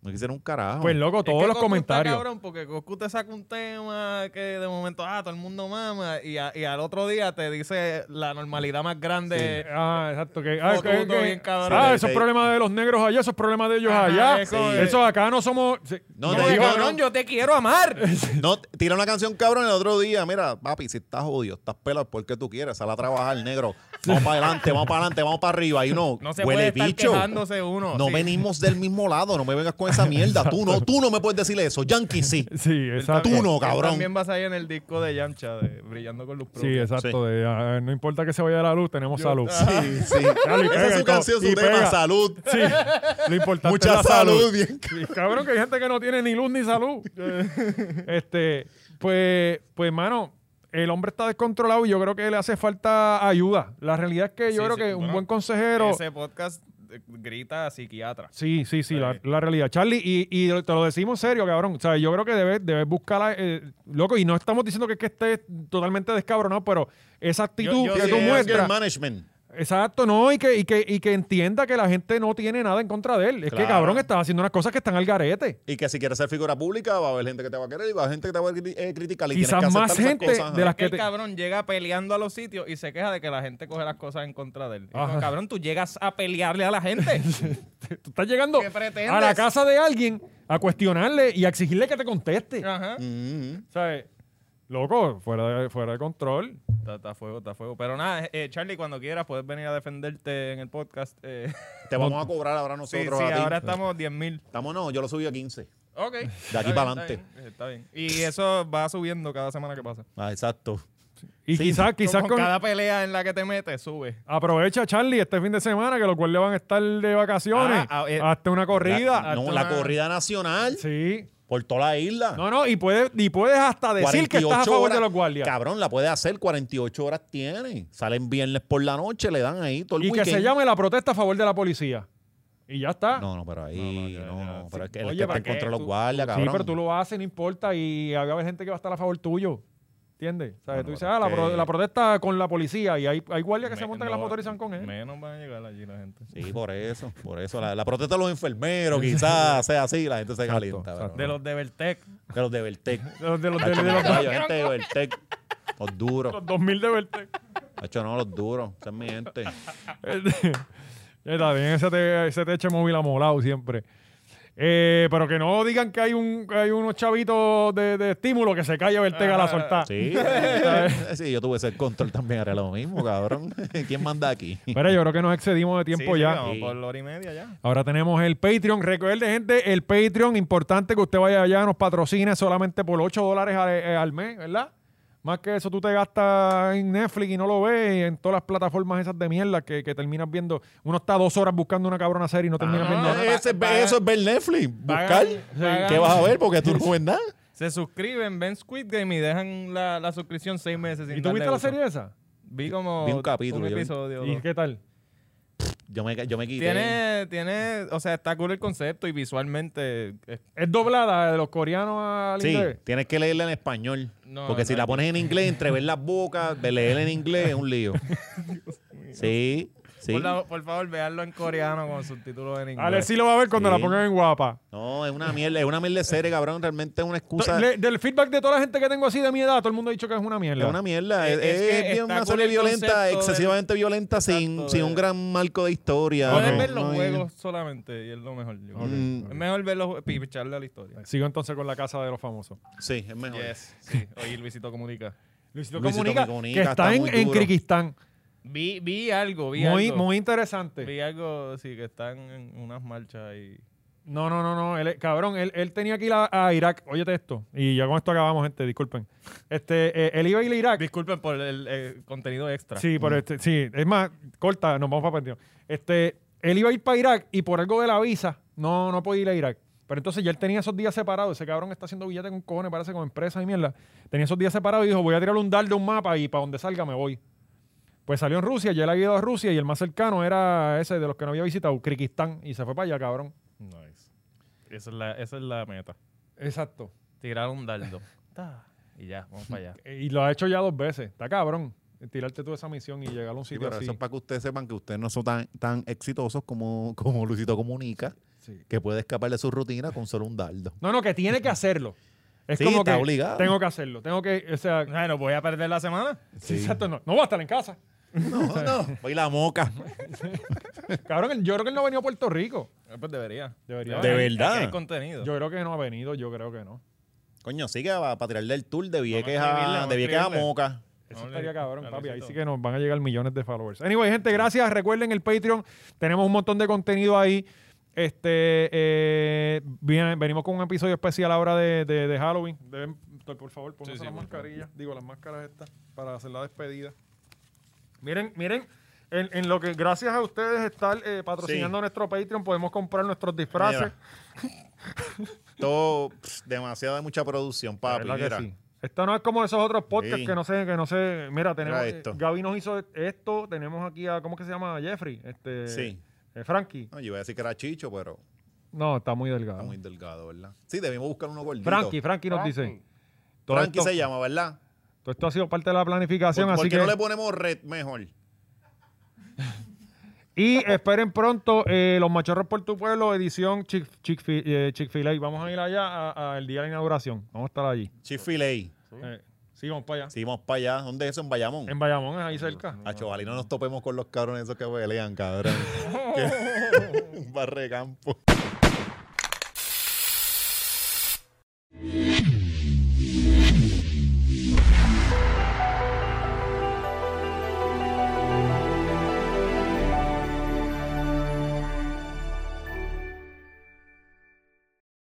Speaker 3: no quisieron un carajo.
Speaker 1: pues loco,
Speaker 5: Es que
Speaker 1: todos los
Speaker 5: Coscu está
Speaker 1: comentarios.
Speaker 5: cabrón, porque Coscu te saca un tema que de momento, ah, todo el mundo mama, y, a- y al otro día te dice la normalidad más grande.
Speaker 1: Ah, exacto. Que, ah,
Speaker 5: Fotuto,
Speaker 1: que- que-
Speaker 5: bien cabrón.
Speaker 1: ah,
Speaker 3: Sí,
Speaker 1: esos
Speaker 3: sí.
Speaker 1: problemas de los negros allá, esos problemas de ellos
Speaker 5: Ajá,
Speaker 1: allá.
Speaker 5: es como
Speaker 3: Sí.
Speaker 5: de-
Speaker 1: Eso acá no somos. sí.
Speaker 3: No,
Speaker 5: Como
Speaker 3: te
Speaker 5: de,
Speaker 3: digo,
Speaker 5: cabrón,
Speaker 3: no.
Speaker 5: yo te quiero amar.
Speaker 3: No, tira una canción cabrón el otro día. Mira, papi, si estás jodido, estás pelado, porque tú quieres? Sal a trabajar, negro. Vamos para adelante, vamos para adelante, vamos para arriba. Y no,
Speaker 5: No se
Speaker 3: huele
Speaker 5: puede
Speaker 3: bicho.
Speaker 5: estar quejándose uno.
Speaker 3: No
Speaker 5: sí.
Speaker 3: venimos del mismo lado, no me vengas con esa mierda. Tú no, tú no me puedes decir eso. Yankee sí.
Speaker 1: Sí, exacto.
Speaker 3: Tú no,
Speaker 5: Él
Speaker 3: cabrón.
Speaker 5: También vas ahí en el disco de Yamcha, de Brillando con Luz
Speaker 1: Sí,
Speaker 5: Propia.
Speaker 1: exacto. de, ah, no importa que se vaya la luz, tenemos salud.
Speaker 3: Sí, sí.
Speaker 1: Dale, y
Speaker 3: Esa
Speaker 1: pega
Speaker 3: es
Speaker 1: y
Speaker 3: su
Speaker 1: todo.
Speaker 3: canción,
Speaker 1: Y
Speaker 3: su tema,
Speaker 1: pega.
Speaker 3: salud.
Speaker 1: Sí, lo importante
Speaker 3: Mucha
Speaker 1: es la
Speaker 3: salud. bien.
Speaker 1: Sí, Cabrón, que hay gente que no tiene ni luz ni salud. este, pues, pues, mano, el hombre está descontrolado y yo creo que le hace falta ayuda. La realidad es que yo
Speaker 5: Sí,
Speaker 1: creo
Speaker 5: sí,
Speaker 1: que un
Speaker 5: bueno,
Speaker 1: buen consejero.
Speaker 5: Ese podcast eh, grita a psiquiatra.
Speaker 1: Sí, sí, sí, la,
Speaker 5: Sí.
Speaker 1: la realidad. Charlie, y, y te lo decimos serio, cabrón. O sea, yo creo que debes, debes buscar, a- eh, loco, y no estamos diciendo que, es que estés totalmente descabronado, pero esa actitud
Speaker 5: yo-
Speaker 1: que
Speaker 5: sí,
Speaker 1: tú
Speaker 5: es que
Speaker 1: muestras.
Speaker 3: management.
Speaker 1: Exacto, no, y que, y, que, y que entienda que la gente no tiene nada en contra de él. Es
Speaker 3: Claro.
Speaker 1: que, cabrón, estás haciendo unas cosas que están al garete.
Speaker 3: Y que si quieres ser figura pública, va a haber gente que te va a querer y va a haber gente que te va a cri- eh, criticar. Y tienes
Speaker 1: Quizás
Speaker 3: que aceptar
Speaker 1: más
Speaker 3: esas
Speaker 1: gente
Speaker 3: cosas,
Speaker 1: de
Speaker 3: ajá.
Speaker 1: las
Speaker 5: Que
Speaker 1: que
Speaker 5: el
Speaker 1: te-
Speaker 5: cabrón llega peleando a los sitios y se queja de que la gente coge las cosas en contra de él. Y como,
Speaker 1: Ajá.
Speaker 5: cabrón, tú llegas a pelearle a la gente.
Speaker 1: Tú estás llegando
Speaker 5: ¿Qué pretendes?
Speaker 1: a la casa de alguien a cuestionarle y a exigirle que te conteste.
Speaker 5: Ajá.
Speaker 3: Mm, mm.
Speaker 1: ¿Sabes? Loco, fuera de, fuera de control.
Speaker 5: Está, está fuego, está fuego. Pero nada, eh, Charlie, cuando quieras puedes venir a defenderte en el podcast. eh.
Speaker 3: Te vamos a cobrar ahora
Speaker 5: Sí,
Speaker 3: nosotros. a
Speaker 5: sí,
Speaker 3: ti.
Speaker 5: ahora estamos 10 mil.
Speaker 3: Estamos, no, yo lo subí a 15.
Speaker 5: Ok.
Speaker 3: De aquí para adelante.
Speaker 5: Está bien. Y eso va subiendo cada semana que pasa.
Speaker 3: Ah, exacto.
Speaker 1: Y
Speaker 3: Sí,
Speaker 1: quizás, quizás
Speaker 5: Como
Speaker 1: con-
Speaker 5: cada pelea en la que te metes, sube.
Speaker 1: aprovecha Charlie este fin de semana, que los cuales van a estar de vacaciones.
Speaker 5: Ah, ah, eh,
Speaker 1: hasta una corrida.
Speaker 3: La, no,
Speaker 1: hasta
Speaker 3: la
Speaker 1: una-
Speaker 3: corrida nacional
Speaker 1: Sí.
Speaker 3: por toda la isla.
Speaker 1: No, no, y puedes, y puedes hasta decir que estás a
Speaker 3: 48
Speaker 1: favor
Speaker 3: horas,
Speaker 1: de los guardias.
Speaker 3: Cabrón, la puede hacer 48 horas tiene. Salen viernes por la noche, le dan ahí todo el
Speaker 1: Y que
Speaker 3: weekend.
Speaker 1: se llame la protesta a favor de la policía. Y ya está.
Speaker 3: No, no, pero ahí no, no, pero es que él
Speaker 1: Oye,
Speaker 3: es que
Speaker 1: ¿para
Speaker 3: está en
Speaker 1: qué?
Speaker 3: contra de los
Speaker 1: Tú-
Speaker 3: guardias,
Speaker 1: Sí,
Speaker 3: cabrón.
Speaker 1: pero tú lo haces, no importa, y va a haber gente que va a estar a favor tuyo. ¿Entiendes? O sea,
Speaker 3: Bueno,
Speaker 1: tú dices,
Speaker 3: pero
Speaker 1: ah, la,
Speaker 3: es
Speaker 1: pro-
Speaker 3: que-
Speaker 1: la protesta con la policía y hay, hay guardias que se
Speaker 5: Me-
Speaker 1: montan
Speaker 5: no,
Speaker 1: en la motorizan con él.
Speaker 5: Menos van a llegar allí la gente.
Speaker 3: Sí, por eso, por eso. La, la protesta de los enfermeros, quizás sea así, la gente se calienta. pero
Speaker 5: De
Speaker 3: no.
Speaker 5: los de Vertec.
Speaker 3: de los de Beltec.
Speaker 1: De los, de los, de-
Speaker 3: Hacho,
Speaker 1: de
Speaker 3: me
Speaker 1: los-
Speaker 3: callo, gente de Beltec. Los duros.
Speaker 1: los 2000 de verte.
Speaker 3: Hacho, no, los duros. Esa es mi gente.
Speaker 1: Está bien, ese, te, ese techo móvil amolado siempre. Eh, pero que no digan que hay un que hay unos chavitos de, de estímulo que se calle Vertega a la soltada.
Speaker 3: Sí. sí, yo tuve ese control también, haré lo mismo, cabrón. ¿Quién manda aquí?
Speaker 1: Pero yo creo que nos excedimos de tiempo
Speaker 5: Sí, sí,
Speaker 1: ya.
Speaker 5: vamos
Speaker 3: Sí.
Speaker 5: Por la hora y media ya.
Speaker 1: Ahora tenemos el Patreon. Recuerde, gente, el Patreon. Importante que usted vaya allá, nos patrocine solamente por 8 dólares al, eh, al mes, ¿verdad? Más que eso, tú te gastas en Netflix y no lo ves, y en todas las plataformas esas de mierda que, que terminas viendo. Uno está dos horas buscando una cabrona serie y no terminas
Speaker 5: Ah,
Speaker 1: viendo
Speaker 5: no,
Speaker 1: nada.
Speaker 5: no,
Speaker 3: Ese es ver- eso es ver Netflix. Buscar.
Speaker 5: Pagan- pagan-
Speaker 3: ¿Qué vas a ver? Porque tú no ves nada.
Speaker 5: Se suscriben, ven Squid Game y dejan la, la suscripción seis meses. Sin
Speaker 1: ¿Y tú viste
Speaker 5: darle
Speaker 1: la
Speaker 5: uso.
Speaker 1: serie esa?
Speaker 5: Vi como
Speaker 3: Vi un capítulo, yo vi.
Speaker 5: episodio.
Speaker 1: ¿Y
Speaker 5: dos.
Speaker 1: qué tal?
Speaker 3: Yo me, yo me quité.
Speaker 5: Tiene, tiene, o sea, está cool el concepto y visualmente eh, es-
Speaker 1: ¿Es doblada de los coreanos al
Speaker 3: Sí,
Speaker 1: inglés?
Speaker 3: tienes que leerla en español.
Speaker 5: No,
Speaker 3: porque si
Speaker 5: no.
Speaker 3: la pones en inglés, entrever las bocas, de leerla en inglés es un lío. sí, Sí.
Speaker 5: Por, la- por favor, veanlo en coreano con subtítulos en inglés.
Speaker 1: Alexi lo va a ver cuando
Speaker 3: Sí.
Speaker 1: la pongan en guapa.
Speaker 3: No, es una mierda, es una mierda de serie, cabrón. Realmente es una excusa.
Speaker 1: Le- del feedback de toda la gente que tengo así de mi edad, todo el mundo ha dicho que es una mierda.
Speaker 3: Es una mierda.
Speaker 5: Es-
Speaker 3: Es,
Speaker 5: es
Speaker 3: es bien
Speaker 5: que Eh, está
Speaker 3: una
Speaker 5: cool
Speaker 3: serie
Speaker 5: el concepto
Speaker 3: violenta,
Speaker 5: del-
Speaker 3: excesivamente violenta, sin,
Speaker 5: Exacto,
Speaker 3: sin
Speaker 5: de-
Speaker 3: un gran marco de historia.
Speaker 5: Puedes
Speaker 3: No,
Speaker 5: ver los
Speaker 3: no hay-
Speaker 5: juegos solamente y es lo mejor. yo creo.
Speaker 3: Mm.
Speaker 5: Es mejor verlos y picharle a la historia.
Speaker 1: Sigo entonces con la casa de los famosos.
Speaker 3: Sí, es mejor.
Speaker 5: Yes, sí. Oye, Luisito Comunica.
Speaker 1: Luisito,
Speaker 3: Luisito
Speaker 1: Comunica,
Speaker 3: Comunica
Speaker 1: que está,
Speaker 3: está
Speaker 1: en,
Speaker 3: muy
Speaker 1: en
Speaker 3: duro.
Speaker 1: Kirguistán.
Speaker 5: Vi, vi algo, vi
Speaker 1: Muy,
Speaker 5: algo.
Speaker 1: muy interesante.
Speaker 5: Vi algo, sí, que están en unas marchas ahí.
Speaker 1: No, no, no, no. Él, es- cabrón, él, él tenía que ir a, a Irak. Óyete esto. Y ya con esto acabamos, gente, disculpen. Este, eh, él iba a ir a Irak.
Speaker 5: Disculpen por el, eh, contenido extra.
Speaker 1: Sí, por este, sí. Es más, corta, nos vamos para perdido. Este, él iba a ir para Irak y por algo de la visa, no, no podía ir a Irak. Pero entonces ya él tenía esos días separados. Ese cabrón está haciendo billete con cojones, parece con empresas y mierda. Tenía esos días separados y dijo, voy a tirar un dar de un mapa y para donde salga me voy. Pues salió en Rusia, ya él había ido a Rusia y el más cercano era ese de los que no había visitado, Kirguistán, y se fue para allá, cabrón.
Speaker 5: Nice. Esa es la, esa es la meta.
Speaker 1: Exacto.
Speaker 5: Tirar un dardo. Ta, y ya, vamos para allá.
Speaker 1: Y lo ha hecho ya dos veces. Está cabrón. Tirarte tú esa misión y llegar a un
Speaker 3: Sí,
Speaker 1: sitio
Speaker 3: pero
Speaker 1: así.
Speaker 3: eso es para que ustedes sepan que ustedes no son tan, tan exitosos como, como Luisito Comunica,
Speaker 1: Sí.
Speaker 3: que puede escapar de su rutina con solo un dardo.
Speaker 1: No, no, que tiene que hacerlo. Es
Speaker 3: Sí,
Speaker 1: como
Speaker 3: está
Speaker 1: que
Speaker 3: obligado.
Speaker 1: tengo que hacerlo. Tengo que, o sea,
Speaker 5: Bueno, voy a perder la semana.
Speaker 1: sí, exacto, no, no voy a estar en casa.
Speaker 3: No, no. Voy la moca.
Speaker 1: Cabrón, yo creo que él no ha venido a Puerto Rico.
Speaker 5: Eh, Pues debería.
Speaker 1: Debería.
Speaker 3: De
Speaker 5: Aquí-
Speaker 3: verdad.
Speaker 5: aquí hay contenido.
Speaker 1: Yo creo que no ha venido, yo creo que no.
Speaker 3: Coño, sí que va para tirarle el tour de Vieques
Speaker 5: Vamos a escribirle,
Speaker 3: a,
Speaker 5: vamos a
Speaker 3: de Vieques a
Speaker 5: escribirle.
Speaker 3: Moca.
Speaker 1: Eso
Speaker 5: Vamos a
Speaker 1: estaría
Speaker 5: leer-
Speaker 1: cabrón,
Speaker 5: a
Speaker 1: papi. Ahí
Speaker 5: Luisito.
Speaker 1: sí que nos van a llegar millones de followers. Anyway, gente, gracias. Recuerden el Patreon. Tenemos un montón de contenido ahí. Este, eh, bien, venimos con un episodio especial ahora de, de- de Halloween. Deben, por favor, pónganse
Speaker 5: sí,
Speaker 1: las
Speaker 5: por favor.
Speaker 1: mascarillas. Digo, las máscaras estas para hacer la despedida. Miren, miren. En, en lo que gracias a ustedes estar eh, patrocinando
Speaker 3: Sí.
Speaker 1: nuestro Patreon, podemos comprar nuestros disfraces.
Speaker 3: Mira, Todo, pff, demasiada mucha producción,
Speaker 1: La
Speaker 3: papi.
Speaker 1: verdad que
Speaker 3: Mira.
Speaker 1: sí. Esto no es como esos otros podcasts
Speaker 3: Sí.
Speaker 1: que no sé, que no sé. Mira, tenemos.
Speaker 3: Mira esto.
Speaker 1: eh, Gaby nos hizo esto. Tenemos aquí a, ¿cómo que se llama? Jeffrey. Este,
Speaker 3: Sí.
Speaker 1: eh, Frankie.
Speaker 3: No, yo iba a decir que era Chicho, pero
Speaker 1: No, está muy delgado.
Speaker 3: está muy delgado, ¿verdad? Sí, debimos buscar uno gordito.
Speaker 1: Frankie, Frankie nos dice. Todo
Speaker 3: Frankie
Speaker 1: esto,
Speaker 3: se llama, ¿verdad?
Speaker 1: todo esto ha sido parte de la planificación,
Speaker 3: ¿Por, por
Speaker 1: así
Speaker 3: qué
Speaker 1: que.
Speaker 3: no le ponemos red mejor?
Speaker 1: Y esperen pronto eh, Los Machorros por tu Pueblo, edición Chick- Chick-fil- eh, Chick-fil-A. Vamos a ir allá al día de la inauguración. Vamos a estar allí.
Speaker 3: Chick-fil-A.
Speaker 1: Eh, sí, vamos para allá.
Speaker 3: Sí, vamos para allá. ¿Dónde es eso? En Bayamón.
Speaker 1: En Bayamón, es ahí cerca.
Speaker 3: A chaval, y no nos topemos con los cabrones esos que pelean, cabrón. Un barre de campo.